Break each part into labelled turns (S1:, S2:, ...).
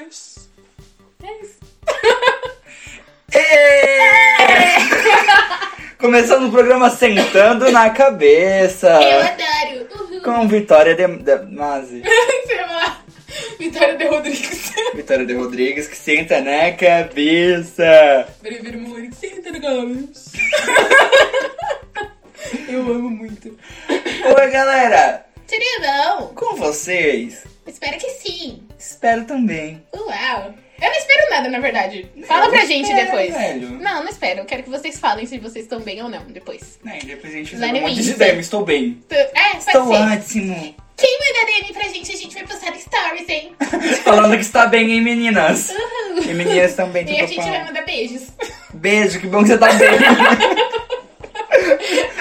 S1: isso.
S2: É isso.
S3: Começando o programa Sentando na Cabeça.
S2: Eu é adoro. Uhul.
S3: Com Vitória de, de Masi.
S2: Sei lá. Vitória de Rodrigues.
S3: Vitória de Rodrigues que senta na cabeça.
S2: Breveiro Mori. Senta no Galos. Eu amo muito.
S3: Oi, galera.
S2: Seria não.
S3: Com vocês.
S2: Espero que sim.
S3: Espero também.
S2: Uau. Eu não espero nada, na verdade. Fala
S3: Eu
S2: pra gente
S3: espero,
S2: depois.
S3: velho.
S2: Não, não espero. Eu quero que vocês falem se vocês estão bem ou não depois.
S3: Né, e depois a gente
S2: Lá
S3: recebe um
S2: no
S3: monte de
S2: Insta.
S3: DM. Estou bem.
S2: Tu- É, pode
S3: Estou
S2: ser.
S3: ótimo.
S2: Quem manda DM pra gente, a gente vai postar stories, hein?
S3: Falando que está bem, hein, meninas? E meninas também,
S2: E a
S3: tudo
S2: gente vai
S3: bom.
S2: mandar beijos.
S3: Beijo, que bom que você tá bem.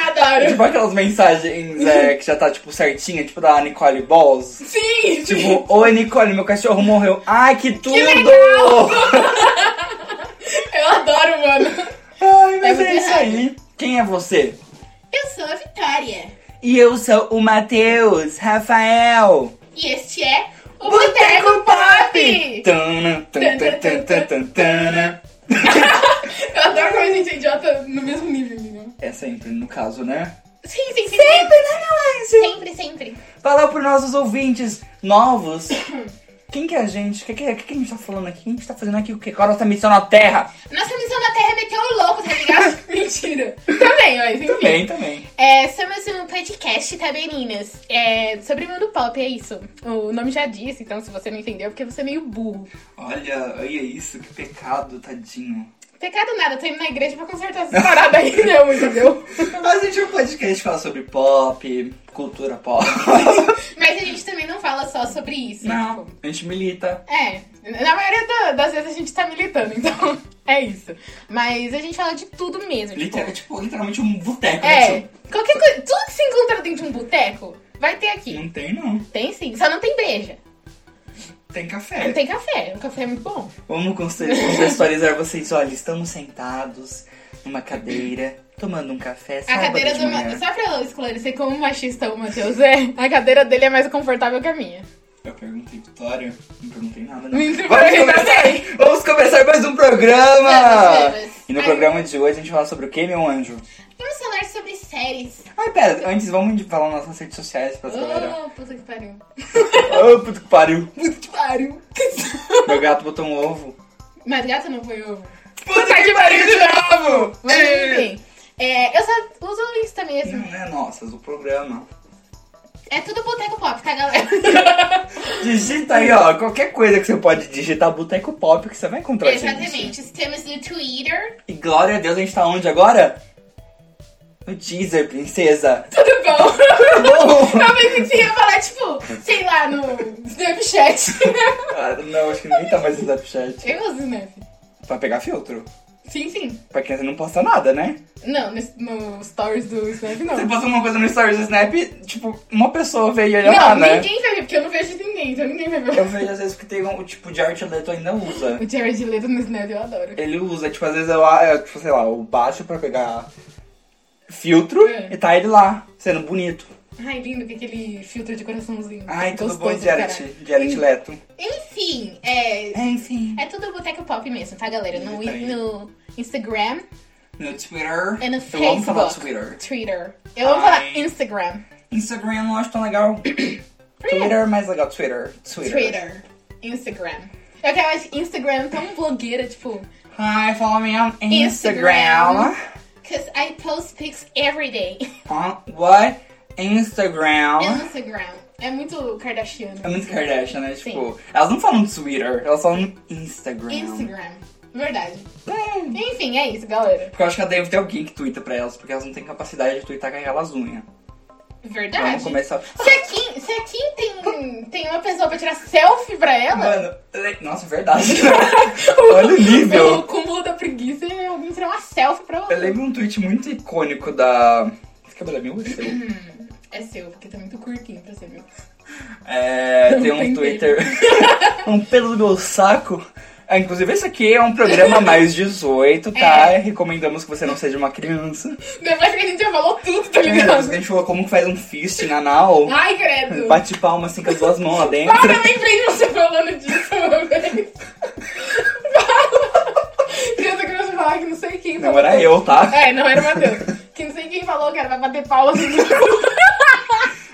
S2: Adoro.
S3: tipo aquelas mensagens é, que já tá, tipo, certinha, tipo da Nicole Balls.
S2: Sim!
S3: Tipo, oi Nicole, meu cachorro morreu. Ai, que tudo!
S2: Eu adoro, mano.
S3: Ai, mas
S2: É
S3: é,
S2: muito
S3: isso aí. Quem é você?
S2: Eu sou a Vitória.
S3: E eu sou o Matheus Rafael.
S2: E este é o
S3: Boteco
S2: Boteco Pop!
S3: Tana, tan, tan, tan, tan, tan, tana.
S2: Eu adoro como a gente é idiota no mesmo nível, menino.
S3: É sempre, no caso, né?
S2: Sim, sim, sim. Sempre, né, Sempre, sempre.
S3: Falar pros nossos ouvintes novos. Quem que é a gente? O que, que, é- o que que a gente tá falando aqui? O que a gente tá fazendo aqui? O que? Qual a nossa missão na Terra?
S2: Nossa missão na Terra é meter o louco, tá ligado? Mentira. Também, mas enfim.
S3: Também, também.
S2: É, somos um podcast, tá, meninas? É, sobre o mundo pop, é isso. O nome já disse, então se você não entendeu, é porque você é meio burro.
S3: Olha, olha isso, que pecado, tadinho.
S2: Pecado nada, tô indo na igreja pra consertar essas paradas aí, não, entendeu?
S3: Mas a gente é um podcast fala sobre pop, cultura pop.
S2: Mas a gente também não fala só sobre isso.
S3: Não,
S2: tipo.
S3: a gente milita.
S2: É, na maioria da- das vezes a gente tá militando, então é isso. Mas a gente fala de tudo mesmo. Tipo,
S3: Liter, tipo, literalmente um boteco.
S2: é,
S3: né, tio?
S2: qualquer coisa, tudo que se encontra dentro de um boteco, vai ter aqui.
S3: Não tem, não.
S2: Tem sim, só não tem beija.
S3: Tem
S2: Não
S3: café.
S2: tem café, o café é muito bom.
S3: Vamos conte- contextualizar vocês. Olha, estamos sentados numa cadeira, tomando um café.
S2: A
S3: sábado
S2: cadeira
S3: de
S2: do
S3: manhã.
S2: Matheus. Só pra eu esclarecer como machista o Matheus é, a cadeira dele é mais confortável que a minha.
S3: Eu perguntei Vitória, não perguntei nada, não.
S2: Me
S3: Vamos
S2: surpreendeu bem.
S3: começar, vamos começar mais um programa!
S2: Vamos, vamos.
S3: E no
S2: Ai.
S3: programa de hoje a gente fala sobre o que, meu anjo?
S2: Vamos falar sobre séries.
S3: Ai, pera, antes vamos falar nas nossas redes sociais pra galera.
S2: Oh, puta que pariu.
S3: Ô, puto que pariu!
S2: Puta que pariu.
S3: Meu gato botou um ovo.
S2: Mas gata não foi ovo.
S3: Puta que pariu de novo!
S2: Mas enfim. é, eu só uso o Insta mesmo.
S3: Não é nossas, do programa.
S2: É tudo boteco pop, tá, galera?
S3: Digita aí, ó, qualquer coisa que você pode digitar Boteco Pop que você vai encontrar a gente.
S2: Exatamente. Estamos no Twitter.
S3: E glória a Deus, a gente tá onde agora? No teaser, princesa.
S2: Tudo bom?
S3: Tá bom?
S2: Eu pensei que você ia falar, tipo, sei lá, no Snapchat.
S3: Ah, não, acho que ninguém tá mais no Snapchat.
S2: eu uso o Snap.
S3: Pra pegar filtro.
S2: Sim, sim.
S3: Pra quem você não posta nada, né?
S2: Não, no, no stories do Snap não.
S3: Você posta uma coisa no Stories do Snap, tipo, uma pessoa veio olhar lá,
S2: Não,
S3: né?
S2: ninguém vai ver, porque eu não vejo ninguém, então ninguém vai ver.
S3: Eu vejo às vezes que tem um tipo de arte leto ainda usa.
S2: O Jared Leto no Snap eu adoro.
S3: Ele usa, tipo, às vezes eu, eu tipo, sei lá, eu baixo pra pegar filtro
S2: É.
S3: e tá ele lá, sendo bonito.
S2: Ai, lindo, com aquele filtro de coraçãozinho.
S3: Ai, tudo
S2: Gostoso Hum.
S3: bom,
S2: do
S3: Jared,
S2: caralho.
S3: Jared Leto.
S2: Enfim, é,
S3: Enfim.
S2: é tudo boteco pop mesmo, tá, galera? No,
S3: Tá aí.
S2: no Instagram
S3: No Twitter.
S2: e É no
S3: Eu amo falar
S2: Facebook.
S3: Twitter.
S2: Twitter. Eu vou
S3: Ai.
S2: falar Instagram.
S3: Instagram eu não acho tão legal. Twitter é mais legal. Twitter. Twitter.
S2: Twitter. Instagram. Eu quero esse Instagram tão blogueira, tipo...
S3: Ai, follow me on Instagram.
S2: Instagram. Cause I post pics every day.
S3: On what?
S2: É
S3: Instagram.
S2: no Instagram. É muito kardashiano.
S3: É muito Kardashian, né? Tipo, elas não falam Twitter, elas falam Instagram.
S2: Instagram. Verdade.
S3: É,
S2: Enfim, é isso, galera.
S3: Porque eu acho que deve ter alguém que tuita pra elas, porque elas não têm capacidade de tuitar com aquelas unhas. Então
S2: Verdade.
S3: vamos começar.
S2: Se aqui, se aqui tem, tem uma pessoa pra tirar selfie pra ela,
S3: Mano, é- nossa, é verdade. Olha o nível.
S2: o cúmulo da preguiça é alguém tirar uma selfie pra
S3: Eu
S2: ela.
S3: lembro um tweet muito icônico da. Esse cabelo é meu ou é seu?
S2: É seu, porque tá muito curtinho pra ser meu.
S3: É, tem um
S2: Entendi.
S3: Twitter. um pelo do meu saco. Ah, inclusive, esse aqui é um programa mais 18, tá? Recomendamos que você não seja uma criança.
S2: Depois que a gente já falou tudo, tá
S3: É, a
S2: ligado?
S3: gente falou como que faz um fist na nau.
S2: Ai, credo.
S3: Bate palma assim com as duas mãos lá dentro.
S2: Para, eu lembrei de você falando disso uma vez.
S3: Não era eu, tá?
S2: É, não era o Matheus. Que não sei quem falou que era pra bater palmas no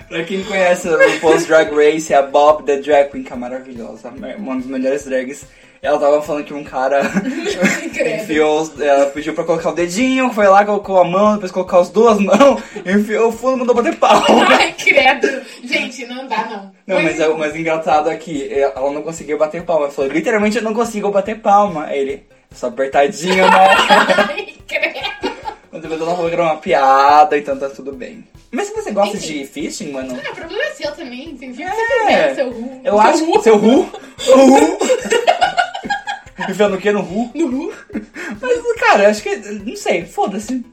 S3: Pra quem conhece o RuPaul's Drag Race, é a Bob, the drag queen, que é maravilhosa, É uma das melhores drags. Ela tava falando que um cara
S2: Credo.
S3: enfiou, ela pediu pra colocar o dedinho, foi lá, colocou a mão, depois colocar as duas mãos, enfiou o fundo, mandou bater pau.
S2: Ai, credo. Gente, não dá, não.
S3: Não, mas é o mais engraçado aqui, ela não conseguiu bater palma. Ela falou, literalmente eu não consigo bater palma. Aí ele, só apertadinho, né?
S2: Ai, credo.
S3: Mas depois ela falou que era uma piada, então tá tudo bem. Mas se você gosta
S2: Enfim.
S3: de fishing, mano,
S2: Ah, o problema é seu também, entendeu?
S3: É.
S2: Você quiser seu ru.
S3: eu acho que seu ru, o ru. Enfiando o que no ru?
S2: No ru?
S3: Mas, cara, eu acho que. Não sei, foda-se.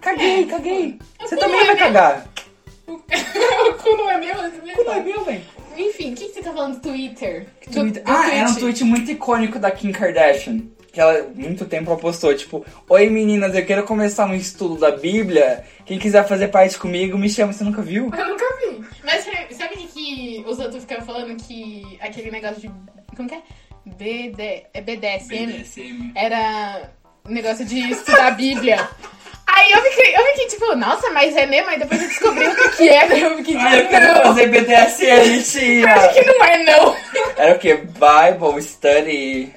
S3: Caguei, caguei. Você
S2: cu
S3: também
S2: não é
S3: vai
S2: meu.
S3: cagar.
S2: O cu não é meu, mas
S3: Cu não é meu, velho.
S2: Enfim, o que, que você tá falando do Twitter? Do-
S3: Tweet-
S2: do
S3: Ah, era um
S2: tweet.
S3: tweet muito icônico da Kim Kardashian. Que ela, muito tempo, ela postou, tipo, Oi meninas, eu quero começar um estudo da Bíblia. Quem quiser fazer parte comigo, me chama. Você nunca viu?
S2: Eu nunca vi. Mas sabe- sabe o que, que os outros ficam falando que aquele negócio de. Como que é? BD, é BDSM? Era negócio de estudar a Bíblia. Aí eu fiquei, eu fiquei tipo, nossa, mas é mesmo? Aí depois eu descobri o que que era. Eu fiquei
S3: Ah, eu
S2: tipo,
S3: quero
S2: não,
S3: fazer BDSM,
S2: acho
S3: tia.
S2: que não é não.
S3: Era o quê? Bible Study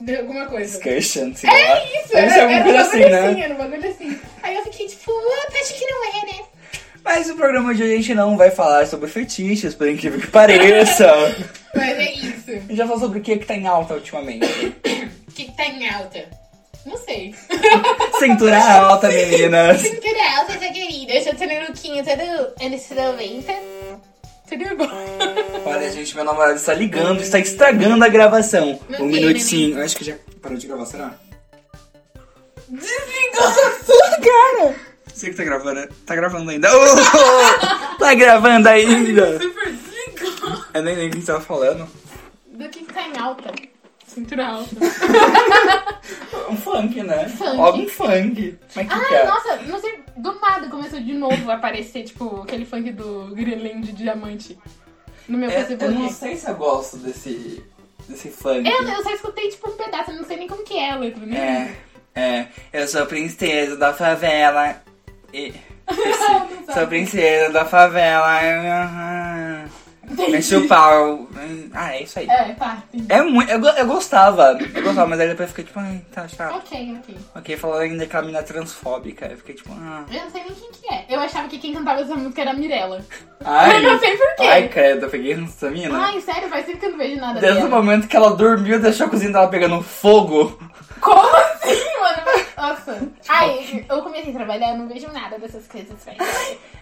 S2: De alguma coisa.
S3: Excursion, sei lá.
S2: É isso,
S3: Deve
S2: era,
S3: ser alguma
S2: era um
S3: coisa
S2: bagulho
S3: assim,
S2: assim,
S3: né?
S2: era um bagulho assim. Aí eu fiquei tipo, ah, acho que não é, né?
S3: Mas o programa de hoje a gente não vai falar sobre fetiches, por incrível que pareça.
S2: Mas é isso.
S3: a gente vai falar sobre o que, que tá em alta ultimamente.
S2: O que que tá em alta? Não sei.
S3: Cintura alta, meninas.
S2: Cintura alta, essa querida. Eu já tenho o Luquinho todo anos 90. Tudo bom?
S3: Olha, gente, meu namorado está ligando, está estragando a gravação.
S2: Meu
S3: Um
S2: filho,
S3: minutinho. Acho que já parou de gravar, será? Tá
S2: Desligou!
S3: Você que tá gravando, tá gravando ainda. Oh, tá gravando ainda.
S2: Super desligou!
S3: Eu nem lembro o que você tava falando.
S2: Do que que tá em alta? Cintura alta.
S3: Um funk, né?
S2: Funk.
S3: Algum funk. Mas que que
S2: Ah,
S3: é?
S2: nossa, não sei, do nada começou de novo a aparecer, tipo, aquele funk do Grelém de Diamante no meu
S3: É,
S2: Facebook.
S3: eu não sei se eu gosto desse, desse funk.
S2: Eu, eu só escutei, tipo, um pedaço, eu não sei nem como que é a letra, né?
S3: É, é. Eu sou princesa da favela. E...
S2: Não
S3: Sou
S2: sabe.
S3: princesa da favela. Aham. Mexe o pau. Ah, é isso aí.
S2: É, tá. entendi.
S3: É muito. Eu, go- eu gostava. Eu gostava, mas aí depois eu fiquei tipo, ai, tá chato.
S2: Ok, ok.
S3: Ok, falando ainda que a mina é transfóbica. Eu fiquei tipo, ah.
S2: Eu não sei nem quem que é. Eu achava que quem cantava essa música era a Mirella.
S3: Ai,
S2: Mas não sei por quê.
S3: ai, credo, eu peguei essa mina.
S2: Ai, sério, faz tempo que eu não vejo nada
S3: Desde o
S2: dela.
S3: momento que ela dormiu, deixou a cozinha dela pegando fogo.
S2: Como assim, mano? Nossa. Ai, eu comecei a trabalhar, eu não vejo nada dessas coisas, velho.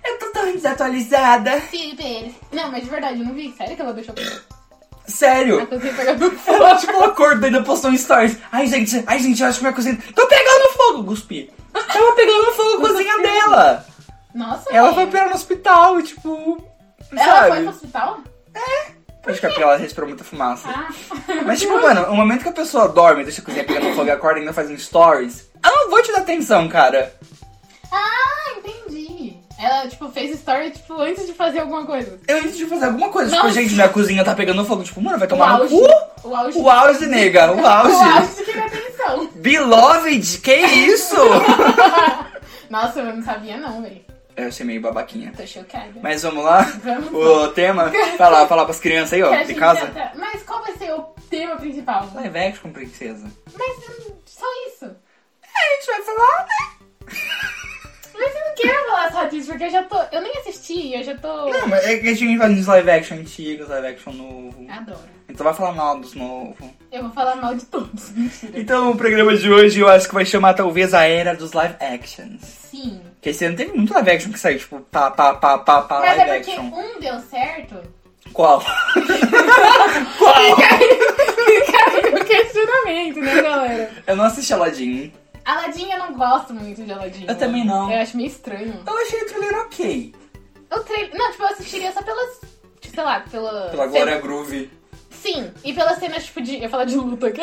S3: Eu tô tão desatualizada.
S2: Felipe, ele. Não, mas de verdade, eu não vi. Sério que ela deixou a
S3: Sério.
S2: cozinha pegando
S3: Ela,
S2: fogo?
S3: tipo, ela acordou e ainda postou um stories. Ai, gente, ai, gente, eu acho que minha cozinha. Tô pegando fogo, Guspi. Tava pegando fogo a cozinha dela.
S2: Nossa,
S3: Ela
S2: velho.
S3: foi operar no hospital, tipo.
S2: Ela foi
S3: Sabe?
S2: pro hospital?
S3: Acho que é porque ela respirou muita fumaça.
S2: Ah.
S3: Mas, tipo, mano, o momento que a pessoa dorme, deixa a cozinha pegando fogo e acorda e ainda faz um stories, eu não vou te dar atenção, cara.
S2: Ah, entendi. Ela, tipo, fez story, tipo, antes de fazer alguma coisa.
S3: Eu preciso fazer alguma coisa.
S2: Não.
S3: Tipo, gente, minha cozinha tá pegando fogo. Tipo, mano, vai
S2: O
S3: tomar no
S2: auge.
S3: cu.
S2: O auge.
S3: O auge, nega. O
S2: O
S3: auge.
S2: auge que dá atenção.
S3: Beloved, que isso?
S2: Nossa, eu não sabia não, velho.
S3: É, eu achei meio babaquinha.
S2: Tô chocada.
S3: Mas vamos lá?
S2: Vamos.
S3: O tema? Falar, falar pras crianças aí,
S2: Que
S3: ó,
S2: a
S3: de
S2: gente
S3: casa.
S2: já tá- Mas qual vai ser o tema principal?
S3: Live action com princesa.
S2: Mas hum, só isso.
S3: É, A gente vai falar, né?
S2: Mas eu não quero falar só disso, porque eu já tô. Eu nem assisti, eu já tô.
S3: Não, mas é que a gente vai nos live action antigos, live action novo.
S2: Adoro.
S3: Então vai falar mal dos novos.
S2: Eu vou falar mal de todos. Mentira.
S3: Então, o programa de hoje eu acho que vai chamar talvez a era dos live actions.
S2: Sim.
S3: Porque esse ano teve muito live action que saiu, tipo, pá, pá, pá, pá, pá,
S2: Mas
S3: live
S2: é porque
S3: action.
S2: um deu certo.
S3: Qual?
S2: Fica aí, fica aí o questionamento, né, galera?
S3: Eu não assisti Aladdin.
S2: Aladdin, eu não gosto muito de Aladdin.
S3: Eu também não.
S2: Eu acho meio estranho.
S3: Eu achei o trailer ok.
S2: O trailer. Não, tipo, eu assistiria só pelas. Tipo, sei lá, pela.
S3: Pela Glória Groove.
S2: sim, e pelas cenas, tipo, de. Eu falo de luta aqui.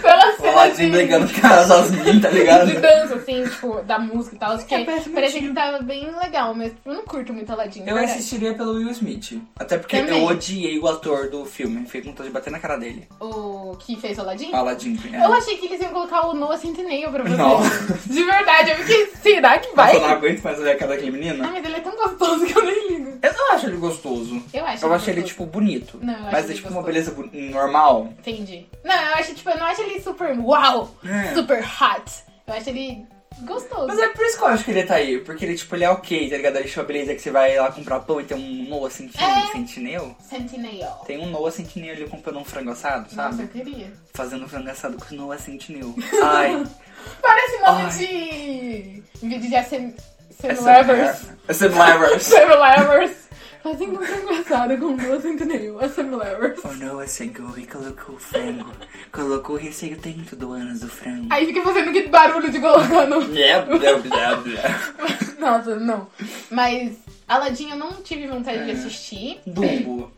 S2: pelas
S3: O
S2: cenas
S3: Aladdin
S2: de,
S3: brigando com as asminhas, tá ligado?
S2: de dança, assim, tipo, da música e tal. Porque
S4: parece meu
S2: parecia
S4: tio.
S2: que tava bem legal, mas tipo, eu não curto muito Aladdin. de
S3: Eu
S2: verdade.
S3: assistiria pelo Will Smith. Até porque
S2: Também.
S3: eu odiei o ator do filme. Fiquei com vontade de bater na cara dele.
S2: O que fez o Aladdin?
S3: Aladdin. É.
S2: Eu achei que eles iam colocar o Noah Centineo pra você.
S3: Não.
S2: De verdade, eu fiquei, será que vai?
S3: Eu não aguento mais olhar a cara daquele menino.
S2: Ah, mas ele é tão gostoso que eu nem ligo.
S3: Eu não acho ele gostoso.
S2: Eu acho.
S3: Eu acho ele,
S2: gostoso.
S3: tipo, bonito.
S2: Não, eu acho
S3: mas é
S2: ele
S3: tipo uma
S2: gostoso.
S3: beleza bu- normal.
S2: Entendi. Não, eu acho, tipo, eu não acho ele super uau,
S3: É.
S2: super hot. Eu acho ele gostoso.
S3: Mas é por isso que eu acho que ele tá aí. Porque ele, tipo, ele é ok, tá ligado? Ele tinha uma beleza que você vai lá comprar pão e tem um Noah sentinel.
S2: É.
S3: sentinel.
S2: Centineo.
S3: Tem um Noah sentinel ali comprando um frango assado, sabe?
S2: Nossa, eu queria.
S3: Fazendo um frango assado com o Noah sentinel. Ai.
S2: Parece nome
S3: Ai.
S2: de. vídeo de Assem. Semlevers.
S3: É Sam Levers.
S2: Semlevers. Fazendo um engraçado com duas Centineo. Assemblevers.
S3: O Noah cegou e colocou o frango. colocou o recheio dentro do ânus do frango.
S2: Aí fica fazendo que barulho de colocando.
S3: Blé, blé, blé, blé.
S2: Nossa, não. Mas Aladdin eu não tive vontade de
S3: É.
S2: assistir.
S3: Dumbo.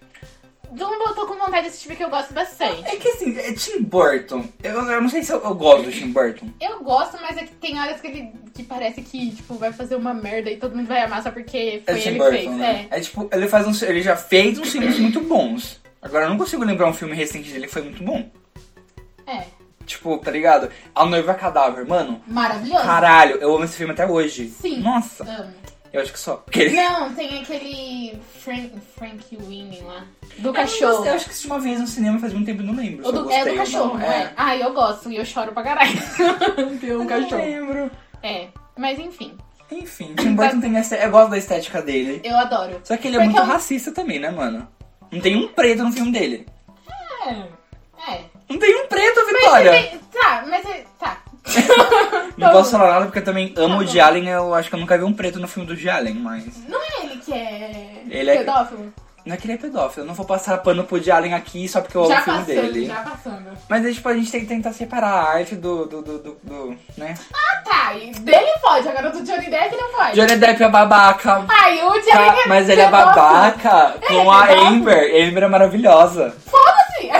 S2: Dumbo eu tô com vontade de assistir porque eu gosto bastante.
S3: É que assim, é Tim Burton. Eu, eu não sei se eu, eu gosto do Tim Burton.
S2: Eu gosto, mas é que tem horas que ele que parece que, tipo, vai fazer uma merda e todo mundo vai amar só porque
S3: É
S2: foi
S3: Tim
S2: ele
S3: Burton,
S2: que fez.
S3: né?
S2: É.
S3: É. tipo, ele faz uns, ele já fez uns filmes muito bons. Agora eu não consigo lembrar um filme recente dele que foi muito bom.
S2: É.
S3: Tipo, tá ligado? A Noiva Cadáver, mano.
S2: Maravilhoso.
S3: Caralho, eu amo esse filme até hoje.
S2: Sim.
S3: Nossa,
S2: Amo.
S3: eu acho que só. Porque...
S2: Não, é tem aquele Frank, Frank Winnie lá. Do
S3: Eu, não
S2: um cachorro.
S3: gostei, eu acho que assisti uma vez no cinema faz muito tempo e não lembro.
S2: O
S3: se eu
S2: do-
S3: gostei
S2: é do
S3: ou
S2: cachorro,
S3: não. um
S2: não é? Ah, eu gosto e eu choro pra caralho. tem um
S3: Eu
S2: cachorro.
S3: não lembro.
S2: É. Mas enfim,
S3: Enfim, Tim Burton tem essa. Eu gosto da estética dele.
S2: eu adoro.
S3: Só que ele é
S2: Porque
S3: muito
S2: é um-
S3: racista também, né, mano? Não tem um preto no filme dele.
S2: É. É.
S3: Não tem um preto,
S2: Mas
S3: Vitória!
S2: também- Tá, mas é- tá.
S3: Não
S2: Tá
S3: posso
S2: bom.
S3: falar nada porque eu também amo
S2: Tá
S3: o
S2: bom.
S3: de Allen. Eu acho que eu nunca vi um preto no filme do de Allen, mas.
S2: Não é ele que é
S3: Ele é-
S2: pedófilo?
S3: Não é que ele é pedófilo. Eu não vou passar pano pro de Allen aqui só porque eu amo
S2: já
S3: o filme
S2: passando,
S3: dele.
S2: já passando.
S3: Mas é, tipo, a gente tem que tentar separar a arte do. do, do, do- do, né?
S2: Ah, tá. E dele pode, agora do Johnny Depp não pode.
S3: Johnny Depp é babaca.
S2: Ai, o Johnny
S3: Tá,
S2: Depp
S3: mas ele é
S2: pedófilo.
S3: babaca
S2: Ele
S3: com
S2: é
S3: a
S2: pedófilo.
S3: Amber. Amber é maravilhosa.
S2: Foda-se!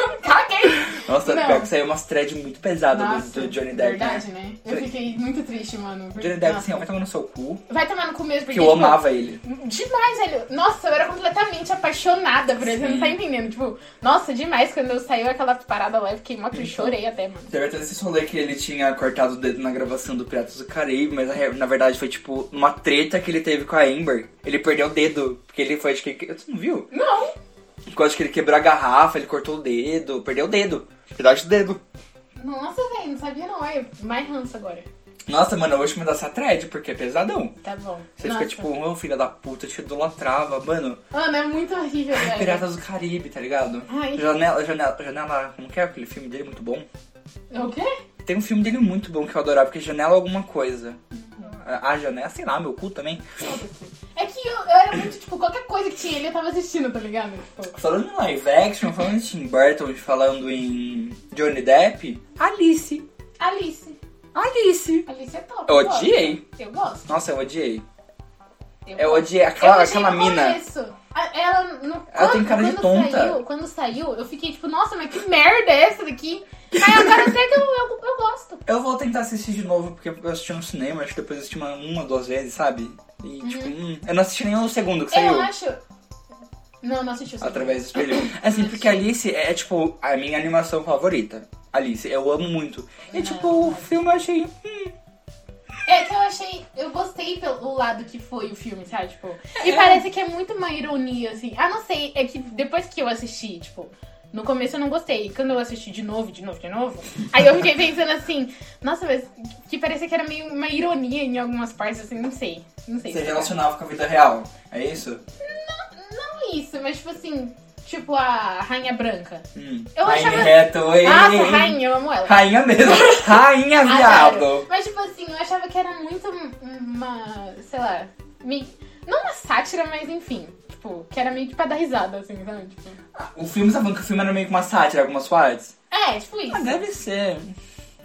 S2: Caguei!
S3: Nossa,
S2: Não.
S3: pior que saiu umas threads muito pesadas do- do, Johnny Depp. né?
S2: Verdade, né? Eu fiquei muito triste, mano.
S3: Johnny Depp,
S2: Nossa.
S3: assim, ó, vai tomar no seu cu.
S2: Vai tomar no cu mesmo, porque.
S3: Porque eu
S2: tipo,
S3: amava ele.
S2: Demais, velho. Nossa, eu era completamente apaixonada por ele. Você não
S3: Sim.
S2: tá entendendo. Tipo, nossa, demais. Quando eu saiu aquela parada lá, eu fiquei mó triste. Chorei até, mano.
S3: Teve até esse rolê que ele tinha cortado o dedo na gravação do Piratas do Caribe, mas na re- na verdade foi tipo uma treta que ele teve com a Amber. Ele perdeu o dedo, porque ele foi, acho que. Tu não viu?
S2: Não!
S3: Porque eu acho que ele quebrou a garrafa, ele cortou o dedo, perdeu o dedo. Pedaço do dedo.
S2: Nossa, velho, não sabia não. Ai, mais ranço agora.
S3: Nossa, mano, eu vou te mandar essa thread, porque é pesadão.
S2: Tá bom.
S3: Você
S2: Nossa.
S3: fica tipo, ô filha da puta, te idolatrava, mano.
S2: Ana, é muito horrível, velho.
S3: Piratas do Caribe, tá ligado?
S2: Ai.
S3: Janela, janela, janela, como que é aquele filme dele muito bom?
S2: É O quê?
S3: Tem um filme dele muito bom que eu adorava, porque Janela alguma coisa. A a janela, sei lá, meu cu também.
S2: É que eu, eu era muito, tipo, qualquer coisa que tinha ele, eu tava assistindo, tá ligado? Tipo,
S3: Falando em live action, falando em Tim Burton, falando em Johnny Depp, Alice.
S2: Alice.
S3: Alice.
S2: Alice é top.
S3: Eu
S2: gosto.
S3: odiei. É
S2: Eu gosto.
S3: Nossa, eu odiei.
S2: Eu,
S3: Eu
S2: gosto.
S3: odiei
S2: Eu
S3: aquela,
S2: achei
S3: aquela
S2: no
S3: mina.
S2: começo. A- Ela, no, ela
S3: tem cara de tonta.
S2: Saiu, quando saiu, eu fiquei tipo, nossa, mas que merda é essa daqui? Aí agora até que eu, eu, eu gosto.
S3: Eu vou tentar assistir de novo, porque eu assisti no cinema, acho que depois eu assisti uma, uma duas vezes, sabe? E tipo, hum, eu não assisti nem o segundo que saiu.
S2: Uhum. Eu acho. Não, não assisti o segundo.
S3: Através do espelho. Assim, porque Alice é, tipo, a minha animação favorita. Alice, eu amo muito. E, tipo, o filme eu achei.
S2: É que eu achei. Eu gostei pelo lado que foi o filme, sabe? Tipo. E parece que é muito uma ironia, assim. Ah, não sei, é que depois que eu assisti, tipo. No começo eu não gostei. E Quando eu assisti de novo, de novo, de novo. Aí eu fiquei pensando assim. Nossa, mas. Que parecia que era meio uma ironia em algumas partes, assim. Não sei. Não sei.
S3: Você
S2: explicar.
S3: relacionava com a vida real. É isso?
S2: Não isso, mas tipo assim. Tipo a Rainha Branca.
S3: Hum.
S2: Eu
S3: rainha
S2: achava-
S3: reto, hein?
S2: Nossa, Rainha, Ah, eu amo ela.
S3: Rainha mesmo. rainha,
S2: Adoro.
S3: viado.
S2: Mas, tipo assim, eu achava que era muito um- uma. sei lá. me- Não uma sátira, mas enfim. Tipo, que era meio que pra dar risada, assim, sabe? Tipo,
S3: O filme, sabe que o filme era meio que uma sátira, algumas partes?
S2: É, tipo isso.
S3: Ah, deve ser.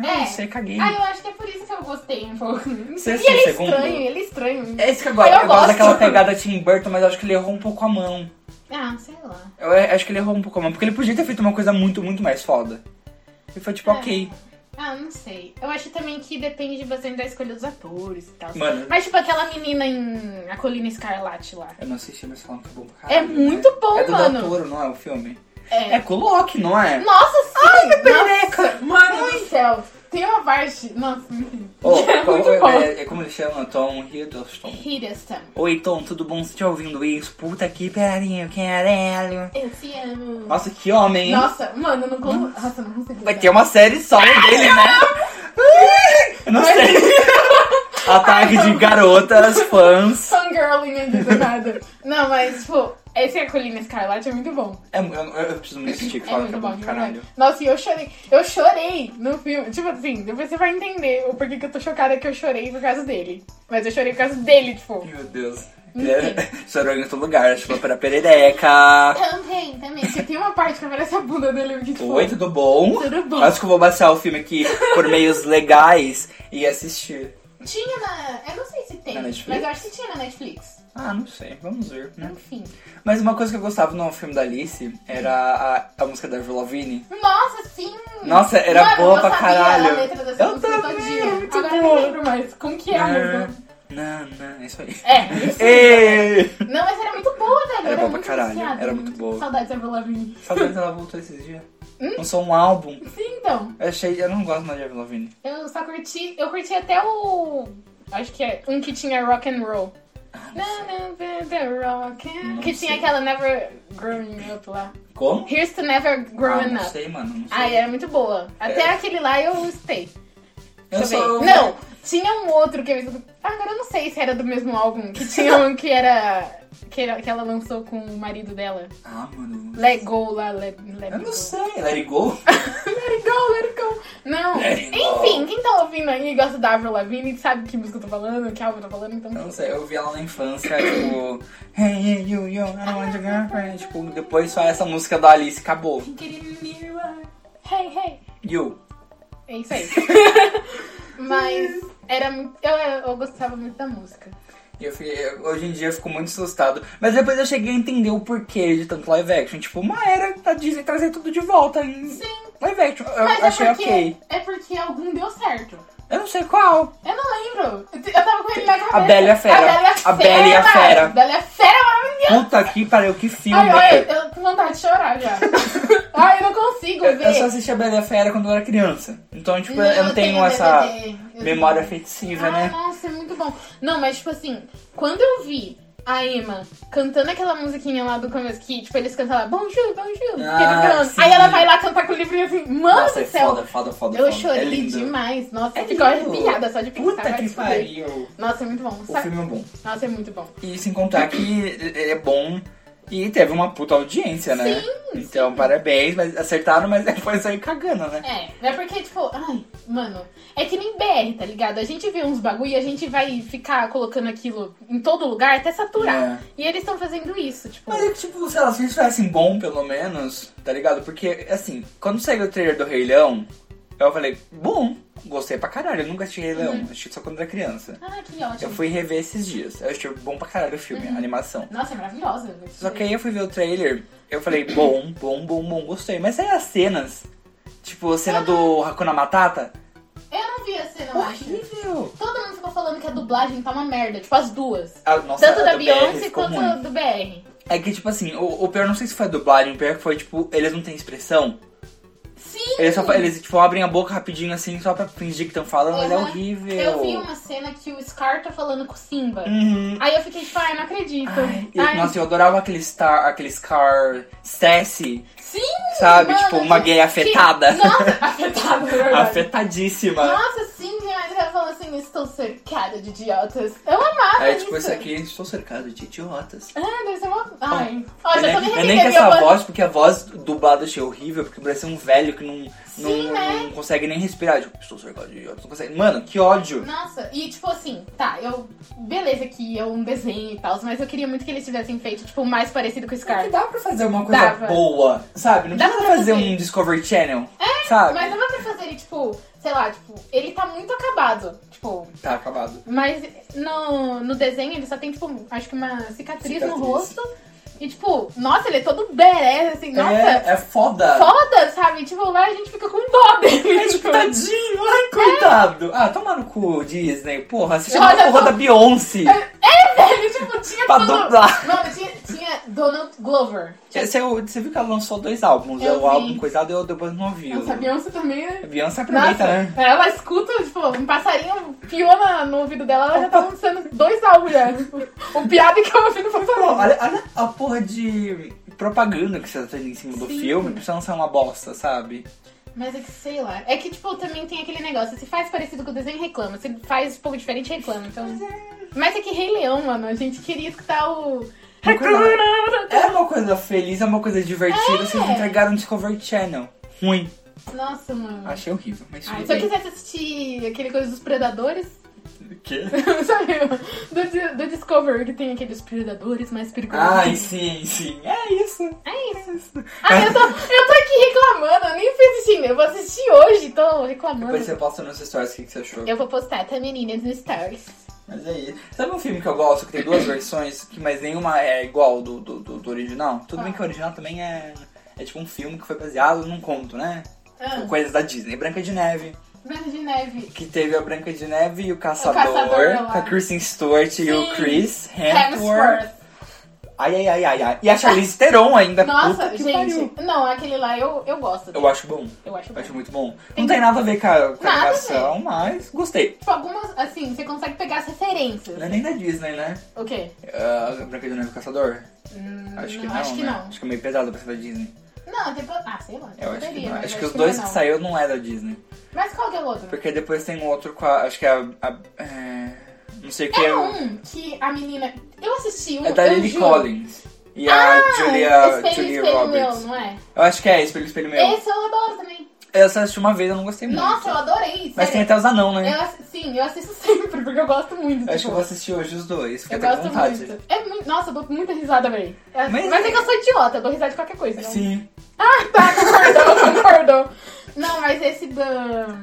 S3: Ah,
S2: É.
S3: Não sei, caguei.
S2: Ah, eu acho que é por isso que eu eu gostei um pouco. e ele é
S3: Você assistiu o assim, segundo?
S2: estranho, ele é estranho.
S3: É isso que eu gosto.
S2: Eu
S3: Eu,
S2: gosto.
S3: gosto daquela pegada Tim Burton, mas eu acho que ele errou um pouco a mão.
S2: Ah, sei lá.
S3: Eu a- acho que ele errou um pouco a mão, porque ele podia ter feito uma coisa muito, muito mais foda. Ele foi tipo,
S2: É.
S3: ok.
S2: Ah, não sei. Eu acho também que depende bastante da escolha dos atores e tal.
S3: Mano,
S2: Mas, tipo, aquela menina em A Colina Escarlate lá.
S3: eu não assisti, mas falam que é bom pra
S2: É
S3: caralho.
S2: muito bom,
S3: né? É do Del
S2: mano.
S3: Toro, não é o filme?
S2: É.
S3: É com o Loki, não é?
S2: Nossa, sim! Ai,
S3: Pereca! Mano!
S2: Meu céu. Tem uma parte. Nossa, enfim.
S3: Oh,
S2: é
S3: qual-
S2: muito bom.
S3: é, é como ele chama? Tom Hiddleston.
S2: Hiddleston.
S3: Oi, Tom, tudo bom? Você tá ouvindo isso? Puta que pariu, que arelho.
S2: Eu te amo.
S3: Nossa, que homem, hein?
S2: Nossa, mano, eu não consigo. Nossa, eu não consigo.
S3: Vai ter uma série só dele, né? Eu não sei. Ataque de garotas fãs.
S2: Fangirling aqui do nada. Não, mas, tipo, esse A Colina Escarlate é muito bom.
S3: É, eu, eu- eu preciso me assistir, que
S2: É
S3: fala que
S2: muito
S3: é
S2: bom,
S3: bom,
S2: de
S3: caralho.
S2: verdade. Nossa, e eu chorei. Eu chorei no filme. Tipo assim, depois você vai entender o porquê que eu tô chocada que eu chorei por causa dele. Mas eu chorei por causa dele, tipo.
S3: Meu Deus. É, Chorou em outro lugar, tipo, pra perereca.
S2: Também, também. Porque tem uma parte que aparece a bunda dele que, tipo.
S3: Oi, tudo bom?
S2: Tudo bom.
S3: Acho que eu vou baixar o filme aqui por meios legais e assistir.
S2: Tinha na. Eu não sei se tem,
S3: Na
S2: mas
S3: Netflix?
S2: eu acho que tinha na Netflix.
S3: Ah, não sei, vamos ver. né?
S2: Enfim.
S3: Mas uma coisa que eu gostava no filme da Alice era a, a música da Avril Lavigne.
S2: Nossa, sim!
S3: Nossa, era
S2: Hum. Mano,
S3: boa
S2: eu
S3: pra
S2: sabia
S3: caralho.
S2: A letra dessa
S3: Eu
S2: música
S3: também,
S2: todinha.
S3: é muito
S2: Agora eu não
S3: boa.
S2: lembro mais. Como que é a música?
S3: Não, não, é isso aí.
S2: É, isso.
S3: Ei!
S2: Não, mas era muito boa, velho.
S3: Era boa pra
S2: muito
S3: caralho,
S2: viciada,
S3: era muito boa.
S2: Saudades da Avril Lavigne.
S3: Sabe que ela voltou esses dias?
S2: Hum?
S3: Lançou um álbum.
S2: Sim, então.
S3: Eu achei. Eu não gosto mais de Avril Lavigne.
S2: Eu só curti... Eu curti até o... Acho que é um que tinha rock and roll.
S3: Ah,
S2: Não, não, the rock and...
S3: Não
S2: Que
S3: sei.
S2: tinha aquela Never Growing Up lá.
S3: Como?
S2: Here's to Never
S3: Ah,
S2: Growing
S3: não
S2: Up.
S3: sei, mano. Não sei.
S2: Ah, era muito boa. Até
S3: É.
S2: aquele lá eu gostei.
S3: eu
S2: Deixa eu
S3: sou.
S2: ver. Não, tinha um outro que eu... Agora eu não sei se era do mesmo álbum. Que tinha um que era... Que, era- que ela lançou com o marido dela.
S3: Ah, mano.
S2: Let Go lá, Let, let
S3: Eu
S2: Me
S3: não
S2: Go.
S3: sei. Let it go?
S2: Let it go, let it go. Não.
S3: Let it go.
S2: Enfim, quem tá ouvindo aí e gosta da Avril Lavigne sabe que música eu tô falando, que álbum eu tô falando, então...
S3: Eu não sei. Eu vi ela na infância, tipo. Hey, hey, you, you, I don't want your girlfriend. Tipo, depois só essa música da Alice acabou.
S2: Get in the mirror. Hey, hey.
S3: You.
S2: É isso aí. Mas era muito... Eu, eu gostava muito da música.
S3: E eu fiquei- eu- hoje em dia eu fico muito assustado. Mas depois eu cheguei a entender o porquê de tanto live action. Tipo, uma era da Disney trazer tudo de volta em
S2: Sim.
S3: live action. Eu
S2: Mas
S3: achei
S2: é porque...
S3: ok.
S2: É porque algum deu certo.
S3: Eu não sei qual.
S2: Eu não lembro. Eu tava com ele na cabeça.
S3: A Bela e a Fera.
S2: A
S3: A
S2: Bela e a Fera. A Bela e a Fera é maravilhosa.
S3: Puta que pariu, que filme.
S2: Ai, olha, eu tô com vontade de chorar já. Ai, eu não consigo
S3: eu,
S2: ver.
S3: eu só assisti a Bela e a Fera quando eu era criança. Então, tipo, eu não tenho essa
S2: DVD. Eu
S3: memória
S2: tenho.
S3: afetiva,
S2: ah,
S3: né?
S2: Nossa, é muito bom. Não, mas tipo assim, quando eu vi a Emma cantando aquela musiquinha lá do começo que, tipo, eles cantam lá, Bonjour, Bonjour,
S3: Ah,
S2: fica cantando.
S3: sim.
S2: é Aí ela vai lá cantar com o livrinho assim, mano
S3: Nossa, é
S2: do céu.
S3: foda, foda, foda.
S2: eu
S3: foda. é
S2: chorei
S3: lindo.
S2: demais. Nossa,
S3: É
S2: eu fico
S3: lindo.
S2: arrepiada só de pensar.
S3: Puta
S2: vai
S3: que
S2: se fuder.
S3: pariu.
S2: Nossa, é muito bom.
S3: O
S2: Sa-
S3: filme é bom.
S2: Nossa, é muito bom.
S3: E se encontrar que é bom e teve uma puta audiência, né?
S2: Sim,
S3: Então, parabéns, mas acertaram, mas depois saiu cagando, né?
S2: É, é porque, tipo, ai, mano, é que nem BR, tá ligado? A gente vê uns bagulho e a gente vai ficar colocando aquilo em todo lugar até saturar.
S3: É.
S2: E eles estão fazendo isso, tipo.
S3: Mas é que, tipo, sei lá, se eles tivessem bom, pelo menos, tá ligado? Porque, assim, quando saiu o trailer do Rei Leão, eu falei, bom, gostei pra caralho. Eu nunca assisti Rei
S2: Uhum.
S3: Leão, assisti só quando era criança.
S2: Ah, que ótimo.
S3: Eu fui rever esses dias. Eu achei bom pra caralho o filme, a animação.
S2: Nossa, é maravilhosa. né?
S3: Só que aí eu fui ver o trailer, eu falei, bom, bom, bom, bom, gostei. Mas aí as cenas, tipo, a cena do Hakuna Matata,
S2: Eu não vi a cena, Ah. eu acho.
S3: horrível.
S2: Todo mundo ficou falando que a dublagem tá uma merda, tipo, as duas.
S3: A- nossa,
S2: Tanto
S3: a
S2: da
S3: do BR
S2: Beyoncé
S3: ficou
S2: quanto
S3: ruim.
S2: do BR.
S3: É que, tipo assim, o, o pior, não sei se foi a dublagem, o pior foi, tipo, eles não têm expressão.
S2: Sim!
S3: Eles, só, fa- eles tipo, abrem a boca rapidinho assim, só pra fingir que estão falando, mas é
S2: Aham.
S3: horrível.
S2: Eu vi uma cena que o Scar tá falando com o Simba.
S3: Uhum.
S2: Aí eu fiquei tipo, ai, não acredito.
S3: Ai, eu-
S2: Ai,
S3: Nossa, eu adorava aquele Star, aquele Scar sassy,
S2: Sim!
S3: sabe?
S2: mano,
S3: tipo, uma
S2: que-
S3: gay afetada.
S2: Que... Nossa, afetada, na verdade.
S3: Afetadíssima.
S2: Nossa, sim, mas ela fala assim, estou cercada de idiotas. Eu amava
S3: é
S2: isso.
S3: tipo, esse aqui, estou cercado de idiotas.
S2: Ah, deve ser uma... Ai, olha, eu, tô
S3: eu, É
S2: me
S3: nem, eu nem com
S2: arrependendo.
S3: essa
S2: eu vou-
S3: voz, porque a voz dublada eu achei horrível, porque parecia um velho que não,
S2: Sim,
S3: não,
S2: né?
S3: não consegue nem respirar. Tipo, estou cercado de idiotas, não consegue. Mano, que ódio.
S2: Nossa, e tipo assim, tá, eu... Beleza que é um desenho e tal, mas eu queria muito que eles tivessem feito, tipo, mais parecido com o
S3: Porque
S2: Scar.
S3: É dá pra fazer uma coisa
S2: Dava.
S3: boa, sabe? Não
S2: Dá
S3: precisa
S2: pra
S3: fazer
S2: fazer. É,
S3: um Discovery Channel, sabe?
S2: Mas dava pra fazer, tipo, sei lá, tipo, ele tá muito acabado. Tipo.
S3: Tá acabado.
S2: Mas no, no desenho ele só tem, tipo, acho que uma cicatriz, no
S3: Cicatriz.
S2: rosto. E, tipo, nossa, ele é todo beré, assim, nossa.
S3: É, é foda.
S2: Foda, sabe? Tipo, lá a gente fica com dó dele.
S3: É tipo,
S2: tipo,
S3: tadinho, ai, coitado. Ah, toma no cu, Disney. Porra, você chama
S2: Olha,
S3: a porra
S2: não.
S3: da Beyoncé
S2: É. velho, tipo, tinha
S3: pra
S2: tudo.
S3: dublar.
S2: Mano, tinha, tinha Donald Glover.
S3: Você, você viu que ela lançou dois álbuns, né?
S2: Eu
S3: o
S2: vi.
S3: álbum coisado e o depois não ouviu.
S2: Nossa, a Beyoncé também, né?
S3: A Beyoncé aproveita,
S2: Nossa,
S3: né?
S2: ela escuta, tipo, um passarinho piou na- no ouvido dela, ela já tá lançando dois álbuns já. Tipo, o piada que eu ouvi no
S3: Pô,
S2: passarinho.
S3: olha, olha a porra de propaganda que você tá tendo em cima do
S2: Sim.
S3: filme pra você lançar uma bosta, sabe?
S2: Mas é que, sei lá. É que, tipo, também tem aquele negócio. Se faz parecido com o desenho, reclama. Se faz um pouco diferente, reclama. Então... Mas é que Rei Leão, mano, a gente queria escutar o...
S3: Uma coisa- É uma coisa feliz, é uma coisa divertida,
S2: É.
S3: vocês entregaram no Discovery Channel. Ruim.
S2: Nossa, mano.
S3: Achei horrível, mas
S2: Ai,
S3: tudo
S2: se eu
S3: bem.
S2: quisesse assistir aquele coisa dos predadores,
S3: Quê?
S2: sabe? Do, Di- do Discovery, que tem aqueles predadores mais perigosos.
S3: Ai, sim, sim. É Ah, isso.
S2: É isso. Ah, eu tô, eu tô aqui reclamando, eu nem fui assistindo. Eu vou assistir hoje, tô reclamando.
S3: Depois você posta nos stories o que que você achou.
S2: Eu vou postar, tá, meninas, no Stories.
S3: Mas é isso. Sabe um filme que eu gosto, que tem duas versões, que mas nenhuma é igual do, do, do- do original? Tudo
S2: Ah.
S3: bem que o original também é, é tipo um filme que foi baseado num conto, né?
S2: Ah,
S3: Coisas da Disney. Branca de Neve.
S2: Branca de Neve.
S3: Que teve a Branca de Neve e o Caçador,
S2: Caçador é lá.
S3: com a Kristen Stewart e
S2: Sim.
S3: o Chris Hemsworth.
S2: Hemsworth.
S3: Ai, ai, ai, ai, ai. E a Charlize Theron ainda.
S2: Nossa,
S3: É Puta que
S2: gente.
S3: pariu.
S2: Não, aquele lá eu, eu gosto.
S3: Eu acho bom.
S2: Eu acho
S3: Eu acho
S2: bom.
S3: muito bom.
S2: Tem-
S3: Não tem nada a ver com a, com a
S2: Nada a
S3: animação, mas gostei.
S2: Tipo, algumas, assim, você consegue pegar as referências.
S3: Não é nem da Disney, né?
S2: O quê?
S3: Ah, Branca de Neve e o Caçador?
S2: Hum,
S3: Acho que não,
S2: Acho que
S3: né?
S2: não.
S3: Acho que é meio pesado pra ser da Disney.
S2: Não, depois... Ah, sei lá.
S3: Eu acho que
S2: poderia,
S3: não.
S2: mas
S3: Acho que os
S2: não é
S3: dois que
S2: não.
S3: saiu não é da Disney.
S2: Mas qual que é o outro?
S3: Porque depois tem um outro com a... Acho que é a... a- é, não sei o que.
S2: É um que a menina... Eu assisti um,
S3: é da
S2: eu
S3: Lily
S2: juro. Ah,
S3: Collins. E a Julia,
S2: espelho,
S3: Julia
S2: espelho
S3: Roberts.
S2: meu, não é?
S3: Eu acho que é Espelho, Espelho Meu.
S2: Esse eu adoro também.
S3: Eu só assisti uma vez, eu não gostei muito.
S2: Nossa, eu adorei.
S3: Mas tem
S2: sério.
S3: até os anão, né?
S2: Eu assi- sim, eu assisto sempre, porque eu gosto muito.
S3: Eu acho que eu
S2: tipo,
S3: vou assistir hoje os dois. Fica
S2: eu
S3: até
S2: gosto
S3: com vontade.
S2: muito. É muito. Nossa, eu dou muita risada, velho. É- Mas,
S3: Mas-
S2: é que eu sou idiota, eu dou risada de qualquer coisa. Então...
S3: Sim.
S2: Tá, concordou, concordou. Não, mas esse da.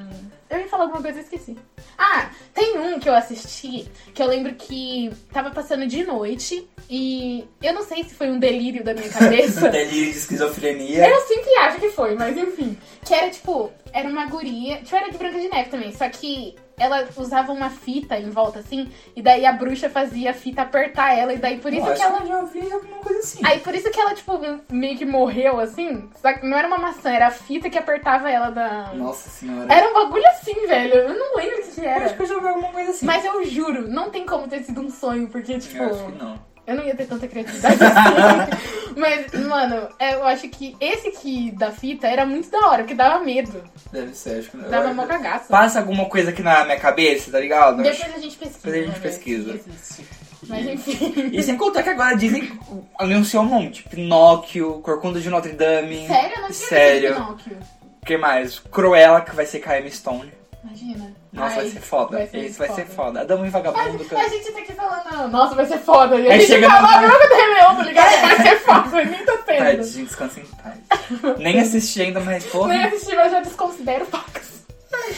S2: Eu ia falar alguma coisa e esqueci. Ah, tem um que eu assisti que eu lembro que tava passando de noite e eu não sei se foi um delírio da minha cabeça.
S3: Delírio de esquizofrenia.
S2: Eu sempre acho que foi, mas enfim. Que era tipo, era uma guria. Tipo, era de Branca de Neve também, só que ela usava uma fita em volta assim, e daí a bruxa fazia a fita apertar ela, e daí por isso
S3: Eu
S2: que
S3: acho
S2: ela.
S3: já ouvi alguma coisa assim.
S2: Aí por isso que ela, tipo, meio que morreu assim. Só que não era uma maçã, era a fita que apertava ela da.
S3: Nossa senhora.
S2: Era um bagulho assim, velho. Eu não lembro o que que
S3: Eu acho
S2: era.
S3: que eu já ouvi alguma coisa assim.
S2: Mas eu juro, não tem como ter sido um sonho, porque, tipo.
S3: Eu acho que não.
S2: Eu não ia ter tanta criatividade assim. Mas, mano, é, eu acho que esse aqui da fita era muito da hora, porque dava medo.
S3: Deve ser, acho que não.
S2: Dava
S3: Eu-
S2: mó cagaça.
S3: Passa alguma coisa aqui na minha cabeça, tá ligado? Eu acho-
S2: Depois a gente pesquisa.
S3: Depois a gente
S2: né, velho,
S3: pesquisa.
S2: se existe. Mas enfim.
S3: E sem contar que agora a Disney anunciou um monte. Pinóquio, Corcunda de Notre Dame.
S2: Sério, eu não tinha
S3: Sério.
S2: visto Pinóquio.
S3: O que mais? Cruella, que vai ser com a Emma Stone.
S2: Imagina.
S3: Nossa,
S2: Ai,
S3: vai ser foda.
S2: vai ser
S3: Isso vai ser
S2: foda.
S3: foda. A Dama e Vagabundo.
S2: A gente tá aqui falando, nossa, vai ser foda. E a
S3: Aí
S2: gente
S3: chega no
S2: fala,
S3: final. É.
S2: não, do Rei Leão, tá ligado? Vai ser foda, e nem tá
S3: Tadinho,
S2: tendo.
S3: descansa em paz. Nem assisti ainda, mas
S2: Nem
S3: porra.
S2: assisti, mas já desconsidero Fox.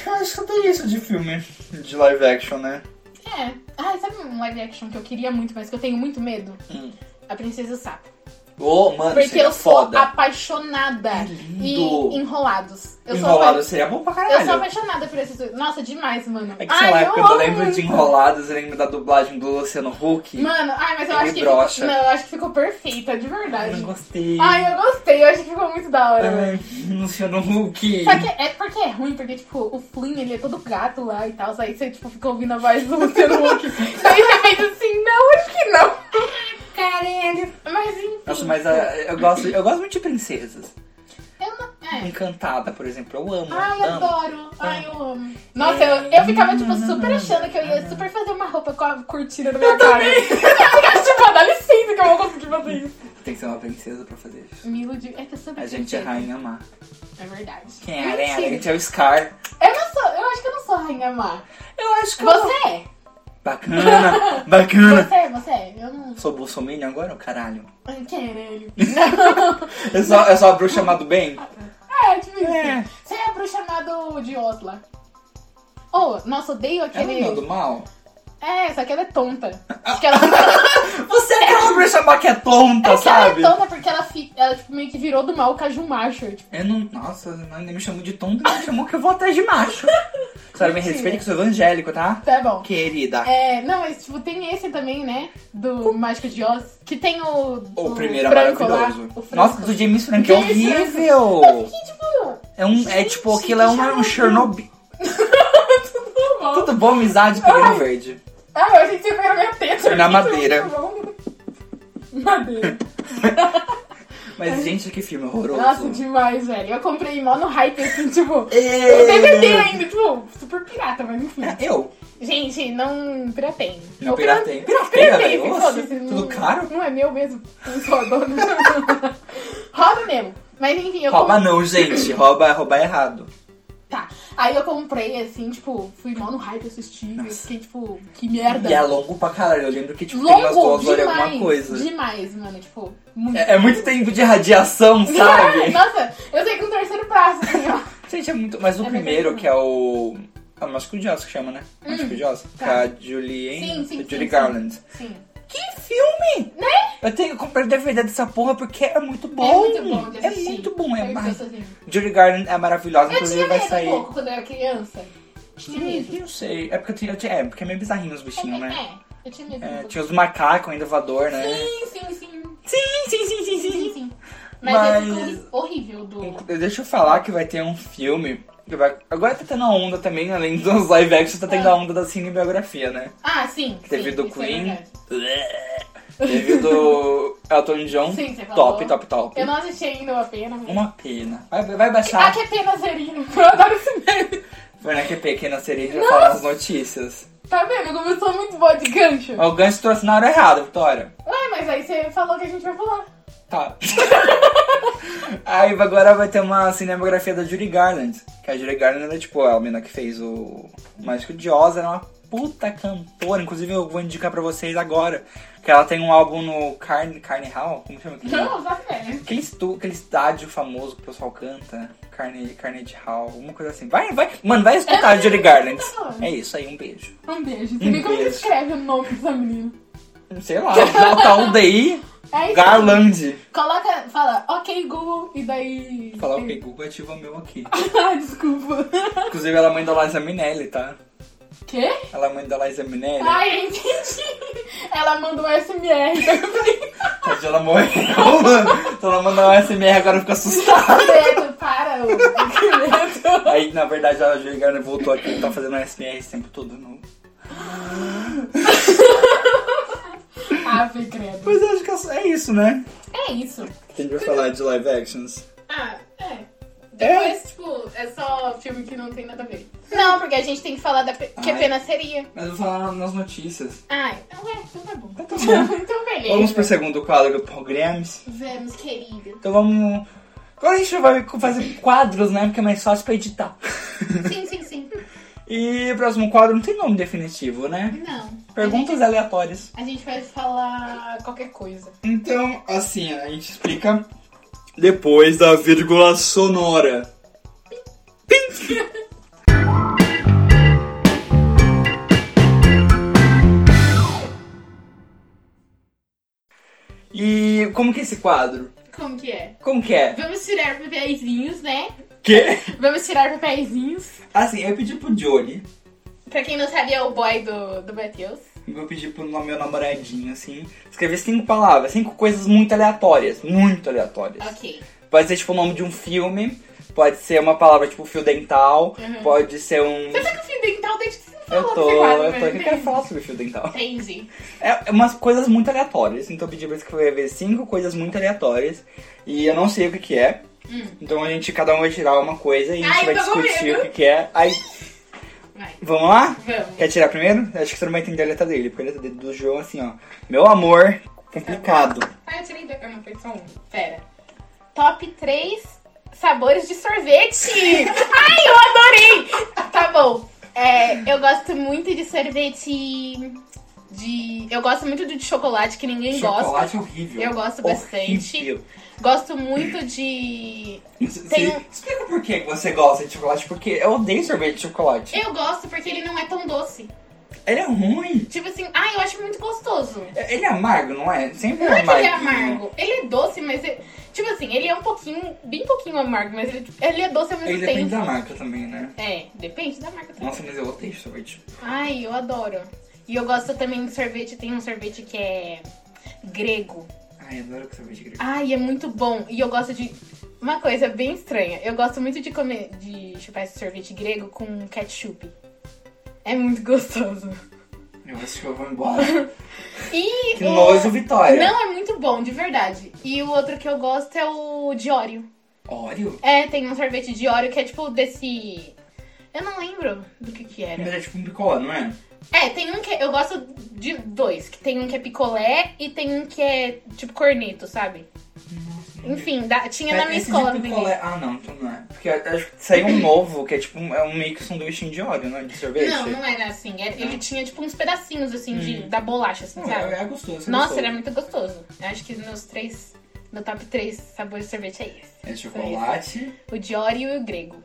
S3: Eu acho que tem isso de filme. De live action, né?
S2: É. Ai, sabe um live action que eu queria muito, mas que eu tenho muito medo?
S3: Hum.
S2: A Princesa e o Sapo.
S3: Ô, mano,
S2: Porque
S3: seria
S2: eu sou
S3: foda.
S2: apaixonada
S3: É
S2: e
S3: lindo.
S2: enrolados. Eu sou
S3: Enrolado
S2: apa-
S3: seria bom pra
S2: eu sou
S3: caralho.
S2: apaixonada por esses dois. Nossa, demais, mano.
S3: É que sei
S2: ai,
S3: lá,
S2: eu
S3: quando eu
S2: amo
S3: lembro
S2: muito.
S3: de Enrolados, eu lembro da dublagem do Luciano Huck.
S2: Mano, ai, mas eu
S3: Ele
S2: acho que
S3: brocha.
S2: ficou, não, eu acho que ficou perfeita, de
S3: Eu
S2: verdade.
S3: não gostei.
S2: Ai, eu gostei, eu acho que ficou muito da hora, velho.
S3: Ai, Luciano Huck.
S2: Só que é porque é ruim, porque, tipo, o Flynn, ele é todo gato lá e tal. Aí você, tipo, fica ouvindo a voz do Luciano Huck. Daí você fez assim, não, acho que não. Caralho. Mas enfim.
S3: Nossa, mas ah, eu, gosto, eu gosto muito de princesas.
S2: Eu não... É.
S3: Encantada, por exemplo, eu amo.
S2: Ai, eu
S3: amo.
S2: adoro. Ai,
S3: Ah.
S2: eu amo. Nossa, eu, eu ficava, tipo, super achando que eu ia super fazer uma roupa com a cortina na minha cara. Eu ficava, tipo, dá licença que eu vou conseguir fazer isso.
S3: Tem que ser uma princesa pra fazer isso.
S2: Me iludi. É que eu sou
S3: A gente é rainha má.
S2: É verdade.
S3: Quem é a rainha? A
S2: Mentira.
S3: gente é o Scar.
S2: Eu não sou, eu acho que eu não sou rainha má.
S3: Eu acho que eu...
S2: Você é.
S3: Bacana, bacana.
S2: Você é, você é. Eu não.
S3: Sou bolsominion agora, ô caralho?
S2: Ai, Caralho. Não.
S3: Eu sou, eu sou a bruxa má do bem?
S2: É, tipo isso.
S3: É.
S2: Você é a bruxa má do de Osla. Oh, nossa, odeio aquele.
S3: Ela não é do mal?
S2: É, só que ela é tonta. Porque ela, fica-
S3: Você é aquela pra chamar que é tonta,
S2: é que ela é
S3: sabe?
S2: tonta porque ela, fi- ela tipo, meio que virou do mal o Caju Macho. Tipo,
S3: Eu não. Nossa, não, nem me chamou de tonto, nem me chamou que eu vou atrás de macho. Sério, me respeita que eu sou evangélico, tá?
S2: tá bom.
S3: Querida.
S2: É, não, mas tipo, tem esse também, né? Do Mágico de Oz. Que tem o.
S3: O
S2: do
S3: primeiro é
S2: Franco
S3: maravilhoso.
S2: Lá, o Franco.
S3: Nossa, do James Franco é
S2: James Franco.
S3: horrível.
S2: Eu fiquei tipo.
S3: É, um, é tipo,
S2: Gente,
S3: aquilo é um, é um
S2: que
S3: Chernobyl.
S2: Tudo bom.
S3: Tudo bom, amizade, pegando verde.
S2: Ah, eu achei que você pegou na minha teta.
S3: Na madeira.
S2: Madeira.
S3: Mas, gente, que filme horroroso.
S2: Nossa, demais, velho. Eu comprei mó no hype, assim, tipo.
S3: É.
S2: Eu DVD ainda, tipo, super pirata, mas enfim.
S3: Eu?
S2: Gente, não piratem.
S3: Não
S2: Ou
S3: piratem.
S2: pira-
S3: Pirateia,
S2: piratem,
S3: velho.
S2: foda-se,
S3: Nossa,
S2: não-
S3: tudo caro?
S2: Não é meu mesmo. Não sou a dona. Roda mesmo. Mas enfim, eu
S3: Rouba
S2: comprei.
S3: não, gente. Rouba, rouba é errado.
S2: Tá. Aí eu comprei, assim, tipo, fui mó no hype assistir. Eu
S3: Nossa.
S2: fiquei, tipo, que merda.
S3: E é longo pra caralho. Eu lembro que, tipo, tem umas
S2: Longo
S3: duas horas e
S2: demais.
S3: alguma coisa.
S2: Demais, mano. Tipo, muito.
S3: É, é muito tempo de radiação, sabe?
S2: Nossa, eu sei com o terceiro braço, assim, ó.
S3: gente, é muito... Mas o
S2: É verdade.
S3: primeiro,
S2: Hum.
S3: que é o... É o Mágico de Oz que chama, né? Mágico de Oz. Que é a Julie...
S2: Tá. Sim, sim,
S3: Julie
S2: sim,
S3: Garland.
S2: Sim.
S3: Que filme! Né? Eu tenho que comprar DVD dessa porra porque é muito bom.
S2: é muito bom de
S3: É
S2: assistir.
S3: muito bom, é
S2: Eu
S3: mais...
S2: gosto, assim.
S3: Julie Garland é maravilhosa,
S2: Eu
S3: inclusive
S2: tinha
S3: vai
S2: medo
S3: sair...
S2: um pouco quando eu era criança. Tinha medo.
S3: Não sei. É porque eu tinha, eu tinha- é, porque é meio bizarrinho os bichinhos, né?
S2: É, eu tinha medo.
S3: É,
S2: um
S3: tinha os macacos ainda voador, né?
S2: pouco. Sim, sim, sim.
S3: Sim, sim, sim, sim,
S2: Sim, sim, sim. Mas,
S3: Mas-
S2: ele ficou horrível do.
S3: Deixa eu falar que vai ter um filme. que vai- Agora tá tendo a onda também, além dos live action, tá tendo a onda da cinebiografia, né?
S2: Ah, sim.
S3: Que teve
S2: sim,
S3: do
S2: isso é
S3: Queen.
S2: verdade.
S3: Teve do Elton John.
S2: Sim, você falou.
S3: top, top, top.
S2: Eu não assisti ainda o Apenas. Mas...
S3: Uma pena. Vai, vai baixar.
S2: Ah, que pena seria. Eu adoro esse meme.
S3: Foi na que é pequena sereia já falar as notícias.
S2: Tá vendo como eu sou muito boa de gancho?
S3: Mas O gancho trouxe na hora errada, Vitória.
S2: Ué, mas aí você falou que a gente vai falar.
S3: Tá. Aí agora vai ter uma cinematografia da Judy Garland. Que a Judy Garland é tipo a menina que fez o Mágico de Oz. Ela é uma puta cantora. Inclusive eu vou indicar pra vocês agora. Que ela tem um álbum no Carne, Carne Hall. Como chama aquele?
S2: Não, tá vendo.
S3: Aquele, estu, aquele estádio famoso que o pessoal canta. Carne, Carnage Hall. Alguma coisa assim. Vai, vai. Mano, vai escutar a Judy Garland. É isso aí, um beijo.
S2: Um beijo. Você
S3: Um
S2: nem como que
S3: beijo.
S2: escreve o nome dessa menina.
S3: Sei lá, bota um DI
S2: É isso.
S3: Garland.
S2: Coloca, fala, ok Google, e daí...
S3: Falar o que Google ativa o meu aqui.
S2: Ah, desculpa.
S3: Inclusive ela é mãe da Liza Minelli, tá?
S2: Quê?
S3: Ela é mãe da Liza Minelli.
S2: Ai, eu entendi. Ela mandou um SMR também.
S3: Tadinha, ela morreu, mano. Então ela mandou um SMR, agora fica assustada.
S2: Credo, para, ô. que medo.
S3: Aí, na verdade, a Julie Garner voltou aqui e tá fazendo um SMR esse tempo todo. Não.
S2: Ah, foi credo.
S3: Mas eu acho que é só- é isso, né?
S2: É isso.
S3: Tem pra falar de live actions.
S2: Ah, é. Depois, tipo, é só filme que não tem nada a ver. Não, porque a gente tem que falar da pe- que
S3: Ai.
S2: pena seria.
S3: Mas eu vou falar nas notícias.
S2: Ai, então é, então tá bom.
S3: Então tá bom.
S2: então beleza.
S3: Vamos pro segundo quadro do Paul Grams.
S2: Vamos, querido.
S3: Então vamos. Agora a gente vai fazer quadros, né? Porque é mais fácil pra editar.
S2: Sim, sim, sim.
S3: E o próximo quadro não tem nome definitivo, né?
S2: Não.
S3: Perguntas aleatórias.
S2: A gente vai falar qualquer coisa.
S3: Então, assim, a gente explica depois da vírgula sonora. E como que é esse quadro?
S2: Como que é?
S3: Como que é?
S2: Vamos tirar papeizinhos, né?
S3: Que?
S2: Vamos tirar papeizinhos.
S3: Assim, eu pedi pro Jolie,
S2: Pra quem não sabe, é o boy do, do Matheus.
S3: eu pedi pro meu namoradinho, assim, escrever cinco palavras, cinco coisas muito aleatórias, muito aleatórias.
S2: Ok.
S3: Pode ser tipo o nome de um filme, pode ser uma palavra tipo fio dental,
S2: Uhum.
S3: pode ser um.
S2: Você tá com fio dental desde que você não
S3: Eu
S2: falou
S3: tô,
S2: desse quadro, mas
S3: eu tô. Eu quero
S2: entendi.
S3: falar sobre fio dental.
S2: Entendi.
S3: É é umas coisas muito aleatórias, então eu pedi pra escrever cinco coisas muito aleatórias e eu não sei o que, que é.
S2: Hum.
S3: Então a gente, cada um vai tirar uma coisa e a gente
S2: Ai,
S3: vai
S2: tô com
S3: discutir
S2: medo.
S3: o que, que é. Aí,
S2: Vai.
S3: vamos lá?
S2: Vamos.
S3: Quer tirar primeiro? Acho que você não vai entender a letra dele, porque a letra dele do João, assim, ó. Meu amor, complicado.
S2: Ah, eu tirei da cama, foi só um. Pera. Top 3 sabores de sorvete. Ai, eu adorei! Tá bom. É, eu gosto muito de sorvete de. Eu gosto muito de chocolate, que ninguém gosta.
S3: Chocolate horrível.
S2: Eu gosto bastante.
S3: Horrível.
S2: Gosto muito de.
S3: Isso-
S2: Tem um-
S3: se- Explica por que você gosta de chocolate, porque eu odeio sorvete de chocolate.
S2: Eu gosto porque ele não é tão doce.
S3: Ele é ruim.
S2: Tipo assim, ah, eu acho muito gostoso.
S3: Ele é amargo, não é? Sempre
S2: Não
S3: é
S2: é que
S3: amargo.
S2: ele é amargo. Ele é doce, mas. é- Tipo assim, ele é um pouquinho. Bem pouquinho amargo, mas ele, ele é doce ao mesmo
S3: Ele
S2: tempo.
S3: depende da marca também, né?
S2: É, depende da marca também.
S3: Nossa, mas eu odeio sorvete.
S2: Ai, eu adoro. E eu gosto também de sorvete. Tem um sorvete que é grego.
S3: Ai, eu adoro sorvete grego.
S2: Ai, é muito bom. E eu gosto de. Uma coisa bem estranha. Eu gosto muito de comer. de chupar esse sorvete grego com ketchup. É muito gostoso.
S3: Eu acho que eu vou embora.
S2: E
S3: que
S2: o-
S3: nojo, Vitória.
S2: Não, é muito bom, de verdade. E o outro que eu gosto é o de Oreo.
S3: Óleo?
S2: É, tem um sorvete de Oreo que é tipo desse. Eu não lembro do que que era.
S3: Mas é tipo um picolé, não é?
S2: É, tem um que. Eu gosto de dois. Que tem um que é picolé e tem um que é tipo corneto, sabe? Enfim, da- tinha na minha
S3: É, Esse
S2: escola.
S3: de
S2: no
S3: picolé- Ah, não, então não é. Porque eu acho que saiu um novo, que é tipo um, é um meio que sanduíche de óleo, né? De sorvete.
S2: Não, não era assim. Era- Ele tinha tipo uns pedacinhos assim de, da bolacha, assim,
S3: Hum. Não,
S2: sabe?
S3: é, é gostoso. é
S2: Nossa,
S3: gostoso.
S2: era muito gostoso. Eu acho que nos três. Meu top três sabores de sorvete é esse.
S3: É chocolate.
S2: O de Oreo e o grego.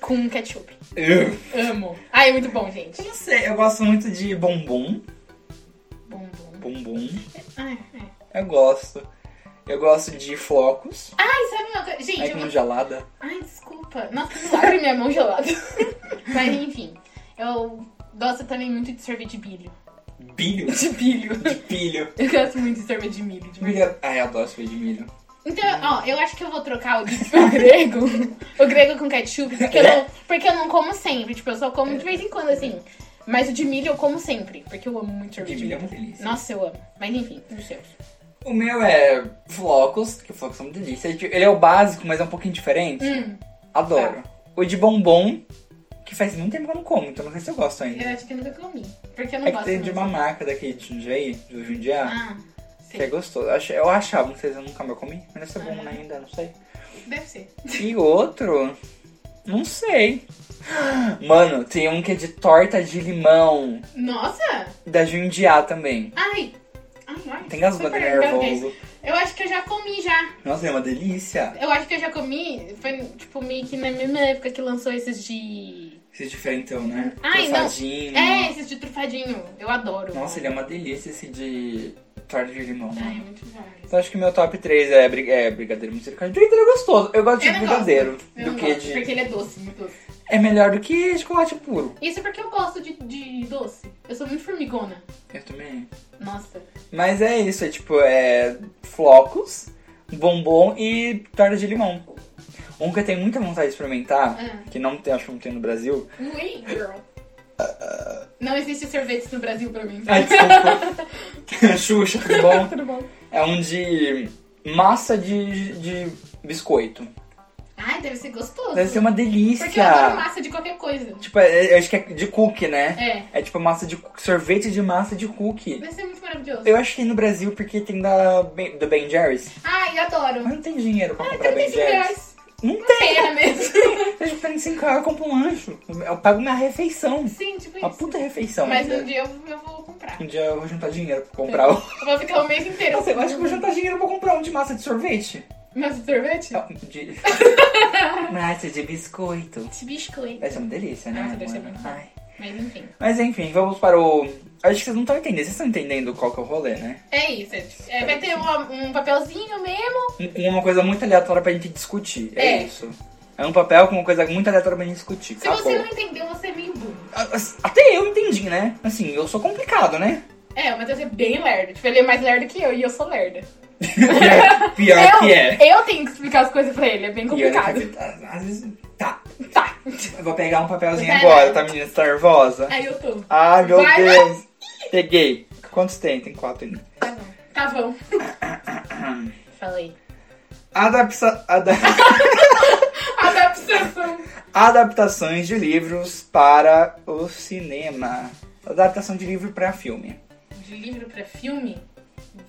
S2: Com ketchup.
S3: Eu
S2: Amo. Ai, é muito bom, gente.
S3: não sei, eu gosto muito de bombom.
S2: Bombom.
S3: Bombom.
S2: Ai, é.
S3: Eu gosto. Eu gosto de flocos.
S2: Ai, sabe uma coisa? Gente,
S3: Ai,
S2: eu...
S3: com gelada.
S2: Ai, desculpa. Nossa, não abre minha mão gelada. Mas enfim, eu gosto também muito de sorvete de bilho.
S3: Bilho.
S2: De bilho.
S3: De pilho.
S2: Eu gosto muito de sorvete de milho. de milho.
S3: Milho. Ai, eu adoro sorvete de milho.
S2: Então, ó, eu acho que eu vou trocar o, de- o grego. O grego com ketchup, porque eu, não, porque eu não como sempre. Tipo, eu só como de vez em quando, assim. Mas o de milho eu como sempre, porque eu amo muito
S3: De
S2: sorvete de
S3: milho é uma
S2: milho.
S3: delícia.
S2: Nossa, eu amo. Mas enfim, os seus.
S3: O meu é flocos, que flocos são uma delícia. Ele é o básico, mas é um pouquinho diferente.
S2: Hum,
S3: Adoro. O de bombom, que faz muito tempo que eu não como, então não sei se eu gosto ainda.
S2: Hum, eu acho que eu nunca comi. Porque eu não
S3: É que
S2: gosto
S3: tem de
S2: muito.
S3: uma marca daqui de Jundiaí, do Jundiaí,
S2: Ah,
S3: que é
S2: sei.
S3: gostoso. Eu ach- Eu achava, não sei se eu nunca mais comi, mas deve ser bom
S2: Ah.
S3: ainda, não sei.
S2: Deve ser.
S3: E outro, não sei. Mano, tem um que é de torta de limão,
S2: Nossa!
S3: da Jundiá também.
S2: Ai! Ai, ai.
S3: Tem as
S2: super
S3: bandas
S2: engasguei.
S3: nervoso.
S2: Eu acho que eu já comi já.
S3: Nossa, é uma delícia.
S2: Eu acho que eu já comi. Foi tipo meio que na mesma época que lançou esses de.
S3: Esse é diferentão, né?
S2: Ai, não.
S3: Trufadinho.
S2: É, esses de trufadinho. Eu adoro.
S3: Nossa, ele é uma delícia esse de torta de limão,
S2: Ai, é
S3: mano.
S2: muito bom.
S3: Então acho que meu top 3 é, bri- é brigadeiro misericórdia. Brigadeiro é gostoso. Eu gosto de
S2: Eu não
S3: brigadeiro
S2: gosto. Eu
S3: do
S2: não
S3: que
S2: gosto,
S3: de.
S2: Porque ele é doce, muito doce.
S3: É melhor do que chocolate puro.
S2: Isso é porque eu gosto de, de doce. Eu sou muito formigona.
S3: Eu também.
S2: Nossa.
S3: Mas é isso, é tipo, é flocos, bombom e torta de limão. Um que eu tenho muita vontade de experimentar,
S2: Ah.
S3: que não tem, acho que não tem no Brasil.
S2: Ui, girl. Não existe sorvetes no Brasil pra mim.
S3: Ai, desculpa.
S2: É.
S3: Xuxa, Ah, tudo bom?
S2: Tudo bom.
S3: É um de massa de, de biscoito.
S2: Ai, deve ser gostoso.
S3: Deve ser uma delícia.
S2: Porque eu adoro massa de qualquer coisa.
S3: Tipo, é- é- acho que é de cookie, né?
S2: É.
S3: É tipo massa de cookie, sorvete de massa de cookie.
S2: Deve ser muito maravilhoso.
S3: Eu acho que no Brasil porque tem da Ben- do Ben Jerry's.
S2: Ai, eu adoro.
S3: Mas não tem dinheiro pra comprar Ben
S2: 35
S3: Jerry's.
S2: reais.
S3: Não
S2: Pena mesmo.
S3: tem. Eu pego 5 reais, eu compro um lanche. Eu pago minha refeição.
S2: Sim, tipo
S3: Uma
S2: isso.
S3: puta refeição.
S2: Mas
S3: né?
S2: um dia eu, eu vou comprar.
S3: Um dia eu vou juntar dinheiro pra comprar um.
S2: Eu vou ficar o mês inteiro.
S3: Nossa, eu acho que eu vou juntar dinheiro pra comprar um de massa de sorvete.
S2: Mas o sorvete?
S3: Não, De... massa de biscoito.
S2: Esse biscoito.
S3: Deve ser uma delícia, né?
S2: Nossa, deve ser
S3: mano?
S2: muito bom.
S3: Ai.
S2: Mas enfim.
S3: Mas enfim, vamos para o. Acho que vocês não estão entendendo. Vocês estão entendendo qual que é o rolê, né?
S2: É isso. É, tipo- é, vai ter uma- um papelzinho mesmo.
S3: um- uma coisa muito aleatória pra gente discutir. É,
S2: É.
S3: isso. É um papel com uma coisa muito aleatória pra gente discutir.
S2: Se
S3: acabou.
S2: você não entendeu, você é meio burro.
S3: A- as- Até eu entendi, né? Assim, eu sou complicado, né?
S2: É, mas você é bem lerdo. Tipo, ele é mais lerdo que eu e eu sou lerda.
S3: Pior, pior
S2: eu,
S3: que é.
S2: eu tenho que explicar as coisas pra ele. É bem
S3: E olha que
S2: complicado.
S3: às- às vezes. Tá.
S2: Tá.
S3: Eu vou pegar um papelzinho
S2: Vai,
S3: agora,
S2: vai.
S3: tá, menina? Você tá nervosa?
S2: Aí eu tô.
S3: Ai, meu
S2: Vai, vai.
S3: Deus. Peguei. Quantos tem? Tem quatro ainda.
S2: Tá bom. Tá bom. Falei.
S3: Adapta... ada-
S2: Adaptação.
S3: Adaptações de livros para o cinema. Adaptação de livro pra filme.
S2: De livro pra filme?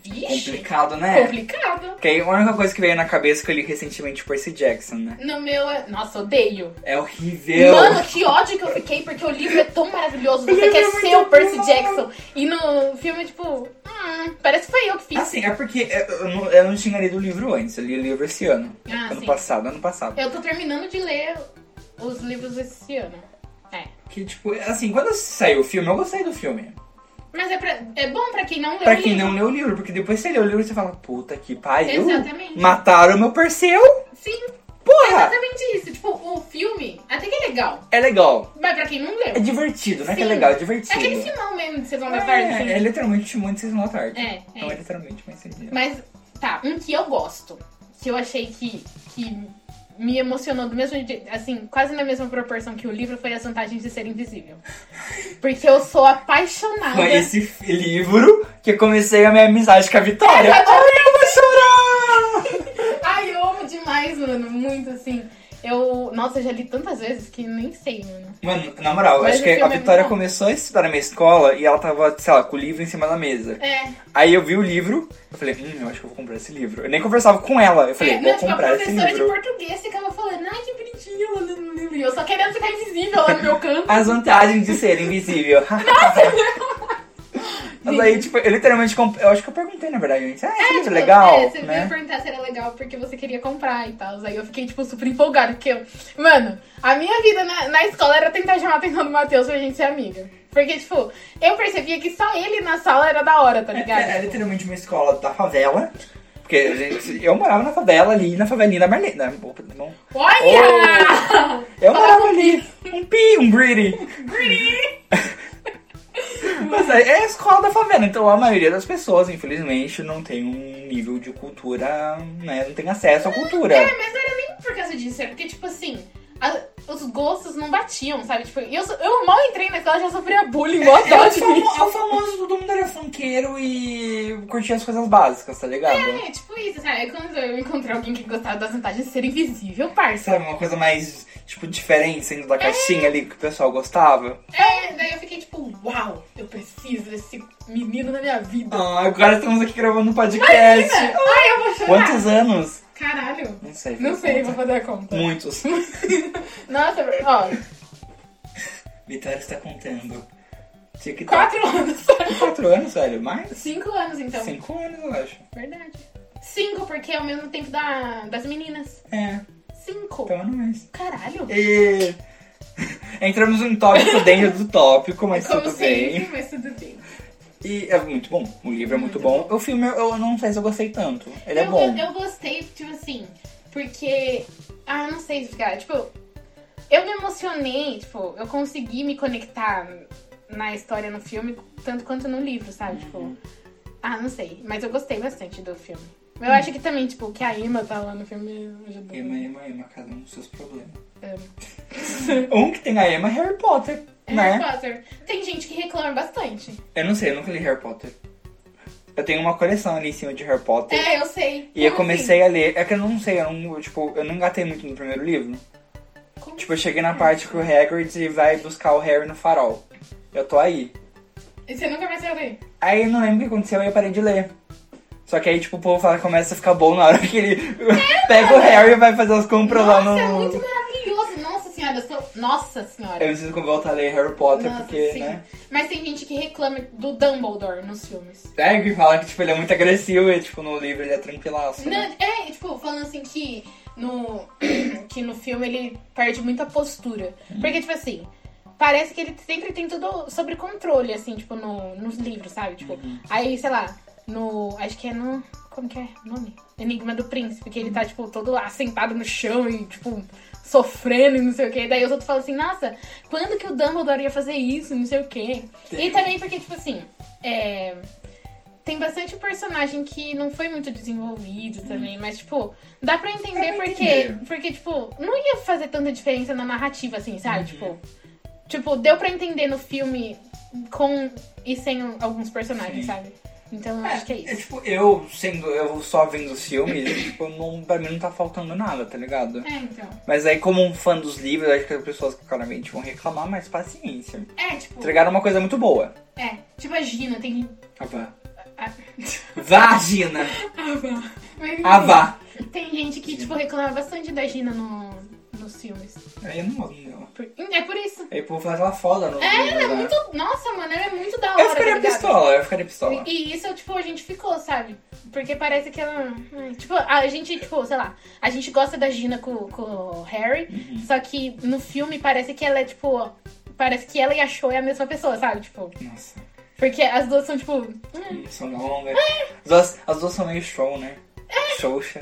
S2: Vixe.
S3: Complicado, né?
S2: Complicado.
S3: Porque aí a única coisa que veio na cabeça que eu li recentemente Percy Jackson, né?
S2: No meu. é- Nossa, odeio.
S3: É horrível.
S2: Mano, que ódio que eu fiquei, porque o livro é tão maravilhoso.
S3: O
S2: Você
S3: livro
S2: quer
S3: é
S2: ser
S3: muito
S2: o Percy
S3: bom.
S2: Jackson. E no filme, tipo, hum, parece que foi eu que fiz.
S3: Assim, é porque eu eu não, eu não tinha lido o livro antes, eu li o livro esse ano.
S2: Ah,
S3: ano
S2: sim.
S3: passado, ano passado.
S2: Eu tô terminando de ler os livros esse ano. É.
S3: Que, tipo, assim, quando saiu o filme, eu gostei do filme.
S2: Mas é, pra- é bom pra quem não leu
S3: Pra
S2: o
S3: quem
S2: livro.
S3: não leu o livro, porque depois você lê o livro e você fala, puta que pariu.
S2: Exatamente.
S3: Mataram meu Perseu?
S2: Sim,
S3: Porra!
S2: exatamente isso. Tipo, o filme até que é legal.
S3: É legal.
S2: Mas pra quem não leu.
S3: É divertido, não é que é
S2: Sim.
S3: legal, é
S2: É
S3: divertido.
S2: aquele final mesmo de Sessão da Tarde.
S3: É,
S2: assim.
S3: é literalmente muito vocês vão à tarde.
S2: É, é
S3: Não é
S2: isso.
S3: literalmente, mas seria.
S2: Mas, tá, um que eu gosto, que eu achei que, que me emocionou do mesmo jeito, assim, quase na mesma proporção que o livro, foi As Vantagens de Ser Invisível. Porque eu sou apaixonada.
S3: Foi esse f- livro que eu comecei a minha amizade com a Vitória. Ai,
S2: Exatamente.
S3: eu vou chorar!
S2: Ai, eu amo demais, mano, muito assim. Eu, nossa, eu já li tantas vezes que nem sei, mano.
S3: Mano, na moral,
S2: Mas
S3: acho que
S2: esse
S3: a
S2: filme é
S3: Vitória
S2: muito bom.
S3: começou a estudar na minha escola e ela tava, sei lá, com o livro em cima da mesa.
S2: É,
S3: Aí eu vi o livro, eu falei, hum, eu acho que eu vou comprar esse livro. Eu nem conversava com ela, eu falei,
S2: é,
S3: vou
S2: não, tipo, a
S3: comprar esse
S2: professora de
S3: livro.
S2: português ficava falando, ai, que bonitinho ela lendo no livro. E eu só querendo ficar invisível lá no meu canto.
S3: As vantagens de ser invisível. Mas aí, tipo, eu literalmente comprei. Eu acho que eu perguntei, na verdade, gente. Ah, esse livro é
S2: tipo,
S3: legal,
S2: é, você veio
S3: né?
S2: perguntar se era legal porque você queria comprar e tal. Aí eu fiquei, tipo, super empolgada, porque eu... Mano, a minha vida na, na escola era tentar chamar a atenção do Matheus pra gente ser amiga. Porque, tipo, eu percebia que só ele na sala era da hora, tá ligado?
S3: É, é literalmente uma escola da favela. Porque, a gente, eu morava na favela ali, na favelinha da Marlena. Opa, não.
S2: Olha!
S3: Eu morava ali. É Um pi, um gritty. Mas é é a escola da favela, então a maioria das pessoas, infelizmente, não tem um nível de cultura, né? Não tem acesso à cultura.
S2: É, mas não era nem por causa disso, era porque, tipo assim... a- os gostos não batiam, sabe? Tipo, e eu, so- eu mal entrei na escola já sofria bullying, mó
S3: É
S2: dó
S3: o,
S2: de mim.
S3: famo- é o famoso todo mundo era funkeiro e curtia as coisas básicas, tá ligado?
S2: É, tipo isso, sabe? Aí Quando eu encontrei alguém que gostava das vantagens de ser invisível, parça.
S3: Sabe, uma coisa mais, tipo, diferente, saindo da caixinha ali que o pessoal gostava.
S2: É, daí eu fiquei tipo, uau, eu preciso desse menino na minha vida.
S3: Ah, agora estamos aqui gravando um podcast.
S2: Imagina! Ai, eu vou chorar.
S3: Quantos anos?
S2: Caralho.
S3: Não sei.
S2: Não
S3: fiz
S2: sei, vou
S3: conta.
S2: fazer a conta.
S3: Muitos.
S2: Nossa, ó,
S3: Vitória está contando. Tinha que ter
S2: quatro anos.
S3: quatro anos, velho. Mais?
S2: Cinco anos, então.
S3: Cinco anos, eu acho.
S2: Verdade. Cinco, porque é o mesmo tempo da, das meninas.
S3: É,
S2: Cinco.
S3: então ano mais.
S2: Caralho.
S3: E... Entramos em um tópico dentro do tópico, mas tudo bem.
S2: sempre, assim? mas tudo bem.
S3: E é muito bom. O livro é muito,
S2: Muito
S3: bom. O filme eu- eu não sei se eu gostei tanto. Ele é
S2: eu,
S3: bom.
S2: eu gostei, tipo assim, porque. Ah, eu não sei explicar. Tipo, eu me emocionei, tipo, eu consegui me conectar na história no filme, tanto quanto no livro, sabe?
S3: Uhum.
S2: Tipo. Ah, não sei. Mas eu gostei bastante do filme. Eu
S3: Uhum.
S2: acho que também, tipo, que a Emma tá lá no filme É. ajudou.
S3: Emma, Emma, Emma, cada um dos seus problemas.
S2: Amo.
S3: Um que tem a Emma é Harry Potter,
S2: É
S3: né?
S2: Harry Potter. Tem gente que reclama bastante.
S3: Eu não sei, eu nunca li Harry Potter. Eu tenho uma coleção ali em cima de Harry Potter.
S2: É, eu sei.
S3: E eu
S2: Como assim?
S3: comecei a ler. É que eu não sei, eu não, eu, tipo, eu não engatei muito no primeiro livro.
S2: assim? Como-
S3: Tipo, eu cheguei na parte que o Hagrid vai buscar o Harry no farol. Eu tô aí.
S2: E Você nunca mais vai ler.
S3: Aí eu não lembro o que aconteceu e eu parei de ler. Só que aí, tipo, o povo fala, começa a ficar bom na hora que ele pega o Harry e vai fazer as compras lá Um no.
S2: Nossa, é muito maravilhoso. Nossa senhora, eu sou... Nossa senhora.
S3: Eu preciso voltar a ler Harry Potter,
S2: Nossa,
S3: porque,
S2: sim.
S3: né?
S2: Mas tem gente que reclama do Dumbledore nos filmes.
S3: É, que fala que, tipo, ele é muito agressivo e, tipo, no livro ele é tranquilaço,
S2: Não,
S3: né?
S2: é, tipo, falando assim que no, que no filme ele perde muita postura.
S3: Hum.
S2: Porque, tipo assim, parece que ele sempre tem tudo sobre controle, assim, tipo, no, nos livros, sabe? Tipo,
S3: Uhum.
S2: aí, sei lá, no. Acho que é no. Como que é o nome? Enigma do Príncipe, que
S3: Hum.
S2: ele tá, tipo, todo lá sentado no chão e, tipo, sofrendo e não sei o quê. Daí os outros falam assim, nossa, quando que o Dumbledore ia fazer isso? Não sei o quê. E também porque, tipo assim, é, Tem bastante personagem que não foi muito desenvolvido também, mas, tipo, dá pra entender
S3: Dá pra
S2: porque.
S3: entender.
S2: Porque, tipo, não ia fazer tanta diferença na narrativa, assim, sabe? Tipo. Tipo, deu pra entender no filme com e sem alguns personagens,
S3: Sim.
S2: sabe? Então eu acho que é
S3: É,
S2: isso.
S3: tipo, eu sendo, eu só vendo os filmes, tipo, não, pra mim não tá faltando nada, tá ligado?
S2: É, então.
S3: Mas aí, como um fã dos livros, acho que as pessoas claramente vão reclamar, mas paciência.
S2: É, tipo.
S3: Entregaram uma coisa muito boa.
S2: É. Tipo a Gina, tem.
S3: Opa. Vagina.
S2: Ava. Mas,
S3: Avá.
S2: Tem gente que, tipo, reclama bastante da Gina no, nos filmes.
S3: Aí eu não gosto dela.
S2: Por- É por isso.
S3: Aí o povo faz ela foda no.
S2: É, ela é muito. Nossa, mano, ela é muito da hora.
S3: Eu ficaria
S2: tá ligado?
S3: pistola, eu ficaria pistola.
S2: E isso, tipo, a gente ficou, sabe? Porque parece que ela. ai, Tipo, a gente, tipo, sei lá, a gente gosta da Gina com, com o Harry,
S3: Uhum.
S2: só que no filme parece que ela é, tipo. Parece que ela e a Cho é a mesma pessoa, sabe? Tipo.
S3: Nossa.
S2: Porque as duas são, tipo. hum,
S3: E São longas. As duas, as duas são meio show, né?
S2: É.
S3: Xoxa.